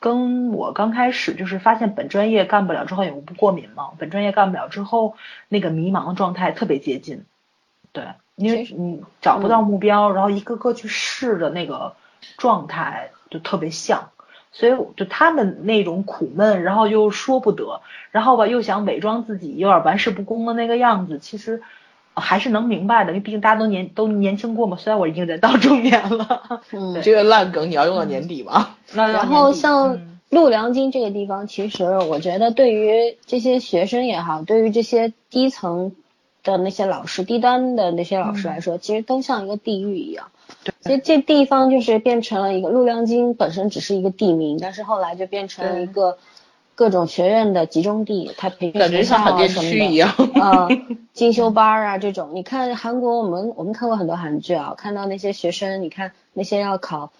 Speaker 1: 跟我刚开始就是发现本专业干不了之后，也不过敏嘛，本专业干不了之后那个迷茫的状态特别接近。对，因为
Speaker 3: 其实嗯
Speaker 1: 你找不到目标，然后一个个去试的那个状态就特别像。所以我就他们那种苦闷，然后又说不得，然后吧又想伪装自己有点玩世不恭的那个样子，其实呃还是能明白的，因为毕竟大家都年都年轻过嘛。虽然我已经人到中年 了，
Speaker 3: 嗯
Speaker 1: 对
Speaker 2: 这个烂梗你要用到年底吗？
Speaker 1: 那
Speaker 3: 然后
Speaker 1: 像
Speaker 3: 像
Speaker 2: 嗯
Speaker 3: 陆良京这个地方，其实我觉得对于这些学生也好，对于这些低
Speaker 2: 嗯
Speaker 3: 层的那些老师、低端的那些老师来说，其实都像一个地狱一样。其实这地方就是变成了一个陆亮京本身只是一个地名，但是后来就变成了一个各种学院的集中地，它培训
Speaker 2: 感觉
Speaker 3: 学校
Speaker 2: 像海
Speaker 3: 啊
Speaker 2: 淀
Speaker 3: 什么
Speaker 2: 区
Speaker 3: 的
Speaker 2: 一。样。
Speaker 3: 啊，进修班儿啊这种，你看韩国，我们我们看过很多韩剧啊，看到那些学生，你看那些要考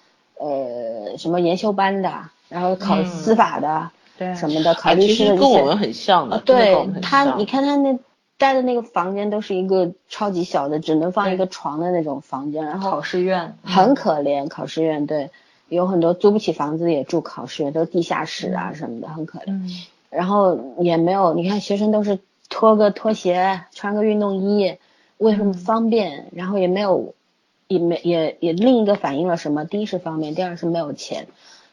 Speaker 3: 呃什么研修班的，然后考
Speaker 2: 嗯
Speaker 3: 司法的、
Speaker 1: 对
Speaker 3: 什么的， 考
Speaker 2: 啊，
Speaker 3: 律
Speaker 2: 其
Speaker 3: 师
Speaker 2: 实
Speaker 3: 的
Speaker 2: 跟
Speaker 3: 这些
Speaker 2: 我们很像的，
Speaker 3: 啊，
Speaker 2: 真的跟我
Speaker 3: 对
Speaker 2: 们很
Speaker 3: 他，
Speaker 2: 像
Speaker 3: 你看他那待的那个房间都是一个超级小的，只能放一个床的那种房间，然后
Speaker 1: 考试院嗯
Speaker 2: 嗯
Speaker 3: 很可怜，考试院对，有很多租不起房子的也住考试院，都是地下室啊什么的，很可怜。
Speaker 1: 嗯，
Speaker 3: 然后也没有，你看学生都是脱个拖鞋，穿个运动衣，为什么方便？然后也没有，也没也也另一个反映了什么？第一是方便，第二是没有钱，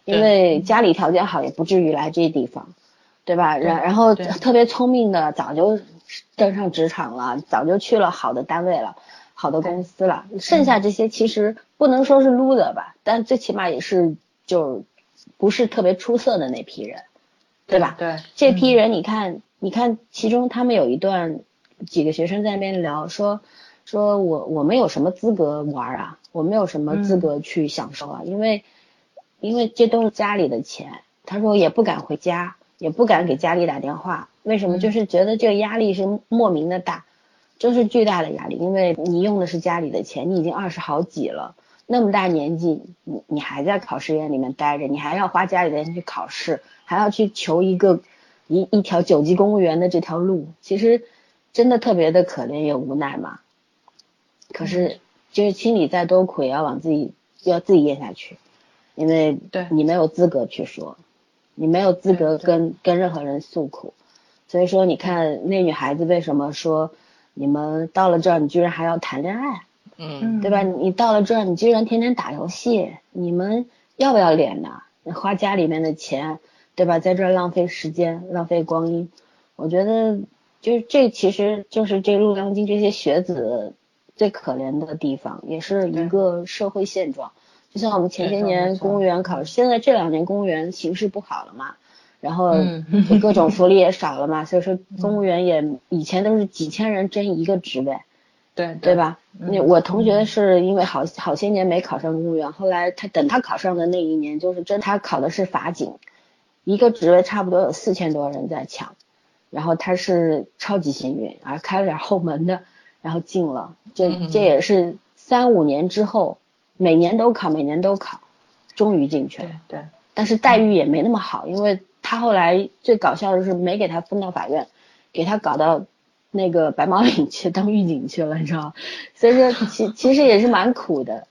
Speaker 3: 因为家里条件好也不至于来这地方，对吧？然然后
Speaker 1: 对
Speaker 3: 特别聪明的早就登上职场了，早就去了好的单位了。好的公司了，剩下这些其实不能说是 loser 吧，但最起码也是就不是特别出色的那批人，对吧？
Speaker 1: 对，
Speaker 3: 这批人，你看，你看，其中他们有一段几个学生在那边聊，说说我我们有什么资格玩啊？我们有什么资格去享受啊？因为因为这都是家里的钱。他说也不敢回家，也不敢给家里打电话，为什么？就是觉得这个压力是莫名的大，这是巨大的压力，因为你用的是家里的钱，你已经二十好几了。那么大年纪，你你还在考试院里面待着，你还要花家里的钱去考试，还要去求一个一一条九级公务员的这条路，其实真的特别的可怜也无奈嘛。可
Speaker 1: 嗯
Speaker 3: 是就是心里再多苦，也要往自己要自己咽下去，因为
Speaker 1: 对
Speaker 3: 你没有资格去说，你没有资格
Speaker 1: 对对
Speaker 3: 跟跟任何人诉苦。所以说，你看那女孩子为什么说你们到了这儿，你居然还要谈恋爱？
Speaker 2: 嗯，
Speaker 3: 对吧？你到了这儿，你居然天天打游戏，你们要不要脸呐？花家里面的钱，对吧？在这儿浪费时间，浪费光阴，我觉得就是这其实就是这陆阳金这些学子最可怜的地方，也是一个社会现状。就像我们前些
Speaker 1: 没错没
Speaker 3: 年
Speaker 1: 错
Speaker 3: 公务员考试，现在这两年公务员形势不好了嘛，然后
Speaker 1: 嗯
Speaker 3: 各种福利也少了嘛，所以 说公务员也以前都是几千人争一个职位。
Speaker 1: 对
Speaker 3: 对？吧？
Speaker 1: 嗯
Speaker 3: 那我同学是因为好好些年没考上公务员，后来他等他考上的那一年，就是真他考的是法警，一个职位差不多有四千多人在抢，然后他是超级幸运，啊，开了点后门的，然后进了，这
Speaker 2: 嗯
Speaker 3: 这也是三五年之后，每年都考，每年都考，终于进去了
Speaker 1: 对。对，
Speaker 3: 但是待遇也没那么好，因为他后来最搞笑的是没给他分到法院，给他搞到那个白毛岭去当狱警去了，你知道吗？所以说其其实也是蛮苦的，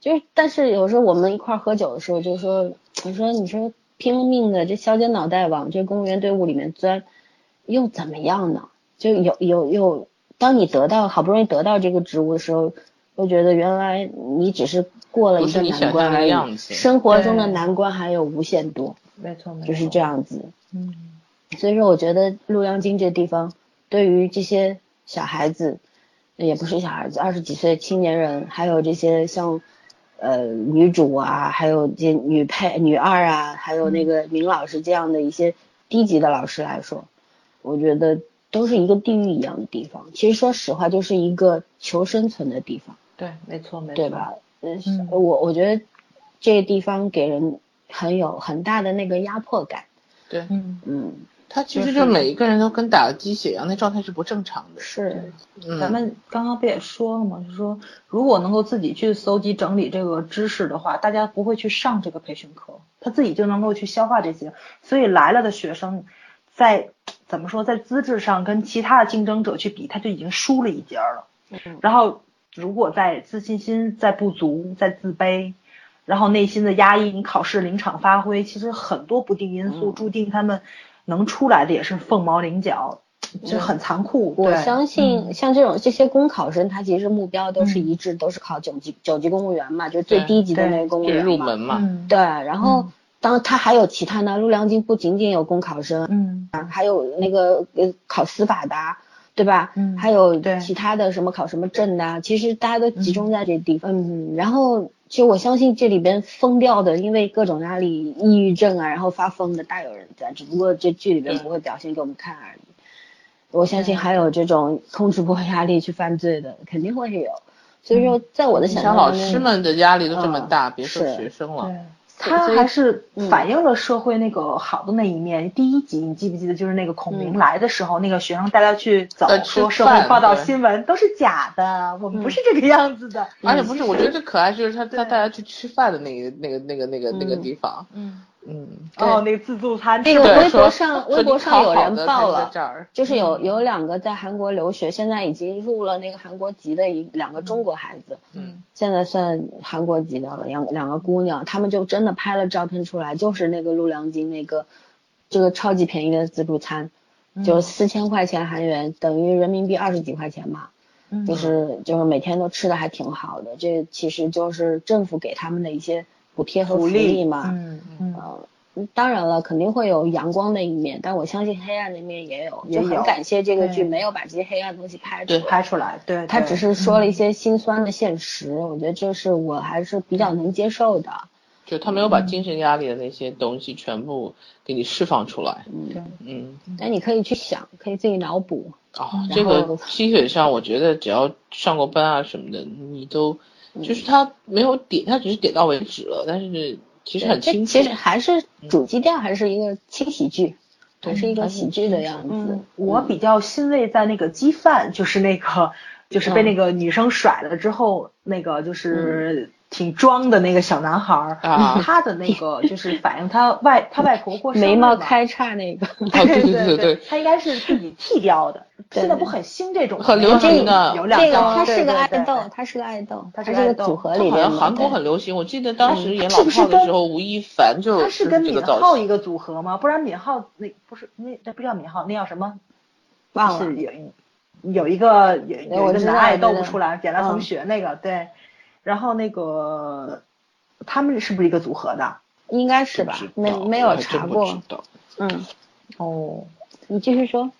Speaker 3: 就是但是有时候我们一块儿喝酒的时候，就说我说你说拼了命的这削尖脑袋往这公务员队伍里面钻，又怎么样呢？就有有有，当你得到好不容易得到这个职务的时候，又觉得原来你只是过了
Speaker 2: 不
Speaker 3: 一
Speaker 2: 是
Speaker 3: 个
Speaker 2: 你
Speaker 3: 难
Speaker 2: 想
Speaker 3: 关
Speaker 2: 象的
Speaker 3: 而已，
Speaker 2: 样子
Speaker 3: 生活中的
Speaker 1: 对
Speaker 3: 难关还有无限多，
Speaker 1: 没错没错，
Speaker 3: 就是这。样子。
Speaker 1: 嗯，
Speaker 3: 所以说，我觉得陆阳京这地方对于这些小孩子，也不是小孩子，二十几岁青年人，还有这些像呃女主啊，还有这女配、女二啊，还有那个明老师这样的一些低级的老师来说，我觉得都是一个地狱一样的地方。其实说实话，就是一个求生存的地方。
Speaker 1: 对，没错没错，
Speaker 3: 对？吧？嗯
Speaker 1: 嗯，
Speaker 3: 我我觉得这个地方给人很有很大的那个压迫感。
Speaker 2: 对，
Speaker 1: 嗯，
Speaker 3: 嗯，
Speaker 2: 他其
Speaker 1: 就
Speaker 2: 实就是每一个人都跟打了鸡血一样，那状态是不正常的。
Speaker 3: 是，
Speaker 2: 嗯，
Speaker 1: 咱们刚刚不也说了吗？就是说，如果能够自己去搜集整理这个知识的话，大家不会去上这个培训课，他自己就能够去消化这些。所以来了的学生，在怎么说，在资质上跟其他的竞争者去比，他就已经输了一截儿了。然后，如果在自信心再不足、再自卑，然后内心的压抑，你考试临场发挥，其实很多不定因素注定他们能出来的也是凤毛麟角，就很残酷。
Speaker 3: 我
Speaker 1: 对
Speaker 3: 相信像这种这些公考生，他其实目标都是
Speaker 1: 嗯
Speaker 3: 一致，都是考九级九级公务员嘛，就是最
Speaker 2: 对
Speaker 3: 低级的
Speaker 1: 对
Speaker 3: 那个公务
Speaker 2: 就是
Speaker 3: 员
Speaker 2: 入
Speaker 3: 嘛
Speaker 2: 门嘛。
Speaker 1: 嗯
Speaker 3: 对，然后
Speaker 1: 嗯
Speaker 3: 当他还有其他呢，陆良京不仅仅有公考生，
Speaker 1: 嗯
Speaker 3: 还有那个呃考司法的啊，对吧？
Speaker 1: 嗯
Speaker 3: 还有
Speaker 1: 对
Speaker 3: 其他的什么考什么证的啊，其实大家都集中在这地方。嗯，然后其实我相信这里边疯掉的，因为各种压力、抑郁症啊，然后发疯的大有人在，只不过这剧里边不会表现给我们看而已。我相信还有这种控制不住压力去犯罪的，肯定会是有。所以说，在我的想象
Speaker 2: 嗯像
Speaker 3: 中，
Speaker 2: 老师们的压力都这么
Speaker 3: 嗯
Speaker 2: 大，别说
Speaker 6: 是
Speaker 2: 学生了。
Speaker 1: 对，他
Speaker 3: 所以
Speaker 1: 还是
Speaker 3: 嗯
Speaker 1: 反映了社会那个好的那一面。第一集你记不记得，就是那个孔明
Speaker 3: 嗯
Speaker 1: 来的时候，那个学生带他去走
Speaker 2: 呃，吃
Speaker 1: 说社
Speaker 2: 饭
Speaker 1: 会报道
Speaker 2: 对
Speaker 1: 新闻都是假的，我们不
Speaker 3: 嗯
Speaker 1: 是这个样子的。
Speaker 2: 而且不是，我觉得最可爱就是他他
Speaker 1: 对
Speaker 2: 带他去吃饭的那个那个那个那个那个
Speaker 3: 嗯
Speaker 2: 地方，
Speaker 1: 嗯，
Speaker 2: 嗯，
Speaker 1: 哦，那个自助餐，
Speaker 3: 那个
Speaker 2: 对
Speaker 3: 微博
Speaker 2: 说
Speaker 3: 上
Speaker 2: 说
Speaker 3: 微博
Speaker 2: 你
Speaker 3: 上
Speaker 2: 考
Speaker 3: 有
Speaker 2: 好
Speaker 3: 人
Speaker 2: 的
Speaker 3: 爆
Speaker 2: 才
Speaker 3: 了
Speaker 2: 在这儿，
Speaker 3: 就是有
Speaker 1: 嗯
Speaker 3: 有两个在韩国留学，现在已经入了那个韩国籍的一两个中国孩子，
Speaker 2: 嗯，
Speaker 3: 现在算韩国籍的了，两两个姑娘，她们就真的拍了照片出来，就是那个陆良金那个这个超级便宜的自助餐，
Speaker 1: 嗯
Speaker 3: 就四千块钱韩元，等于人民币二十几块钱吧，
Speaker 1: 嗯
Speaker 3: 就是就是每天都吃的还挺好的，这其实就是政府给他们的一些补贴和
Speaker 1: 福
Speaker 3: 福利嘛，
Speaker 1: 嗯嗯，
Speaker 3: 嗯当然了，肯定会有阳光的一面，但我相信黑暗的一面也有，
Speaker 1: 也
Speaker 3: 就很
Speaker 1: 有
Speaker 3: 感谢这个剧
Speaker 1: 对
Speaker 3: 没有把这些黑暗东西拍出
Speaker 2: 对
Speaker 3: 来。
Speaker 1: 拍出来，对，
Speaker 3: 嗯他
Speaker 1: 对嗯
Speaker 3: 只是说了一些心酸的现实，我觉得这是我还是比较能接受的。
Speaker 2: 就他没有把
Speaker 3: 嗯
Speaker 2: 精神压力的那些东西全部给你释放出来，嗯，
Speaker 3: 但你可以去想，可以自己脑补。
Speaker 2: 哦
Speaker 3: 然，
Speaker 2: 这
Speaker 3: 后
Speaker 2: 个劈腿上，我觉得只要上过班啊什么的，你都
Speaker 3: 嗯
Speaker 2: 就是他没有点，他只是点到为止了，但是其实
Speaker 3: 对
Speaker 2: 很
Speaker 3: 这
Speaker 2: 清楚，
Speaker 3: 其实还是主基调，还是一个轻喜剧，还是一个
Speaker 2: 还是
Speaker 3: 喜剧的样子
Speaker 1: 嗯。，我比较欣慰在那个鸡饭，就是那个就是
Speaker 2: 嗯
Speaker 1: 被那个女生甩了之后，那个就是挺装的那个小男孩儿，
Speaker 2: 嗯啊
Speaker 1: 他的那个就是反映他外他外婆过生日
Speaker 3: 眉毛
Speaker 1: 嘛。
Speaker 3: 开叉那个，
Speaker 2: 哦，对
Speaker 1: 对
Speaker 2: 对
Speaker 1: 对
Speaker 2: 对，
Speaker 1: 他应该是自己剃掉 的。
Speaker 3: 对
Speaker 1: 现在不很兴这种吗，
Speaker 2: 很流行的
Speaker 1: 有两
Speaker 3: 这个
Speaker 1: 张
Speaker 3: 他是个爱
Speaker 1: 对对
Speaker 3: 豆
Speaker 1: 对，
Speaker 3: 他是个爱豆，
Speaker 1: 他
Speaker 3: 他
Speaker 1: 是个
Speaker 3: 是个
Speaker 1: 爱豆
Speaker 3: 组合
Speaker 2: 他
Speaker 3: 里
Speaker 2: 好
Speaker 3: 面
Speaker 2: 像
Speaker 3: 的
Speaker 2: 韩国
Speaker 3: 对嗯
Speaker 2: 很流行，我记得当时演老
Speaker 1: 是不是
Speaker 2: 炮的
Speaker 1: 跟
Speaker 2: 时候，吴亦凡就
Speaker 1: 他
Speaker 2: 是
Speaker 1: 跟
Speaker 2: 这个
Speaker 1: 敏
Speaker 2: 造
Speaker 1: 浩
Speaker 2: 型。
Speaker 1: 一个组合吗？不然敏浩那不是那那不叫敏浩，那叫什么？
Speaker 3: 忘了哎
Speaker 1: 是。有有一个有有
Speaker 3: 我
Speaker 1: 一个
Speaker 3: 知道
Speaker 1: 男爱
Speaker 3: 我知道
Speaker 1: 斗不出来，简单同
Speaker 3: 嗯
Speaker 1: 学那个对，然后那个他们是不是一个组合的？
Speaker 3: 应该是吧
Speaker 2: 不知？
Speaker 3: 没
Speaker 2: 道
Speaker 3: 没
Speaker 2: 我还
Speaker 3: 有查
Speaker 2: 真不
Speaker 3: 过
Speaker 2: 知。道
Speaker 3: 嗯，
Speaker 1: 哦。
Speaker 3: 你继续说。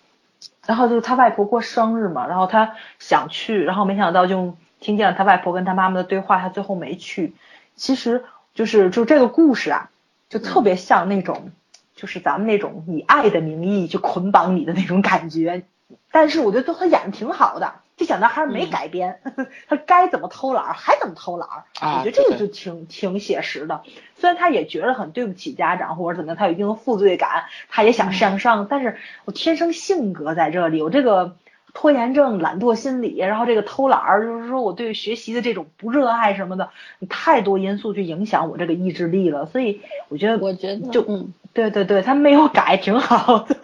Speaker 1: 然后就是他外婆过生日嘛，然后他想去，然后没想到就听见了他外婆跟他妈妈的对话，他最后没去。其实就是就这个故事啊，就特别像那种，就是咱们那种以爱的名义去捆绑你的那种感觉。但是我觉得他演的挺好的，这小男孩没改编， 他该怎么偷懒儿还怎么偷懒儿。我
Speaker 2: 啊，
Speaker 1: 觉得这
Speaker 2: 对
Speaker 1: 个就挺挺写实的。虽然他也觉得很对不起家长或者怎么样，他有一定的负罪感，他也想向上，但是我天生性格在这里，我这个拖延症、懒惰心理，然后这个偷懒儿，就是说我对学习的这种不热爱什么的，太多因素去影响我这个意志力了。所以我觉得，
Speaker 3: 我觉得，
Speaker 1: 就
Speaker 3: 嗯，
Speaker 1: 对对对，他没有改，挺好的。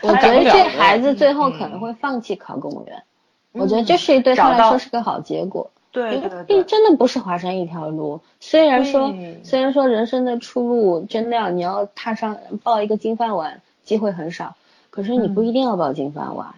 Speaker 3: 我
Speaker 2: 改不
Speaker 3: 觉得
Speaker 2: 了
Speaker 3: 这
Speaker 2: 的
Speaker 3: 孩子最后可
Speaker 2: 嗯
Speaker 3: 能会放弃考公务员。我觉得这是对他
Speaker 1: 嗯找
Speaker 3: 来
Speaker 1: 到
Speaker 3: 说是个好结果，
Speaker 1: 对
Speaker 3: 因为
Speaker 1: 对
Speaker 3: 并
Speaker 1: 对，
Speaker 3: 真的不是华山一条路。虽然说
Speaker 1: 对，
Speaker 3: 虽然说人生的出路真的要你要踏上报一个金饭碗，机会很少，可是你不
Speaker 1: 嗯
Speaker 3: 一定要报金饭碗，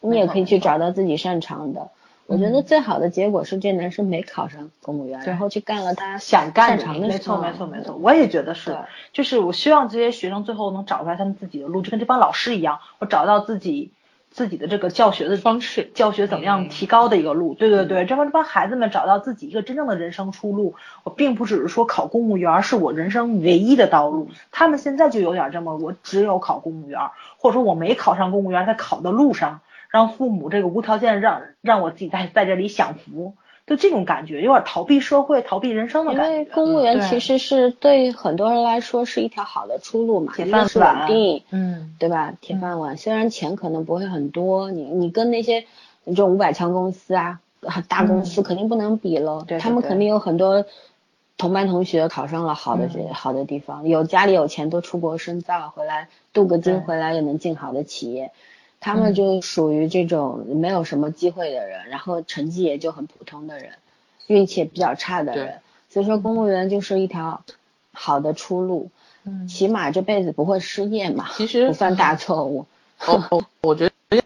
Speaker 1: 没
Speaker 3: 你也
Speaker 1: 错
Speaker 3: 可以
Speaker 1: 没
Speaker 3: 去
Speaker 1: 错嗯
Speaker 3: 找到自己擅长的。我觉得最好的结果是这男生没考上公务员，
Speaker 1: 对
Speaker 3: 然后去干了他
Speaker 1: 想干
Speaker 3: 擅
Speaker 1: 的
Speaker 3: 长
Speaker 1: 事
Speaker 3: 的事。啊
Speaker 1: 没错没错没错，我也觉得是
Speaker 3: 对。
Speaker 1: 就是我希望这些学生最后能找出来他们自己的路，就跟这帮老师一样，我找到自己自己的这个教学的
Speaker 2: 方式
Speaker 1: 教学怎么样
Speaker 2: 嗯
Speaker 1: 提高的一个路。对对
Speaker 3: 嗯
Speaker 1: 对，这帮这帮孩子们找到自己一个真正的人生出路。我并不只是说考公务员是我人生唯一的道
Speaker 3: 嗯
Speaker 1: 路，他们现在就有点这么，我只有考公务员，或者说我没考上公务员，在考的路上，让父母这个无条件让让我自己在在这里享福。就这种感觉，有点逃避社会、逃避人生的
Speaker 3: 因
Speaker 1: 感觉。
Speaker 3: 为公务员其实是对很多人来说是一条好的出路嘛，
Speaker 1: 铁
Speaker 3: 一
Speaker 1: 饭
Speaker 3: 个是稳
Speaker 1: 碗
Speaker 3: 定，
Speaker 1: 嗯，
Speaker 3: 对吧？铁饭碗，虽然钱可能不会很多，你你跟那些这种五百强公司啊、大公司肯定不能比了，
Speaker 1: 嗯对对
Speaker 3: 他们
Speaker 1: 对
Speaker 3: 肯定有很多同班同学考上了好的学、
Speaker 1: 嗯
Speaker 3: 好的地方，有家里有钱都出国深造回来镀个
Speaker 1: 对
Speaker 3: 金回来也能进好的企业。他
Speaker 1: 嗯
Speaker 3: 们就属于这种没有什么机会的人，然后成绩也就很普通的人，运气也比较差的
Speaker 2: 对
Speaker 3: 人，所以说公务员就是一条好的出路，
Speaker 1: 嗯
Speaker 3: 起码这辈子不会失业嘛，
Speaker 2: 其实
Speaker 3: 不犯大错误。
Speaker 2: 我我我觉得
Speaker 1: 对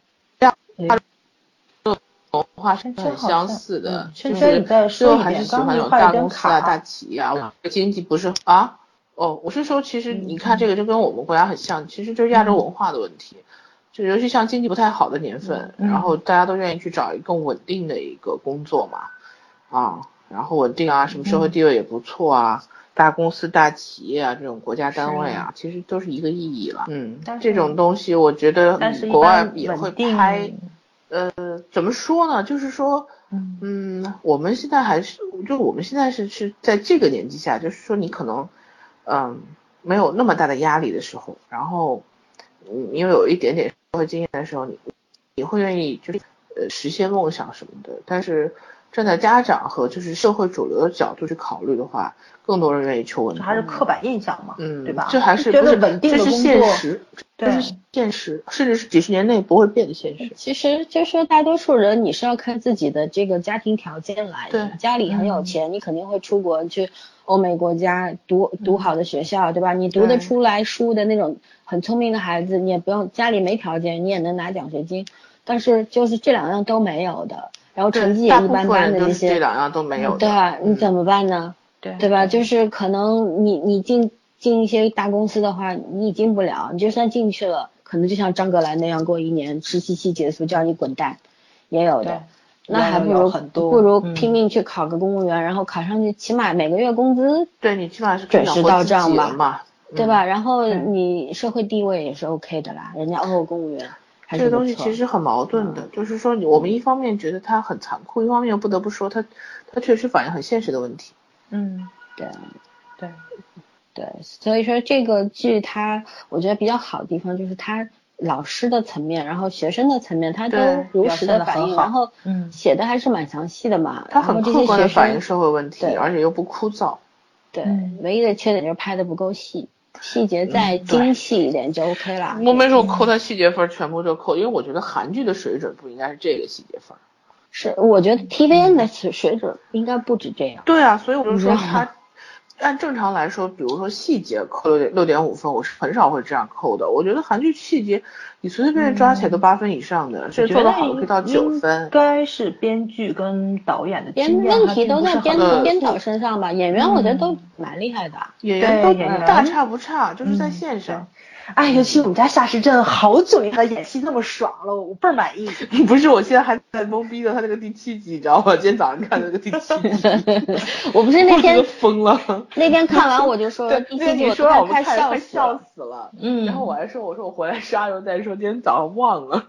Speaker 2: 文化是
Speaker 1: 真
Speaker 2: 很
Speaker 1: 嗯好
Speaker 2: 相
Speaker 1: 像
Speaker 2: 似的
Speaker 1: 嗯，
Speaker 2: 就
Speaker 1: 轩轩
Speaker 2: 是
Speaker 1: 你再
Speaker 2: 最
Speaker 1: 说
Speaker 2: 后
Speaker 1: 一
Speaker 2: 还
Speaker 1: 遍
Speaker 2: 是喜
Speaker 1: 刚刚
Speaker 2: 欢那
Speaker 1: 那
Speaker 2: 种
Speaker 1: 话有
Speaker 2: 大
Speaker 1: 点
Speaker 2: 公司
Speaker 1: 卡
Speaker 2: 啊、大企业啊，经济不是啊。哦，我是说，其实你
Speaker 1: 嗯
Speaker 2: 看这个就跟我们国家很像，其实就是亚洲文化的问题，就尤其像经济不太好的年份，
Speaker 1: 嗯
Speaker 2: 然后大家都愿意去找一个更稳定的一个工作嘛，啊，然后稳定啊，什么社会
Speaker 1: 嗯
Speaker 2: 地位也不错啊，大公司、大企业啊，这种国家单位啊，其实都是一个意义了。嗯
Speaker 1: 但，是
Speaker 2: 这种东西我觉得
Speaker 1: 但是一
Speaker 2: 国外
Speaker 1: 般
Speaker 2: 也会
Speaker 1: 稳定
Speaker 2: 拍。呃，怎么说呢？就是说，
Speaker 1: 嗯
Speaker 2: 嗯，我们现在还是，就我们现在是是在这个年纪下，就是说你可能，嗯，没有那么大的压力的时候，然后，嗯，因为有一点点社会经验的时候，你你会愿意就是呃实现梦想什么的。但是站在家长和就是社会主流的角度去考虑的话，更多人愿意求稳
Speaker 1: 这
Speaker 2: 定。
Speaker 1: 还是刻板印象嘛，
Speaker 2: 嗯，
Speaker 1: 对吧？
Speaker 2: 这还是
Speaker 1: 觉
Speaker 2: 不
Speaker 1: 得
Speaker 2: 是
Speaker 1: 稳定
Speaker 2: 这
Speaker 1: 的
Speaker 2: 是
Speaker 1: 工
Speaker 2: 现
Speaker 1: 作，
Speaker 2: 实，这
Speaker 1: 对
Speaker 2: 是现实，甚至是几十年内不会变的现实。
Speaker 3: 其实就是说，大多数人你是要看自己的这个家庭条件来的。
Speaker 2: 对
Speaker 3: 家里很有
Speaker 1: 嗯
Speaker 3: 钱，你肯定会出国去欧美国家读读好的学校，对吧？你读得
Speaker 2: 嗯对
Speaker 3: 出来书的那种很聪明的孩子，你也不用家里没条件，你也能拿奖学金。但是就是这两样都没有的，然后
Speaker 2: 对
Speaker 3: 成绩也
Speaker 2: 大
Speaker 3: 一
Speaker 2: 部
Speaker 3: 般
Speaker 2: 分
Speaker 3: 般的
Speaker 2: 人都
Speaker 3: 这
Speaker 2: 是这
Speaker 3: 些，
Speaker 2: 两样都没有的。
Speaker 3: 对吧？你
Speaker 2: 嗯
Speaker 3: 怎么办呢？
Speaker 1: 对
Speaker 3: 对吧？就是可能你你进进一些大公司的话，你也进不了，你就算进去了，可能就像张格兰那样，过一年实习期结束叫你滚蛋，也有
Speaker 1: 对
Speaker 3: 的。那还不
Speaker 1: 有有
Speaker 3: 如
Speaker 1: 有很多
Speaker 3: 不如
Speaker 1: 嗯
Speaker 3: 拼命去考个公务员，然后考上去，起码每个月工资，
Speaker 2: 对你起码是
Speaker 3: 准时到账吧
Speaker 2: 吧？嘛嗯
Speaker 3: 对吧？然后
Speaker 1: 对
Speaker 3: 你社会地位也是 OK 的啦，人家哦公务员还
Speaker 2: 这
Speaker 3: 是
Speaker 2: 个
Speaker 3: 不
Speaker 2: 东西
Speaker 3: 错
Speaker 2: 其实很矛盾的，就是说你我们一方面觉得它很残酷，一方面又不得不说它，它确实反映很现实的问题。
Speaker 1: 嗯，
Speaker 3: 对。啊
Speaker 1: 对，
Speaker 3: 对，所以说这个剧它我觉得比较好的地方就是它老师的层面，然后学生的层面，它都
Speaker 2: 对
Speaker 3: 如
Speaker 1: 表
Speaker 3: 实
Speaker 1: 现
Speaker 3: 的
Speaker 1: 得
Speaker 3: 反
Speaker 1: 很
Speaker 3: 映，
Speaker 1: 好
Speaker 3: 然后
Speaker 1: 嗯
Speaker 3: 写的还是蛮详细的嘛。
Speaker 2: 它
Speaker 3: 然后
Speaker 2: 很
Speaker 3: 这
Speaker 2: 客
Speaker 3: 些
Speaker 2: 观
Speaker 3: 学
Speaker 2: 的反
Speaker 3: 生
Speaker 2: 映社会问题，
Speaker 3: 对
Speaker 2: 而且又不枯燥。
Speaker 3: 对
Speaker 1: 嗯
Speaker 3: 唯一的缺点就是拍的不够细，细节再
Speaker 2: 嗯对嗯
Speaker 3: 精细一点就 OK 啦。
Speaker 2: 我没说扣它细节分，全部都扣，因为我觉得韩剧的水准不应该是这个细节分。
Speaker 3: 是，我觉
Speaker 2: 嗯
Speaker 3: 得 TVN 的水水准应该不止这样。
Speaker 2: 对啊，所以我就说
Speaker 3: 你知道吗
Speaker 2: 它按正常来说，比如说细节扣六点六点五分，我是很少会这样扣的。我觉得韩剧细节你随随便便抓起来
Speaker 3: 嗯
Speaker 2: 都八分以上的，甚至做得好可以到九
Speaker 1: 应
Speaker 2: 分。
Speaker 1: 该是编剧跟导演的
Speaker 2: 啊
Speaker 3: 编
Speaker 1: 经验
Speaker 3: 问
Speaker 1: 还
Speaker 3: 题
Speaker 1: 并
Speaker 3: 都
Speaker 1: 不
Speaker 3: 在
Speaker 1: 是
Speaker 3: 编
Speaker 1: 很
Speaker 2: 的
Speaker 3: 编导身上吧，演员我觉得都
Speaker 1: 嗯
Speaker 3: 蛮厉害的。
Speaker 2: 演
Speaker 1: 对
Speaker 2: 员都
Speaker 1: 演员
Speaker 2: 大差不差，就是在
Speaker 1: 嗯
Speaker 2: 线上。
Speaker 1: 哎，尤其我们家夏时镇，好久没看他演戏那么爽了，我倍儿满意。
Speaker 2: 不是，我现在还在懵逼的，他那个第七集，你知道吗？今天早上看的那个第七集，
Speaker 3: 我不是
Speaker 2: 我
Speaker 3: 那
Speaker 2: 觉得
Speaker 3: 天
Speaker 2: 疯 了。
Speaker 3: 那天看 完我就说
Speaker 2: 对，
Speaker 3: 第
Speaker 2: 那
Speaker 3: 七集
Speaker 2: 你
Speaker 3: 我
Speaker 2: 说让我们
Speaker 3: 快
Speaker 2: 看得
Speaker 3: 笑
Speaker 2: 快
Speaker 3: 死了
Speaker 2: 笑。死了。
Speaker 1: 嗯
Speaker 2: 然后我还说，我说我回来刷时候再说，今天早上忘了。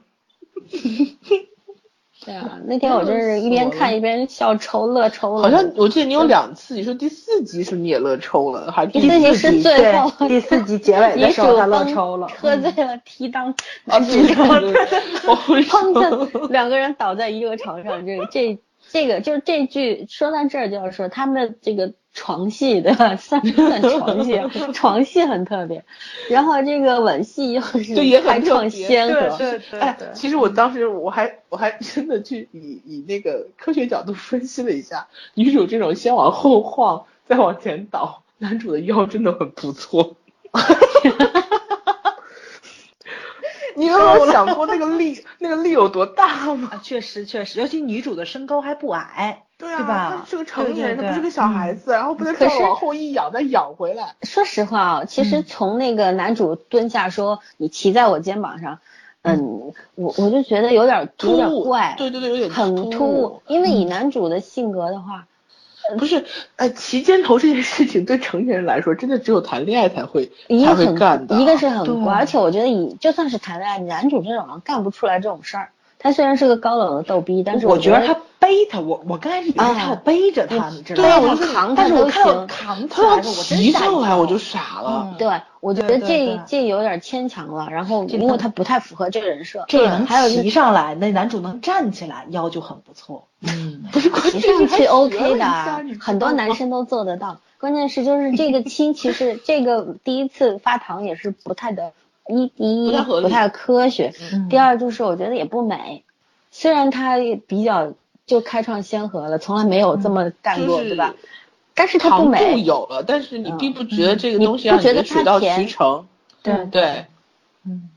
Speaker 3: 对啊，那天我真是一边看一边笑抽乐抽了。
Speaker 2: 好像我记得你有两次，你说第四集是不是你也乐抽了？还是
Speaker 3: 第四集是最后
Speaker 1: 对第四集结尾的
Speaker 3: 女
Speaker 1: 时
Speaker 3: 主
Speaker 1: 候他乐
Speaker 3: 崩
Speaker 1: 抽了，
Speaker 3: 喝醉了踢裆，
Speaker 2: 啊，对对对，我会
Speaker 3: 砰
Speaker 2: 说，
Speaker 3: 的两个人倒在一个床上，这这这个就是这句说到这儿就要说他们的这个床戏对吧？算不算床戏啊？床戏很特别，然后这个吻戏又是
Speaker 2: 对也很
Speaker 3: 开创
Speaker 2: 特别
Speaker 3: 先
Speaker 1: 对
Speaker 3: 河，
Speaker 1: 对对
Speaker 2: 哎
Speaker 1: 对，，
Speaker 2: 其实我当时我还我还真的去以以那个科学角度分析了一下，女主这种先往后晃，再往前倒，男主的腰真的很不 错。你有没有想过那个力那个力有多大吗？
Speaker 1: 啊，确实确实，尤其女主的身高还不矮，
Speaker 2: 对啊
Speaker 1: 对吧
Speaker 2: 他是个成
Speaker 1: 对对
Speaker 2: 年人，他不
Speaker 1: 对
Speaker 2: 是个小孩
Speaker 1: 嗯
Speaker 2: 子，然后不能
Speaker 3: 可
Speaker 2: 这
Speaker 3: 是
Speaker 2: 样往后一仰再仰回来。
Speaker 3: 说实话啊，其实
Speaker 1: 嗯
Speaker 3: 从那个男主蹲下说“你骑在我肩膀上”，嗯，我我就觉得有点有点怪，
Speaker 2: 对对对，有点
Speaker 3: 很突兀。因为
Speaker 1: 嗯
Speaker 3: 以男主的性格的话，
Speaker 2: 不是，哎，骑肩头这件事情对成年人来说，真的只有谈恋爱才会
Speaker 3: 一
Speaker 2: 才
Speaker 3: 个
Speaker 2: 会干
Speaker 3: 很
Speaker 2: 的。
Speaker 3: 一个是很
Speaker 1: 对
Speaker 3: 怪，而且我觉得以就算是谈恋爱，男主这种人干不出来这种事儿。他虽然是个高冷的逗逼，但是
Speaker 1: 我
Speaker 3: 觉
Speaker 1: 觉得啊他背他，我我刚开始以为他要背着他，你知道
Speaker 3: 对啊
Speaker 1: 吗？
Speaker 3: 我就扛
Speaker 1: 但是
Speaker 3: 他
Speaker 1: 我
Speaker 3: 都
Speaker 1: 看到
Speaker 3: 行
Speaker 1: 扛起
Speaker 2: 他要
Speaker 1: 来的时候，我真吓一
Speaker 2: 骑上来
Speaker 1: 跳
Speaker 2: 我就傻了。
Speaker 3: 对，我觉
Speaker 1: 对
Speaker 3: 得
Speaker 1: 对
Speaker 3: 这
Speaker 1: 对
Speaker 3: 这有点牵强了。然后
Speaker 1: 这
Speaker 3: 因为
Speaker 1: 个
Speaker 3: 他不太符合这个人设，
Speaker 1: 这能
Speaker 3: 还有就是
Speaker 1: 骑上来，那男主能站起来，腰就很不错。
Speaker 2: 嗯，
Speaker 3: 骑上去 OK 的
Speaker 2: 还学了一下
Speaker 3: 啊
Speaker 2: 你知，
Speaker 3: 很多
Speaker 2: 道
Speaker 3: 男
Speaker 2: 吗
Speaker 3: 生都做得到。关键是就是这个亲，其实这个 第一次发糖也是不太的，一第一
Speaker 2: 不太合理
Speaker 3: 不太科学，
Speaker 1: 嗯
Speaker 3: 第二就是我觉得也不美。虽然他比较就开创先河了，从来没有这么干
Speaker 2: 嗯
Speaker 3: 过，
Speaker 2: 就是
Speaker 3: 对吧？但是它不
Speaker 2: 长度
Speaker 3: 美，
Speaker 2: 有了，但是你
Speaker 3: 嗯
Speaker 2: 并不觉得这个
Speaker 3: 你
Speaker 2: 东西
Speaker 3: 不
Speaker 2: 让
Speaker 3: 觉
Speaker 2: 觉
Speaker 3: 得
Speaker 2: 得
Speaker 3: 它
Speaker 2: 水到
Speaker 3: 甜
Speaker 2: 渠成。
Speaker 3: 对
Speaker 2: 对，
Speaker 1: 嗯，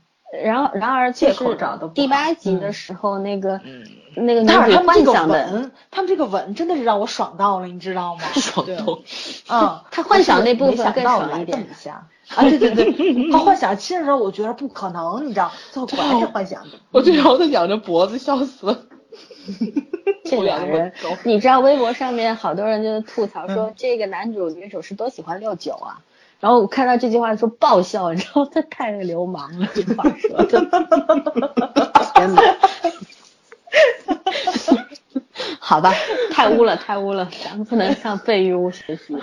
Speaker 3: 然后然而就
Speaker 1: 借口
Speaker 3: 是
Speaker 1: 找得不好
Speaker 3: 第八集
Speaker 1: 嗯
Speaker 3: 的时候，那个
Speaker 2: 嗯
Speaker 3: 那个女
Speaker 1: 但是他
Speaker 3: 主
Speaker 1: 们这
Speaker 3: 幻
Speaker 1: 个
Speaker 3: 想的，
Speaker 1: 吻，他们这个吻真的是让我爽到了，你知 道吗？
Speaker 2: 爽透。
Speaker 1: 嗯，
Speaker 3: 他幻想那部
Speaker 1: 没
Speaker 3: 分
Speaker 1: 想
Speaker 3: 更
Speaker 1: 到
Speaker 3: 爽
Speaker 1: 来
Speaker 3: 一
Speaker 1: 这么
Speaker 3: 点。
Speaker 1: 下啊，对对对，他幻想亲的时候，我觉得不可能，你知道，最后果然是幻想的。
Speaker 2: 我最后都仰着脖子笑死了。
Speaker 3: 这
Speaker 2: 我
Speaker 3: 两
Speaker 2: 两个
Speaker 3: 人
Speaker 2: 高，
Speaker 3: 你知道微博上面好多人就吐槽说
Speaker 1: 嗯
Speaker 3: 这个男主女主是多喜欢六九啊，然后我看到这句话的时候爆笑，你知道他太流氓了，这话说的，天哪！好吧，太污了，太污了，咱们不能向费玉污学 习。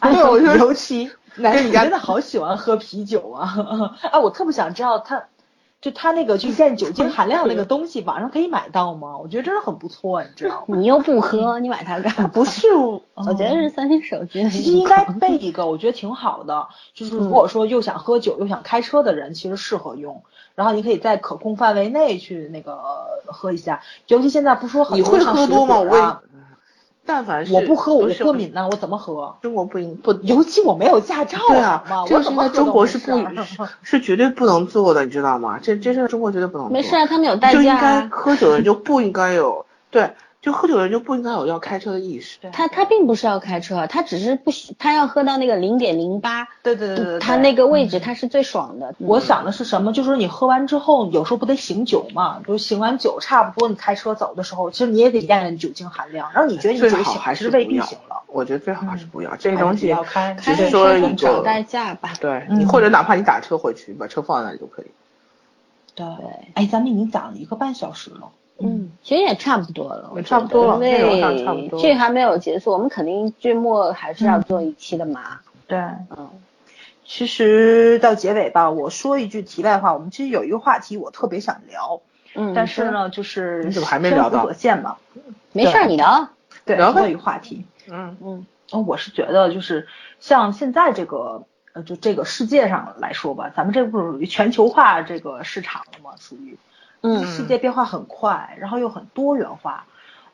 Speaker 1: 哎
Speaker 2: 对我就
Speaker 1: 尤其男
Speaker 2: 跟
Speaker 1: 生
Speaker 2: 你家
Speaker 1: 真的好喜欢喝啤酒啊！ 哎，我特别想知道他，就他那个去验酒精含量那个东西，网上可以买到吗？我觉得真的很不错，你知道吗？
Speaker 3: 你又不喝，你买它干嘛？
Speaker 1: 不是，我
Speaker 2: 哦
Speaker 3: 我觉得是三星手 机的
Speaker 1: 其实
Speaker 3: 情
Speaker 1: 应该
Speaker 3: 况。
Speaker 1: 备一个，我觉得挺好的。就是如
Speaker 2: 嗯
Speaker 1: 果说又想喝酒又想开车的人，其实适合用。然后你可以在可控范围内去那个呃喝一下，尤其现在不是说很
Speaker 2: 你会
Speaker 1: 像
Speaker 2: 喝
Speaker 1: 水
Speaker 2: 多吗？
Speaker 1: 果
Speaker 2: 我问
Speaker 1: 啊，
Speaker 2: 你，嗯但凡是
Speaker 1: 我不喝，我
Speaker 2: 都是
Speaker 1: 过敏呢，我怎么喝？
Speaker 2: 中国不应不
Speaker 1: 尤其我没有驾照好
Speaker 2: 对
Speaker 1: 吗
Speaker 2: 啊，这
Speaker 1: 我
Speaker 2: 个
Speaker 1: 怎
Speaker 2: 是
Speaker 1: 么
Speaker 2: 在
Speaker 1: 喝
Speaker 2: 中
Speaker 1: 都
Speaker 2: 国
Speaker 1: 没
Speaker 2: 是
Speaker 1: 事
Speaker 2: 不
Speaker 1: 儿
Speaker 2: 是是绝对不能做的，你知道吗？这这事儿中国绝对不能做。
Speaker 3: 没事啊，他们有代
Speaker 2: 就应该
Speaker 3: 驾。
Speaker 2: 喝酒的人就不应该有对，就喝酒的人就不应该有要开车的意识。
Speaker 1: 对啊
Speaker 3: 他他并不是要开车，啊他只是不喜，他要喝到那个零点零八，
Speaker 1: 对对对嗯对对，
Speaker 3: 嗯
Speaker 1: 嗯
Speaker 3: 他那个位置他是最爽的。
Speaker 1: 我想的是什么？就是说你喝完之后，有时候不得醒酒嘛？比如醒完酒差不多，你开车走的时候，其实你也得验验酒精含量，然后你觉得你
Speaker 2: 最
Speaker 1: 酒
Speaker 2: 好
Speaker 1: 醒
Speaker 2: 还
Speaker 1: 了，
Speaker 2: 是
Speaker 1: 是未
Speaker 2: 不
Speaker 1: 必
Speaker 2: 要
Speaker 1: 醒了。
Speaker 2: 我觉得最好还是
Speaker 1: 嗯
Speaker 2: 不要这个东
Speaker 1: 还是不
Speaker 2: 西
Speaker 1: 要，开，
Speaker 2: 只
Speaker 3: 开
Speaker 2: 是
Speaker 3: 着
Speaker 2: 说
Speaker 3: 车
Speaker 2: 一
Speaker 3: 去找
Speaker 2: 个
Speaker 3: 代驾吧。
Speaker 2: 对
Speaker 1: 嗯
Speaker 2: 你或者哪怕你打车回去，把车放在那里就可以。
Speaker 1: 对，哎，咱们已经讲了一个半小时了，
Speaker 3: 嗯，其实也差不多了，我
Speaker 2: 差不
Speaker 3: 觉得
Speaker 2: 多了内容上差不
Speaker 3: 因为
Speaker 2: 多
Speaker 3: 剧还没有结束，我们肯定剧末还是要做一期的嘛。
Speaker 1: 对，
Speaker 3: 嗯，
Speaker 1: 其实到结尾吧，我说一句题外话，我们其实有一个话题我特别想聊，
Speaker 3: 嗯，
Speaker 1: 但是呢，就是
Speaker 2: 你怎么还没聊到
Speaker 1: 生死所限嘛，
Speaker 3: 没事儿，你聊。
Speaker 1: 对，
Speaker 2: 聊呗
Speaker 1: 我有一个话题，
Speaker 2: 嗯，
Speaker 3: 嗯
Speaker 1: 呃我是觉得就是像现在这个呃，就这个世界上来说吧，咱们这不是属于全球化这个市场了吗？属于，
Speaker 3: 嗯
Speaker 1: 世界变化很快，然后又很多元化，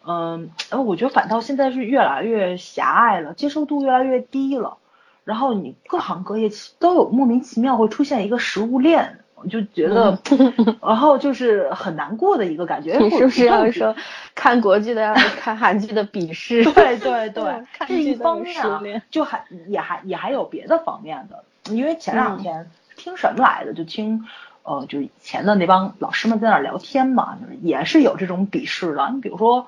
Speaker 1: 嗯，呃我觉得反倒现在是越来越狭隘了，接受度越来越低了，然后你各行各业其都有莫名其妙会出现一个食物链。我就觉得，然后就是很难过的一个 感觉。
Speaker 3: 你嗯是不是要
Speaker 1: 或者
Speaker 3: 说看国剧的要看韩剧的鄙 视？
Speaker 1: 对对对
Speaker 3: 对，嗯看
Speaker 1: 这是
Speaker 3: 剧
Speaker 1: 一
Speaker 3: 都
Speaker 1: 方
Speaker 3: 是
Speaker 1: 面
Speaker 3: 失
Speaker 1: 啊
Speaker 3: 恋，
Speaker 1: 就还也还也还有别的方面的，因为前两
Speaker 3: 嗯
Speaker 1: 天听什么来的，就听呃，就以前的那帮老师们在那儿聊天嘛，就是也是有这种鄙视的。你比如说，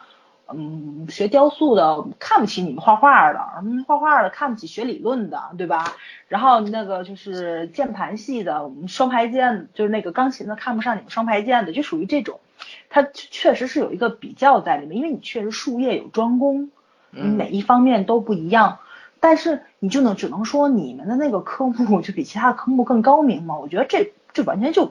Speaker 1: 嗯，学雕塑的看不起你们画画的，嗯，画画的看不起学理论的，对吧？然后那个就是键盘系的，我们双排键就是那个钢琴的看不上你们双排键的，就属于这种。它确实是有一个比较在里面，因为你确实术业有专攻，你
Speaker 2: 嗯
Speaker 1: 每一方面都不一样，但是你就能只能说你们的那个科目就比其他的科目更高明嘛？我觉得这这完全就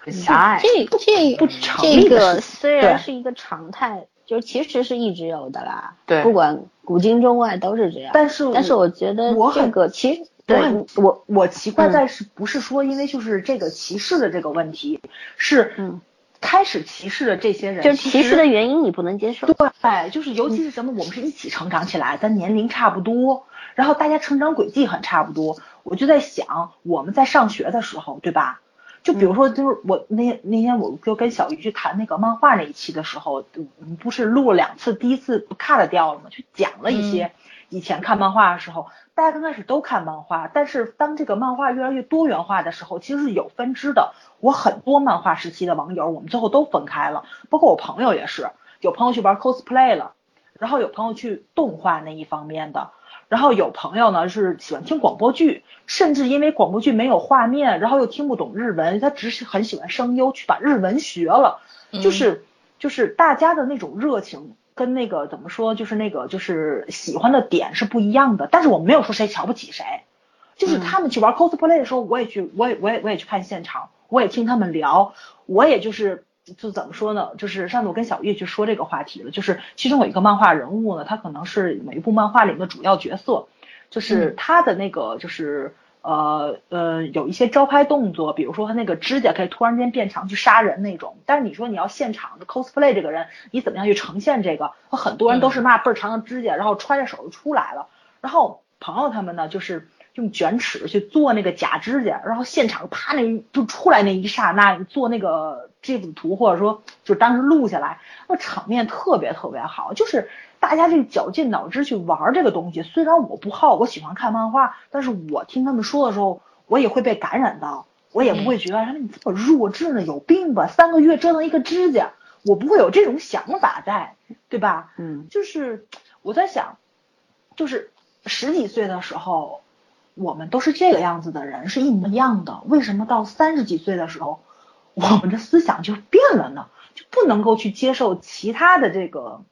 Speaker 1: 很狭隘。
Speaker 4: 这这
Speaker 1: 不成立
Speaker 4: 这个
Speaker 1: 的事
Speaker 4: 虽然
Speaker 1: 对
Speaker 4: 是一个常态，就其实是一直有的啦。
Speaker 2: 对
Speaker 4: 不管古今中外都是这样。
Speaker 1: 但是
Speaker 4: 但是我觉得
Speaker 1: 我
Speaker 4: 这
Speaker 1: 很
Speaker 4: 个其实
Speaker 1: 我
Speaker 4: 对
Speaker 1: 很
Speaker 4: 我
Speaker 1: 我奇怪
Speaker 4: 嗯
Speaker 1: 在是不是说因为就是这个歧视的这个问题是
Speaker 4: 嗯
Speaker 1: 开始歧视的这些人，
Speaker 4: 就是
Speaker 1: 其
Speaker 4: 歧
Speaker 1: 实
Speaker 4: 视的原因你不能接受。
Speaker 1: 对，哎就是尤其是什么，我们是一起成长起来，咱年龄差不多，然后大家成长轨迹很差不多。我就在想，我们在上学的时候，对吧？就比如说，就是我那天那天我就跟小鱼去谈那个漫画那一期的时候，我们不是录了两次，第一次不看了掉了吗？就讲了一些以前看漫画的时候，大家刚开始都看漫画，但是当这个漫画越来越多元化的时候，其实是有分支的。我很多漫画时期的网友，我们最后都分开了，包括我朋友也是，有朋友去玩 cosplay 了，然后有朋友去动画那一方面的，然后有朋友呢是喜欢听广播剧，甚至因为广播剧没有画面，然后又听不懂日文，他只是很喜欢声优，去把日文学了，
Speaker 3: 嗯
Speaker 1: 就是就是大家的那种热情。跟那个怎么说，就是那个就是喜欢的点是不一样的，但是我没有说谁瞧不起谁，就是他们去玩 cosplay 的时候，我也去，我也我也我也去看现场，我也听他们聊，我也就是就怎么说呢？就是上次我跟小叶去说这个话题了，就是其中有一个漫画人物呢，他可能是每一部漫画里面的主要角色，就是他的那个就是。呃呃，有一些招拍动作，比如说他那个指甲可以突然间变长去杀人那种。但是你说你要现场的 cosplay 这个人，你怎么样去呈现这个？很多人都是骂倍儿长的指甲，然后揣着手就出来了。然后朋友他们呢，就是用卷尺去做那个假指甲，然后现场啪那一就出来那一刹那，你做那个这幅图或者说就当时录下来，那场面特别特别好，就是大家这绞尽脑汁去玩这个东西。虽然我不好，我喜欢看漫画，但是我听他们说的时候，我也会被感染到，我也不会觉得他们你这么弱智呢，有病吧？三个月折腾一个指甲，我不会有这种想法在，对吧？
Speaker 4: 嗯，
Speaker 1: 就是我在想，就是十几岁的时候，我们都是这个样子的人，是一模一样的。为什么到三十几岁的时候，我们的思想就变了呢？就不能够去接受其他的这个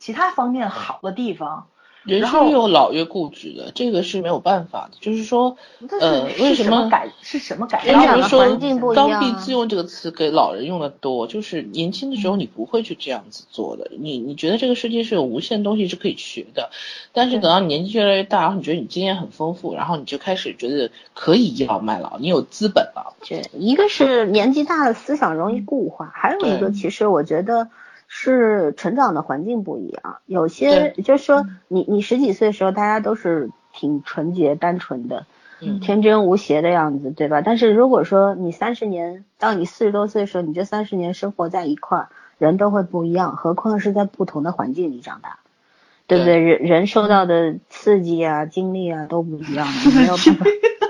Speaker 1: 其他方面好的地方。
Speaker 2: 人
Speaker 1: 然
Speaker 2: 是
Speaker 1: 后
Speaker 2: 越老越固执的，这个是没有办法的。就是说，
Speaker 1: 但
Speaker 2: 呃
Speaker 1: 是，
Speaker 2: 为
Speaker 1: 是
Speaker 2: 么
Speaker 1: 改是什么改
Speaker 2: 人
Speaker 1: 变了
Speaker 2: 家不
Speaker 1: 呢？
Speaker 2: 是
Speaker 3: 环境不
Speaker 2: 说
Speaker 3: 一
Speaker 2: “
Speaker 3: 样
Speaker 2: 避
Speaker 3: 啊
Speaker 2: 之用”这个词给老人用的多，就是年轻的时候
Speaker 3: 嗯
Speaker 2: 你不会去这样子做的。你你觉得这个世界是有无限东西是可以学的，但是
Speaker 1: 对
Speaker 2: 等到你年纪越来越大，然后你觉得你经验很丰富，然后你就开始觉得可以倚老卖老，你有资本了。
Speaker 3: 这一个是年纪大了思想容
Speaker 1: 嗯
Speaker 3: 易固化，还有一个
Speaker 2: 对
Speaker 3: 其实我觉得是成长的环境不一样，有些就是说
Speaker 1: 嗯
Speaker 3: 你你十几岁的时候大家都是挺纯洁单纯的，
Speaker 2: 嗯
Speaker 3: 天真无邪的样子，对吧？但是如果说你三十年到你四十多岁的时候，你这三十年生活在一块儿，人都会不一样，何况是在不同的环境里长大。对不对？人人受到的刺激啊、经历啊都不一样，没有办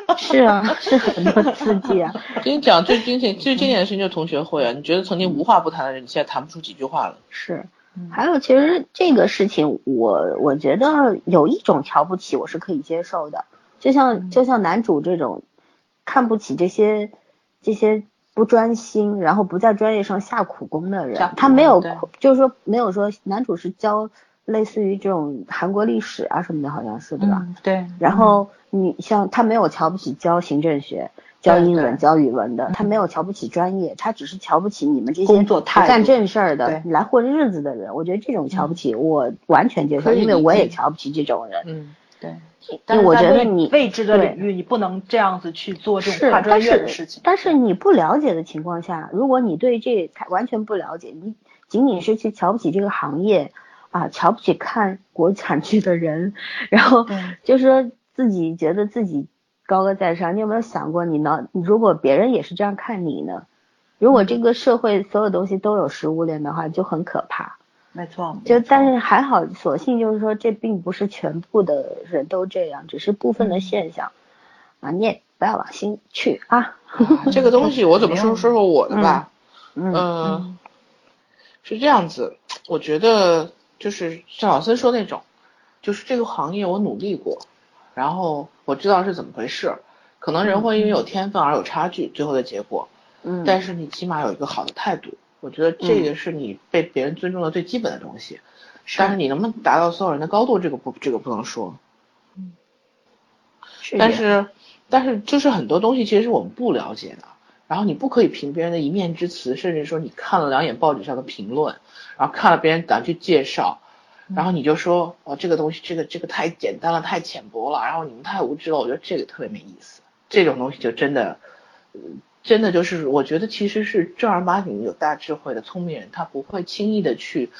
Speaker 3: 法。是啊，是很多刺激啊。
Speaker 2: 跟你讲最经典最经典的事情就是同学会啊，你觉得曾经无话不谈的人，你现在谈不出几句话了。
Speaker 3: 是
Speaker 1: 嗯，
Speaker 3: 还有其实这个事情我，我觉得有一种瞧不起我是可以接受的，就像
Speaker 2: 嗯
Speaker 3: 就像男主这种看不起这些这些不专心，然后不在专业上下苦功的
Speaker 2: 下
Speaker 3: 人
Speaker 2: 苦，
Speaker 3: 他没有
Speaker 2: 功对
Speaker 3: 苦就是说没有说男主是教类似于这种韩国历史啊什么的，好像是对吧？
Speaker 1: 嗯，对。
Speaker 3: 然后你像他没有瞧不起教行政学、教
Speaker 1: 对
Speaker 3: 英
Speaker 1: 对
Speaker 3: 文、教语文的，他
Speaker 1: 嗯
Speaker 3: 没有瞧不起专业，他只是瞧不起你们这些
Speaker 1: 工作
Speaker 3: 不
Speaker 1: 态
Speaker 3: 干
Speaker 1: 度
Speaker 3: 正事儿的
Speaker 1: 对、嗯
Speaker 3: 来混日子的人。我觉得这种瞧不起我完全接受，
Speaker 2: 可以
Speaker 3: 因为
Speaker 2: 理
Speaker 3: 我也
Speaker 2: 解
Speaker 3: 瞧不起这种人。
Speaker 2: 嗯，
Speaker 1: 对，
Speaker 3: 因为
Speaker 1: 是
Speaker 3: 我
Speaker 1: 在
Speaker 3: 觉得
Speaker 1: 未
Speaker 3: 你
Speaker 1: 未知的
Speaker 3: 对
Speaker 1: 领域，你不能这样子去做这
Speaker 3: 是
Speaker 1: 种跨，专
Speaker 3: 但
Speaker 1: 业的
Speaker 3: 是
Speaker 1: 事情。
Speaker 3: 但是你不了解的情况下，如果你对这太完全不了解，你仅仅是去瞧不起这个行业啊，瞧不起看国产剧的人，然后
Speaker 1: 对
Speaker 3: 就说自己觉得自己高高在上，你有没有想过你呢？如果别人也是这样看你呢？
Speaker 1: 嗯
Speaker 3: 如果这个社会所有东西都有食物链的话，就很可怕。
Speaker 1: 没错，
Speaker 3: 就
Speaker 1: 没错
Speaker 3: 但是还好，所幸就是说，这并不是全部的人都这样，只是部
Speaker 2: 嗯
Speaker 3: 分的现象。啊，你也不要往心去啊。
Speaker 2: 啊这个东西我怎么说说说我的吧。
Speaker 3: 嗯
Speaker 2: 嗯，是这样子，我觉得就是像老孙说那种，就是这个行业我努力过，然后我知道是怎么回事，可能人会因为有天分而有差距，最后的结果，
Speaker 3: 嗯，
Speaker 2: 但是你起码有一个好的态度，我觉得这个是你被别人尊重的最基本的东西。但是你能不能达到所有人的高度，这个不这个不能说，
Speaker 3: 是
Speaker 2: 但
Speaker 3: 的
Speaker 2: 是但是就是很多东西其实是我们不了解的，然后你不可以凭别人的一面之词，甚至说你看了两眼报纸上的评论，然后看了别人怎样去介绍，然后你就说哦这个东西这个这个太简单了，太浅薄了，然后你们太无知了，我觉得这个特别没意思。这种东西就真的，呃真的就是我觉得其实是正儿八经有大智慧的聪明人，他不会轻易的去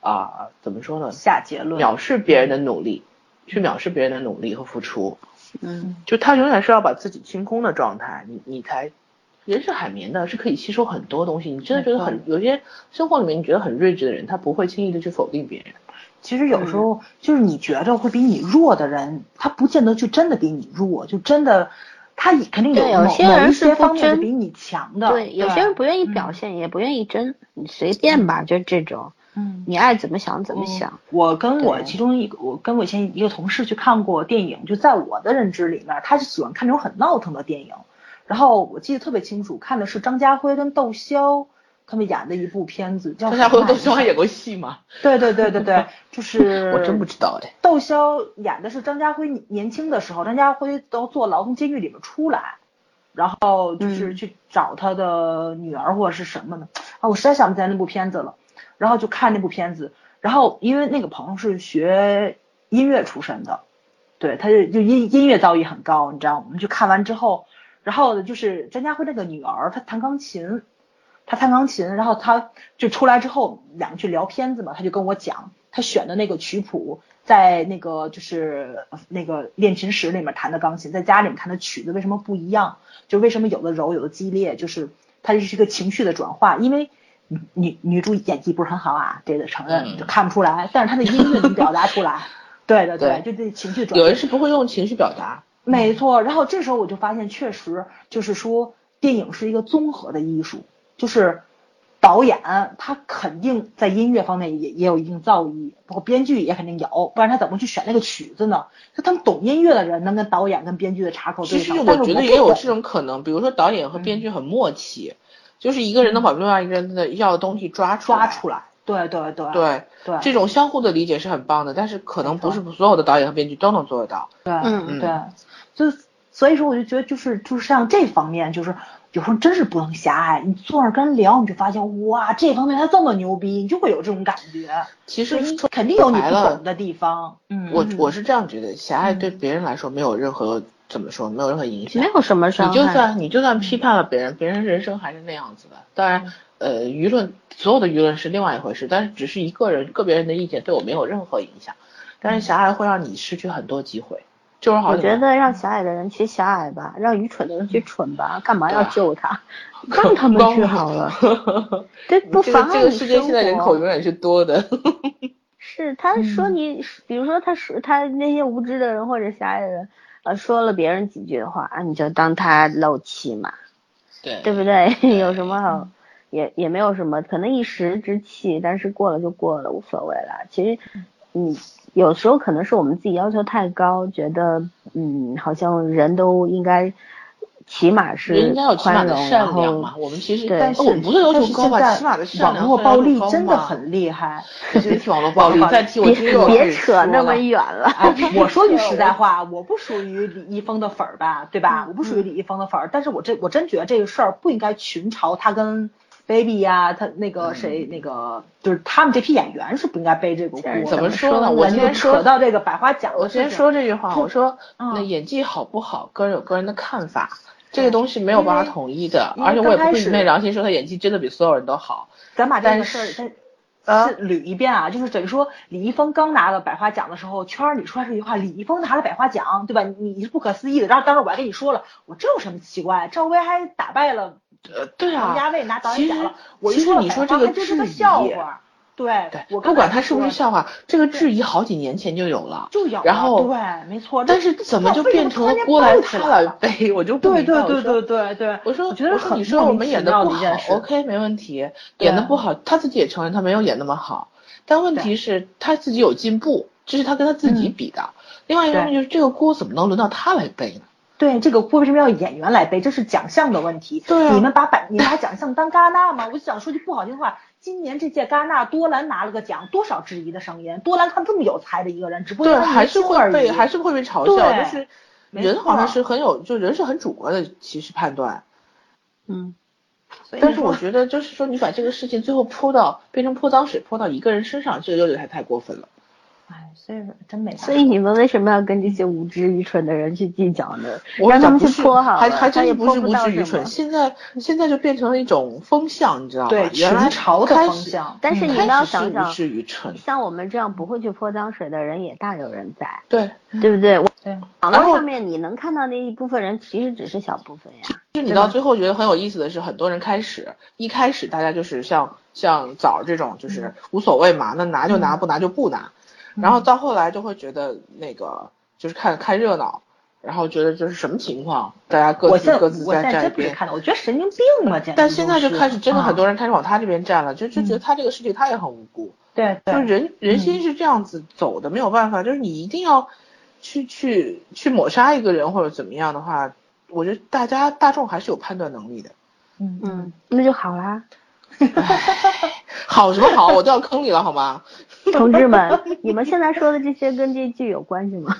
Speaker 2: 啊、怎么说呢？
Speaker 1: 下结论。
Speaker 2: 藐视别人的努力，去藐视别人的努力和付出。
Speaker 3: 嗯
Speaker 2: 就他永远是要把自己清空的状态，你你才人是海绵的，是可以吸收很多东西。你真的觉得很有些生活里面你觉得很睿智的人，他不会轻易的去否定别人。
Speaker 1: 其实有时候就是你觉得会比你弱的人，他不见得就真的比你弱，就真的他也肯定有
Speaker 3: 对有
Speaker 1: 某
Speaker 3: 些
Speaker 1: 某
Speaker 3: 人
Speaker 1: 一
Speaker 3: 是
Speaker 1: 些
Speaker 3: 不
Speaker 1: 方面
Speaker 3: 争
Speaker 1: 是比你强的。
Speaker 3: 对，有些人不愿意
Speaker 1: 嗯
Speaker 3: 表现，也不愿意争，你随便吧，就这种，
Speaker 1: 嗯，
Speaker 3: 你爱怎么想怎么
Speaker 1: 嗯
Speaker 3: 想。
Speaker 1: 我跟我
Speaker 3: 对
Speaker 1: 其中一个，我跟我以前一个同事去看过电影，就在我的认知里面，他是喜欢看那种很闹腾的电影。然后我记得特别清楚，看的是张家辉跟窦骁他们演的一部片子，叫
Speaker 2: 张家辉
Speaker 1: 什么
Speaker 2: 都
Speaker 1: 来
Speaker 2: 喜欢
Speaker 1: 着
Speaker 2: 演过戏吗？
Speaker 1: 对对对对对， 就是
Speaker 2: 我真不知道哎。
Speaker 1: 窦骁演的是张家辉年轻的时候，张家辉都坐牢从监狱里面出来，然后就是
Speaker 3: 嗯
Speaker 1: 去找他的女儿或者是什么呢？啊，我实在想不起来那部片子了。然后就看那部片子，然后因为那个朋友是学音乐出身的，对，他就就音音乐造诣很高，你知道吗，我们就看完之后，然后呢就是张家辉那个女儿，她弹钢琴，她弹钢琴，然后她就出来之后，两个去聊片子嘛，她就跟我讲，她选的那个曲谱，在那个就是呃那个练琴室里面弹的钢琴，在家里面弹的曲子为什么不一样？就为什么有的柔，有的激烈，就是它是一个情绪的转化，因为。女女女主演技不是很好啊，这得承认，
Speaker 2: 嗯
Speaker 1: 就看不出来。但是她的音乐能表达出 来，对对
Speaker 2: 对
Speaker 1: 就这情绪转
Speaker 2: 有
Speaker 1: 变
Speaker 2: 人是不会用情绪表达，
Speaker 1: 没错，然后这时候我就发现，确实就是说，电影是一个综合的艺术，就是导演他肯定在音乐方面也也有一定造诣，包括编剧也肯定有，不然他怎么去选那个曲子呢？就他们懂音乐的人能跟导演跟编剧的插口
Speaker 2: 其
Speaker 1: 哦对
Speaker 2: 实
Speaker 1: 上，但
Speaker 2: 我
Speaker 1: 是嗯
Speaker 2: 觉得
Speaker 1: 不
Speaker 2: 也有
Speaker 1: 懂
Speaker 2: 这种可能，比如说导演和编剧很默契，就是一个人能把另外一个人的要的东西抓出
Speaker 1: 嗯抓
Speaker 2: 来。
Speaker 1: 出来，对对对
Speaker 2: 对，
Speaker 1: 对
Speaker 2: 这种相互的理解是很棒的，但是可能
Speaker 1: 没错
Speaker 2: 不是所有的导演和编剧都能做得到。
Speaker 1: 对，
Speaker 3: 嗯
Speaker 1: 对，就是所以说我就觉得就是就是像这方面就是有时候真是不能狭隘，你坐那儿跟人聊，你就发现哇这方面他这么牛逼，你就会有这种感觉，
Speaker 2: 其
Speaker 1: 就
Speaker 2: 实
Speaker 1: 是你
Speaker 2: 说
Speaker 1: 肯定有你
Speaker 2: 白
Speaker 1: 不
Speaker 2: 了
Speaker 1: 懂的地方。嗯，
Speaker 2: 我
Speaker 1: 嗯
Speaker 2: 我是这样觉得，狭隘对
Speaker 1: 嗯
Speaker 2: 别人来说没有任何怎么说，没有任何影响
Speaker 7: 没。有什么伤
Speaker 2: 你
Speaker 7: 害。
Speaker 2: 就算你就
Speaker 3: 嗯
Speaker 2: 算批判了别人，别人人生还是那样子的。当然，呃，舆论所有的舆论是另外一回事，但是只是一个人个别人的意见对我没有任何影响。但是狭隘会让你失去很多机会，就是好
Speaker 3: 我
Speaker 2: 久
Speaker 3: 觉得让狭隘的人去狭隘吧，让愚蠢的人去蠢吧，干嘛要
Speaker 2: 对啊
Speaker 3: 救他？ 让他们去 好了，这不
Speaker 2: 这个
Speaker 3: 妨碍
Speaker 2: 这个
Speaker 3: 你
Speaker 2: 世界
Speaker 3: 生
Speaker 2: 现在人
Speaker 3: 活
Speaker 2: 口永远是多 的。
Speaker 3: 是，他说
Speaker 1: 嗯
Speaker 3: 你，比如说他说他那些无知的人或者狭隘的人，呃，说了别人几句的话，啊，你就当他漏气嘛，
Speaker 2: 对嗯
Speaker 3: 对不 对？有什么好，也也没有什么，可能一时之气，但是过了就过了，无所谓了。其实，
Speaker 2: 嗯
Speaker 3: 你有时候可能是我们自己要求太高，觉得嗯，好像人都应该起码是
Speaker 2: 人应该有起码
Speaker 3: 宽
Speaker 2: 的
Speaker 3: 容，然
Speaker 2: 善良嘛
Speaker 3: 后。
Speaker 2: 我们其实，
Speaker 3: 对
Speaker 1: 但
Speaker 2: 但
Speaker 1: 是
Speaker 2: 哦我们不是要求
Speaker 1: 但是
Speaker 2: 高吧，起码的
Speaker 1: 现在
Speaker 2: 善
Speaker 1: 网
Speaker 2: 良
Speaker 1: 络
Speaker 2: 算要
Speaker 1: 暴
Speaker 2: 求
Speaker 1: 力
Speaker 2: 高
Speaker 1: 真的
Speaker 2: 嘛
Speaker 1: 很厉 害。
Speaker 2: 我觉得网 络暴力，再提我
Speaker 3: 别
Speaker 2: 听友
Speaker 3: 别扯那么
Speaker 2: 远。
Speaker 3: 远了，
Speaker 1: 哎，我说句实在话，我不属于李易峰的粉儿吧，对
Speaker 2: 嗯
Speaker 1: 吧？我不属于李易峰的粉儿，但是我这我真觉得这个事儿不应该群嘲他跟 baby 呀、他那
Speaker 2: 嗯
Speaker 1: 个谁、那个就是他们这批演员是不应该背这个锅的。
Speaker 2: 哎怎么
Speaker 3: 说
Speaker 2: 说呢？
Speaker 3: 呢
Speaker 2: 我
Speaker 1: 咱
Speaker 2: 今
Speaker 1: 就
Speaker 2: 天
Speaker 1: 扯
Speaker 2: 说
Speaker 1: 到这个百花奖，
Speaker 2: 我之前说，这句话，
Speaker 1: 痛
Speaker 2: 我说
Speaker 1: 嗯
Speaker 2: 那演技好不好，个人有个人的看法，这个东西没有办法统一的，
Speaker 1: 因为
Speaker 2: 而且我也不
Speaker 1: 刚开
Speaker 2: 会
Speaker 1: 始
Speaker 2: 昧良心说他演技真的比所有人都好。
Speaker 1: 咱把这个事儿再
Speaker 2: 但是呃
Speaker 1: 再捋一遍啊，就是等于说李易峰刚拿了百花奖的时候，圈儿里出来这句话，李易峰拿了百花奖，对吧？你你是不可思议的。然后当时我还跟你说了，我这有什么奇怪？赵薇还打败了。
Speaker 2: 呃，对
Speaker 1: 王家
Speaker 2: 啊，
Speaker 1: 卫拿导演奖了
Speaker 2: 其实，
Speaker 1: 我一
Speaker 2: 其实
Speaker 1: 了
Speaker 2: 你
Speaker 1: 百
Speaker 2: 说
Speaker 1: 花
Speaker 2: 这个
Speaker 1: 它就是
Speaker 2: 质
Speaker 1: 个
Speaker 2: 疑
Speaker 1: 笑话，对
Speaker 2: 对，
Speaker 1: 我
Speaker 2: 不管他
Speaker 1: 他
Speaker 2: 是不是笑话，这个质疑好几年前就有了。
Speaker 1: 就有啊，
Speaker 2: 然后
Speaker 1: 对，没错，
Speaker 2: 但是怎么就变成了
Speaker 1: 郭
Speaker 2: 锅
Speaker 1: 来
Speaker 2: 来他来 背？我就不
Speaker 1: 对
Speaker 2: 明
Speaker 1: 对
Speaker 2: 白。我
Speaker 1: 对对
Speaker 2: 说
Speaker 1: 对对，
Speaker 2: 我说，
Speaker 1: 我觉得
Speaker 2: 我说
Speaker 1: 很
Speaker 2: 你
Speaker 1: 莫
Speaker 2: 说我
Speaker 1: 名
Speaker 2: 们
Speaker 1: 其
Speaker 2: 演的
Speaker 1: 妙
Speaker 2: 不
Speaker 1: 的一件
Speaker 2: 好
Speaker 1: 事
Speaker 2: ，OK，没问题，
Speaker 1: 对
Speaker 2: 演的不好，他自己也承认他没有演那么好，但问题是他自己有进步，这是他跟他自
Speaker 1: 嗯
Speaker 2: 己比的。另外一方面就是这个锅怎么能轮到他来背呢？
Speaker 1: 对这个锅为什么要演员来背？这是奖项的问题。
Speaker 2: 对啊
Speaker 1: 你们把把你们把奖项当戛纳吗？我就想说句不好听的话，今年这届戛纳多兰拿了个奖，多少质疑的声音。多兰看这么有才的一个人，只不过
Speaker 2: 对，
Speaker 1: 他年
Speaker 2: 还是
Speaker 1: 轻而
Speaker 2: 会被
Speaker 1: 已
Speaker 2: 还是会被嘲笑，
Speaker 1: 对
Speaker 2: 就是
Speaker 1: 没
Speaker 2: 人好像
Speaker 1: 错
Speaker 2: 是很有，就人是很主观的，其实判断。
Speaker 3: 嗯，
Speaker 1: 所以
Speaker 2: 但是我
Speaker 1: 说
Speaker 2: 觉得就是说，你把这个事情最后泼到变成泼脏水泼到一个人身上，这个有点太太过分了。
Speaker 1: 哎，所以说真 没法
Speaker 3: 所以你们为什么要跟这些无知愚蠢的人去计较呢？
Speaker 2: 我
Speaker 3: 让他
Speaker 2: 讲
Speaker 3: 们
Speaker 2: 不
Speaker 3: 去
Speaker 2: 是
Speaker 3: 泼好了，
Speaker 2: 还还
Speaker 3: 他
Speaker 2: 真
Speaker 3: 也
Speaker 2: 是不
Speaker 3: 泼
Speaker 2: 是
Speaker 3: 不
Speaker 2: 无
Speaker 3: 到
Speaker 2: 知
Speaker 3: 什
Speaker 2: 愚蠢，
Speaker 3: 么
Speaker 2: 现在现在就变成了一种风向，你知道吗？
Speaker 1: 对
Speaker 2: 原来
Speaker 1: 群嘲啊的
Speaker 2: 开
Speaker 1: 风
Speaker 2: 始
Speaker 1: 向
Speaker 3: 但是
Speaker 1: 嗯
Speaker 3: 你
Speaker 2: 开
Speaker 3: 要
Speaker 2: 始是
Speaker 3: 想
Speaker 2: 无
Speaker 3: 想
Speaker 2: 知愚蠢，
Speaker 3: 像我们这样不会去泼脏水的人也大有人在，
Speaker 2: 对，
Speaker 3: 对不对？我
Speaker 1: 对
Speaker 3: 网
Speaker 2: 嗯然后
Speaker 3: 络上面你能看到那一部分人，其实只是小部分呀。
Speaker 2: 就是你到最后觉得很有意思的是，很多人开始一开始大家就是像像枣儿这种，
Speaker 3: 嗯
Speaker 2: 就是无所谓嘛，那拿就拿，不拿就不拿。然后到后来就会觉得那个就是看看热闹，然后觉得就是什么情况，大家各
Speaker 1: 我现
Speaker 2: 自
Speaker 1: 在
Speaker 2: 各自
Speaker 1: 我
Speaker 2: 在
Speaker 1: 现
Speaker 2: 站一
Speaker 1: 真不是
Speaker 2: 边。
Speaker 1: 看到，我觉得神经病嘛，简直。啊
Speaker 2: 但现在就开始真的很
Speaker 1: 人、
Speaker 2: 多人开始往他这边站了，就就
Speaker 3: 嗯
Speaker 2: 觉得他这个事情他也很无辜。
Speaker 1: 对嗯
Speaker 2: 就是
Speaker 1: 对
Speaker 2: 人人心是这样子走的，没有办法，就是你一定要去去去抹杀一个人或者怎么样的话，我觉得大家大众还是有判断能力的。
Speaker 1: 嗯
Speaker 3: 嗯，那就好啦，
Speaker 2: 好什么好，我掉坑里了好吗？
Speaker 3: 同志们，你们现在说的这些跟这剧有关系吗？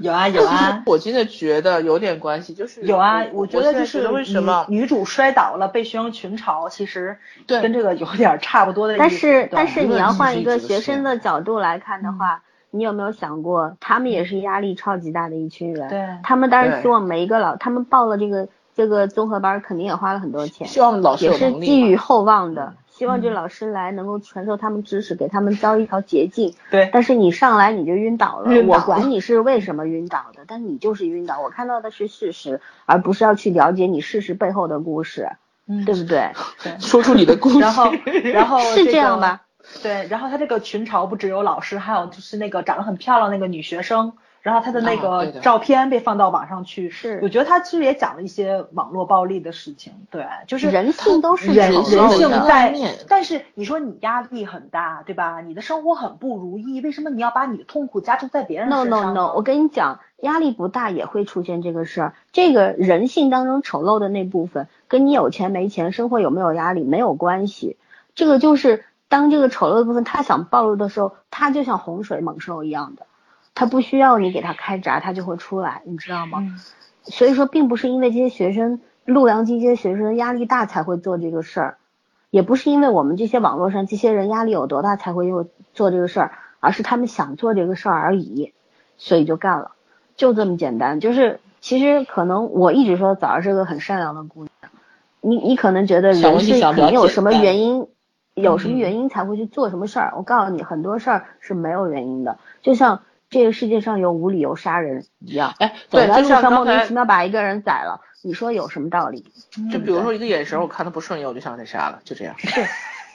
Speaker 1: 有啊有 啊
Speaker 2: 我真的觉得有点关系，就是
Speaker 1: 有啊，
Speaker 2: 我
Speaker 1: 觉得就
Speaker 2: 现在
Speaker 1: 是
Speaker 2: 为什么
Speaker 1: 女女主摔倒了被学生群嘲，其实
Speaker 2: 对
Speaker 1: 跟这个有点差不多的意思。
Speaker 3: 但是
Speaker 1: 对
Speaker 3: 但是你要换一个学生
Speaker 2: 舆论
Speaker 3: 的角度来看的话，
Speaker 2: 嗯
Speaker 3: 你有没有想过，他们也是压力超级大的一群人？
Speaker 1: 对
Speaker 3: 他们当然
Speaker 2: 对
Speaker 3: 希望每一个老，他们报了这个这个综合班，肯定也花了很多钱，
Speaker 2: 希望老师
Speaker 3: 也
Speaker 2: 有
Speaker 3: 是
Speaker 2: 能
Speaker 3: 寄
Speaker 2: 力
Speaker 3: 予
Speaker 2: 嘛。
Speaker 3: 厚望的，希望这
Speaker 1: 嗯
Speaker 3: 老师来能够传授他们知识，给他们教一条捷径。
Speaker 1: 对
Speaker 3: 但是你上来你就晕倒了，
Speaker 1: 晕倒
Speaker 3: 我管你是为什么晕倒的，但你就是晕倒。我看到的是事实，而不是要去了解你事实背后的故事，
Speaker 1: 嗯
Speaker 3: 对不对？
Speaker 2: 说出你的故事，
Speaker 1: 然后然后
Speaker 3: 是
Speaker 1: 这
Speaker 3: 这样
Speaker 1: 个
Speaker 3: 吧？
Speaker 1: 对，然后他这个群嘲不只有老师，还有就是那个长得很漂亮那个女学生，然后她的那
Speaker 2: 啊对
Speaker 1: 个
Speaker 2: 的
Speaker 1: 照片被放到网上去，
Speaker 3: 是
Speaker 1: 我觉得她其实也讲了一些网络暴力的事情，对，就是
Speaker 3: 人性都是
Speaker 1: 人
Speaker 3: 丑
Speaker 2: 丑
Speaker 1: 人
Speaker 3: 陋
Speaker 1: 性
Speaker 3: 的
Speaker 1: 在
Speaker 2: 面，
Speaker 1: 但是你说你压力很大，对吧？你的生活很不如意，为什么你要把你的痛苦加注在别人身上
Speaker 3: No
Speaker 1: 呢
Speaker 3: no no，我跟你讲，压力不大也会出现这个事儿。这个人性当中丑陋的那部分，跟你有钱没钱、生活有没有压力没有关系。这个就是当这个丑陋的部分他想暴露的时候，他就像洪水猛兽一样的，他不需要你给他开闸，他就会出来，你知道吗？
Speaker 1: 嗯
Speaker 3: 所以说，并不是因为这些学生陆良基这些学生压力大才会做这个事儿，也不是因为我们这些网络上这些人压力有多大才会有做这个事儿，而是他们想做这个事儿而已，所以就干了，就这么简单。就是其实可能我一直说枣儿是个很善良的姑娘，你你可能觉得
Speaker 2: 小
Speaker 3: 人
Speaker 2: 问题
Speaker 3: 是
Speaker 2: 小
Speaker 3: 可
Speaker 2: 比较
Speaker 3: 能有
Speaker 2: 简
Speaker 3: 什么
Speaker 2: 单
Speaker 3: 原因，有什么
Speaker 2: 嗯
Speaker 3: 原因才会去做什么事儿。我告诉你，很多事儿是没有原因的，就像这个世界上有无理由杀人一样。
Speaker 2: 哎，
Speaker 3: 走
Speaker 2: 对，
Speaker 3: 在
Speaker 2: 就
Speaker 3: 路
Speaker 2: 像
Speaker 3: 上莫
Speaker 2: 刚
Speaker 3: 名
Speaker 2: 才
Speaker 3: 其，妙把一个人宰了，你说有什么道理？
Speaker 2: 就比如说一个眼神，我看他不顺眼，我就想给他杀了，就这样。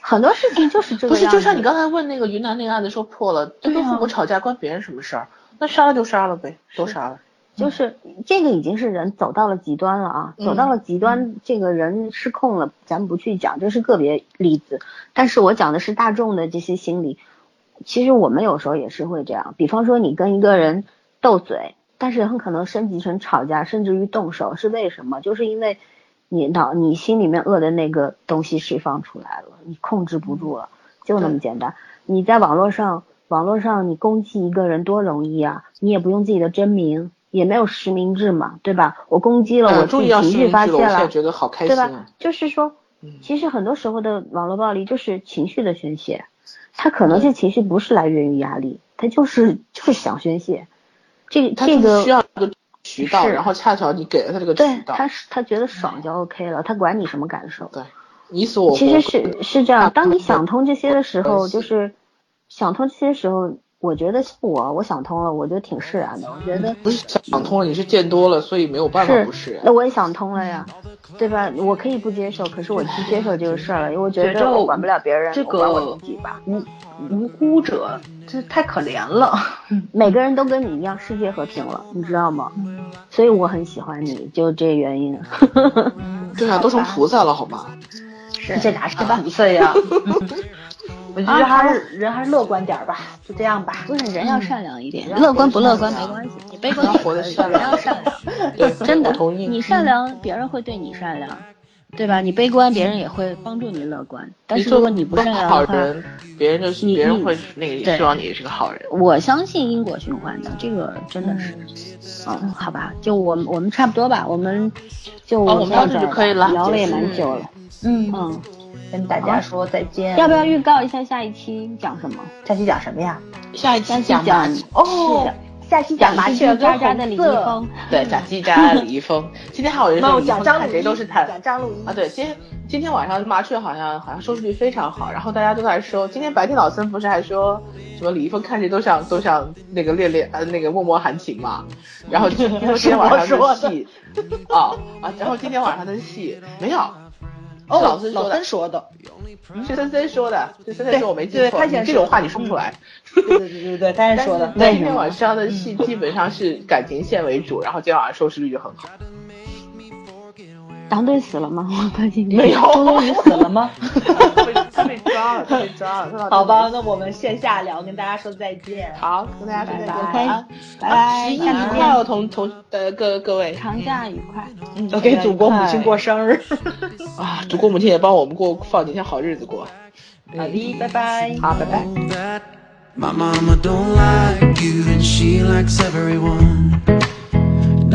Speaker 3: 很多事情就是这
Speaker 2: 不
Speaker 3: 个
Speaker 2: 是，
Speaker 3: 样
Speaker 2: 就
Speaker 3: 子。
Speaker 2: 像你刚才问那个云南那个案子说破了，这跟父
Speaker 1: 啊
Speaker 2: 母吵架关别人什么事儿？那杀了就杀了呗，都杀了。
Speaker 3: 就是这个已经是人走到了极端了啊，
Speaker 2: 嗯
Speaker 3: 走到了极端，这个人失控了，咱不去讲，这是个别例子。但是我讲的是大众的这些心理，其实我们有时候也是会这样，比方说你跟一个人斗嘴，但是很可能升级成吵架，甚至于动手，是为什么？就是因为你脑你心里面恶的那个东西释放出来了，你控制不住了，
Speaker 2: 嗯
Speaker 3: 就那么简单。你在网络上，网络上你攻击一个人多容易啊，你也不用自己的真名，也没有实名制嘛，对吧？我攻击了，
Speaker 2: 嗯
Speaker 3: 我自
Speaker 2: 终于
Speaker 3: 己
Speaker 2: 要
Speaker 3: 情
Speaker 2: 实名制了，
Speaker 3: 绪发泄
Speaker 2: 我现在
Speaker 3: 了，
Speaker 2: 觉得好开
Speaker 3: 对
Speaker 2: 心
Speaker 3: 吧
Speaker 2: 啊！？
Speaker 3: 就是说，
Speaker 2: 嗯
Speaker 3: 其实很多时候的网络暴力就是情绪的宣泄，它可能是情绪不是来源于压力，它就是就是想宣泄。这
Speaker 2: 他
Speaker 3: 这
Speaker 2: 就是
Speaker 3: 个
Speaker 2: 需要一个渠道，
Speaker 3: 是
Speaker 2: 然后恰巧你给了他这个
Speaker 3: 对
Speaker 2: 渠道，
Speaker 3: 他是他觉得爽就 OK 了，他管你什么感受。
Speaker 2: 对，你死我活。
Speaker 3: 其实是是这样，当你想通这些的时
Speaker 2: 关
Speaker 3: 候，
Speaker 2: 系
Speaker 3: 就是想通这些时候，我觉得像我，我想通了，我觉得挺释然
Speaker 2: 嗯
Speaker 3: 的。我觉得
Speaker 2: 不是想通了，你是见多了，所以没有办法不是
Speaker 3: 是，。那我也想通了呀，对吧？我可以不接受，可是我去接受这个事儿了，因为我觉
Speaker 1: 觉
Speaker 3: 得
Speaker 1: 着
Speaker 3: 我管不了别人，
Speaker 1: 这
Speaker 3: 我管我
Speaker 1: 个
Speaker 3: 自己吧。
Speaker 1: 无无辜者，这太可怜了。
Speaker 3: 每个人都跟你一样，世界和平了，你知道吗？所以我很喜欢你，就这原因。
Speaker 2: 对啊，都成菩萨了好吗？
Speaker 1: 是这哪是菩萨呀？我觉得还是人还是乐观点儿吧，就这样吧。
Speaker 3: 嗯
Speaker 8: 不是人要善良一点，
Speaker 1: 嗯
Speaker 8: 乐观不乐观
Speaker 1: 人
Speaker 8: 没
Speaker 1: 要
Speaker 8: 关系，你悲观
Speaker 2: 人要活得
Speaker 8: 点
Speaker 2: 善
Speaker 8: 人
Speaker 2: 良
Speaker 8: 要善 良。
Speaker 2: 对，
Speaker 8: 真的
Speaker 2: 我同，
Speaker 8: 你
Speaker 2: 意。
Speaker 8: 善良，别人会对你善良，对吧？你悲观，别人也会帮助你乐观。但
Speaker 2: 你
Speaker 8: 是如
Speaker 2: 做
Speaker 8: 果你不善良
Speaker 2: 好
Speaker 8: 的话，
Speaker 2: 人，别人就是别人会那个
Speaker 8: 对
Speaker 2: 希望你是个好人。
Speaker 8: 我相信因果循环的，这个真的是，嗯，好吧，就我们我们差不多吧，我们就
Speaker 2: 哦我们
Speaker 8: 到
Speaker 2: 到这
Speaker 8: 儿
Speaker 2: 就
Speaker 8: 吧
Speaker 2: 可以了
Speaker 8: 聊了
Speaker 2: 结
Speaker 8: 也
Speaker 2: 束
Speaker 8: 蛮
Speaker 2: 了
Speaker 8: 久了，
Speaker 1: 嗯，
Speaker 8: 嗯，
Speaker 1: 跟大家说再见。
Speaker 8: 要不要预告一下下一期讲什么？
Speaker 1: 下期讲什么呀？
Speaker 2: 下一
Speaker 8: 下
Speaker 2: 期
Speaker 8: 期讲
Speaker 2: 麻
Speaker 1: 哦，下期
Speaker 8: 讲
Speaker 1: 麻
Speaker 8: 叽
Speaker 1: 雀
Speaker 8: 叽喳喳
Speaker 1: 跟
Speaker 8: 的
Speaker 1: 红
Speaker 8: 李易
Speaker 1: 色。
Speaker 8: 峰，
Speaker 2: 对，讲季 家李易峰，今天还有人
Speaker 1: 没有
Speaker 2: 说李易峰
Speaker 1: 讲张
Speaker 2: 看
Speaker 1: 鲁
Speaker 2: 谁
Speaker 1: 一，
Speaker 2: 都是他
Speaker 1: 讲张鲁一
Speaker 2: 啊，对，今天今天晚上麻雀好像好像收视率非常好，然后大家都在说，今天白天老森不是还说什么李易峰看谁都像都像那个恋恋呃那个默默含情嘛，然后听说今天晚上的戏， 哦啊，然后今天晚上的戏没有，是老森
Speaker 1: 哦说
Speaker 2: 说的，
Speaker 1: 的，
Speaker 2: 是森森说的，是森森
Speaker 1: 对
Speaker 2: 说我没记
Speaker 1: 对
Speaker 2: 错，
Speaker 1: 他
Speaker 2: 你
Speaker 1: 先
Speaker 2: 这
Speaker 1: 说
Speaker 2: 种话
Speaker 1: 的
Speaker 2: 你说不出
Speaker 1: 嗯
Speaker 2: 来，
Speaker 1: 对对对对对，他是说的。
Speaker 2: 但
Speaker 8: 为
Speaker 2: 是今
Speaker 8: 什
Speaker 2: 天
Speaker 8: 么
Speaker 2: 晚
Speaker 1: 嗯
Speaker 2: 上的戏基本上是感情线为主，然后今天晚上收视率就很好。
Speaker 8: 狼队死了吗？我关心
Speaker 2: 没有
Speaker 1: 周冬雨死了吗？
Speaker 2: 他被他被抓了，他被抓 了。
Speaker 1: 好吧，，那我们线下聊，跟大家说再见。
Speaker 2: 好，跟大家说再见，
Speaker 1: 拜
Speaker 2: 晚
Speaker 1: 拜
Speaker 2: 安，
Speaker 8: 拜拜
Speaker 2: 十一
Speaker 8: 下
Speaker 2: 愉
Speaker 8: 次见
Speaker 2: 快哦，同同呃各各位
Speaker 8: 长假愉快，
Speaker 1: 都给祖国母亲过生日。
Speaker 2: 啊，祝国母亲也帮我们过放几天好日子过，
Speaker 1: 好的，拜拜。
Speaker 2: 好，拜拜。
Speaker 9: that my mama don't like you and she likes everyone and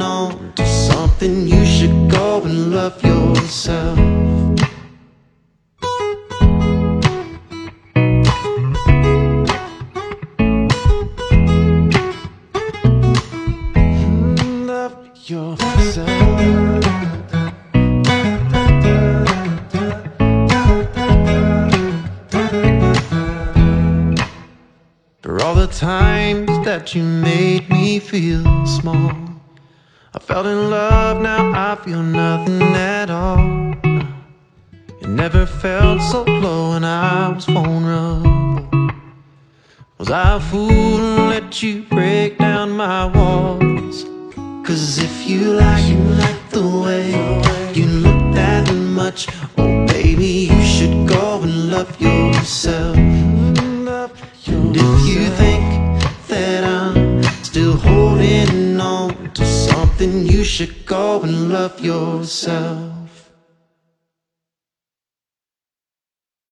Speaker 9: on to something, you should go and love yourself. Mm, Love yourself. For all the times that you made me feel small. I felt in love, now I feel nothing at all. It never felt so low when I was vulnerable. Was I a fool and let you break down my walls? Cause if you like, you like the way you look that much, oh baby, you should go and love yourself. And if you think that I'm still holding on to something, you should go and love yourself.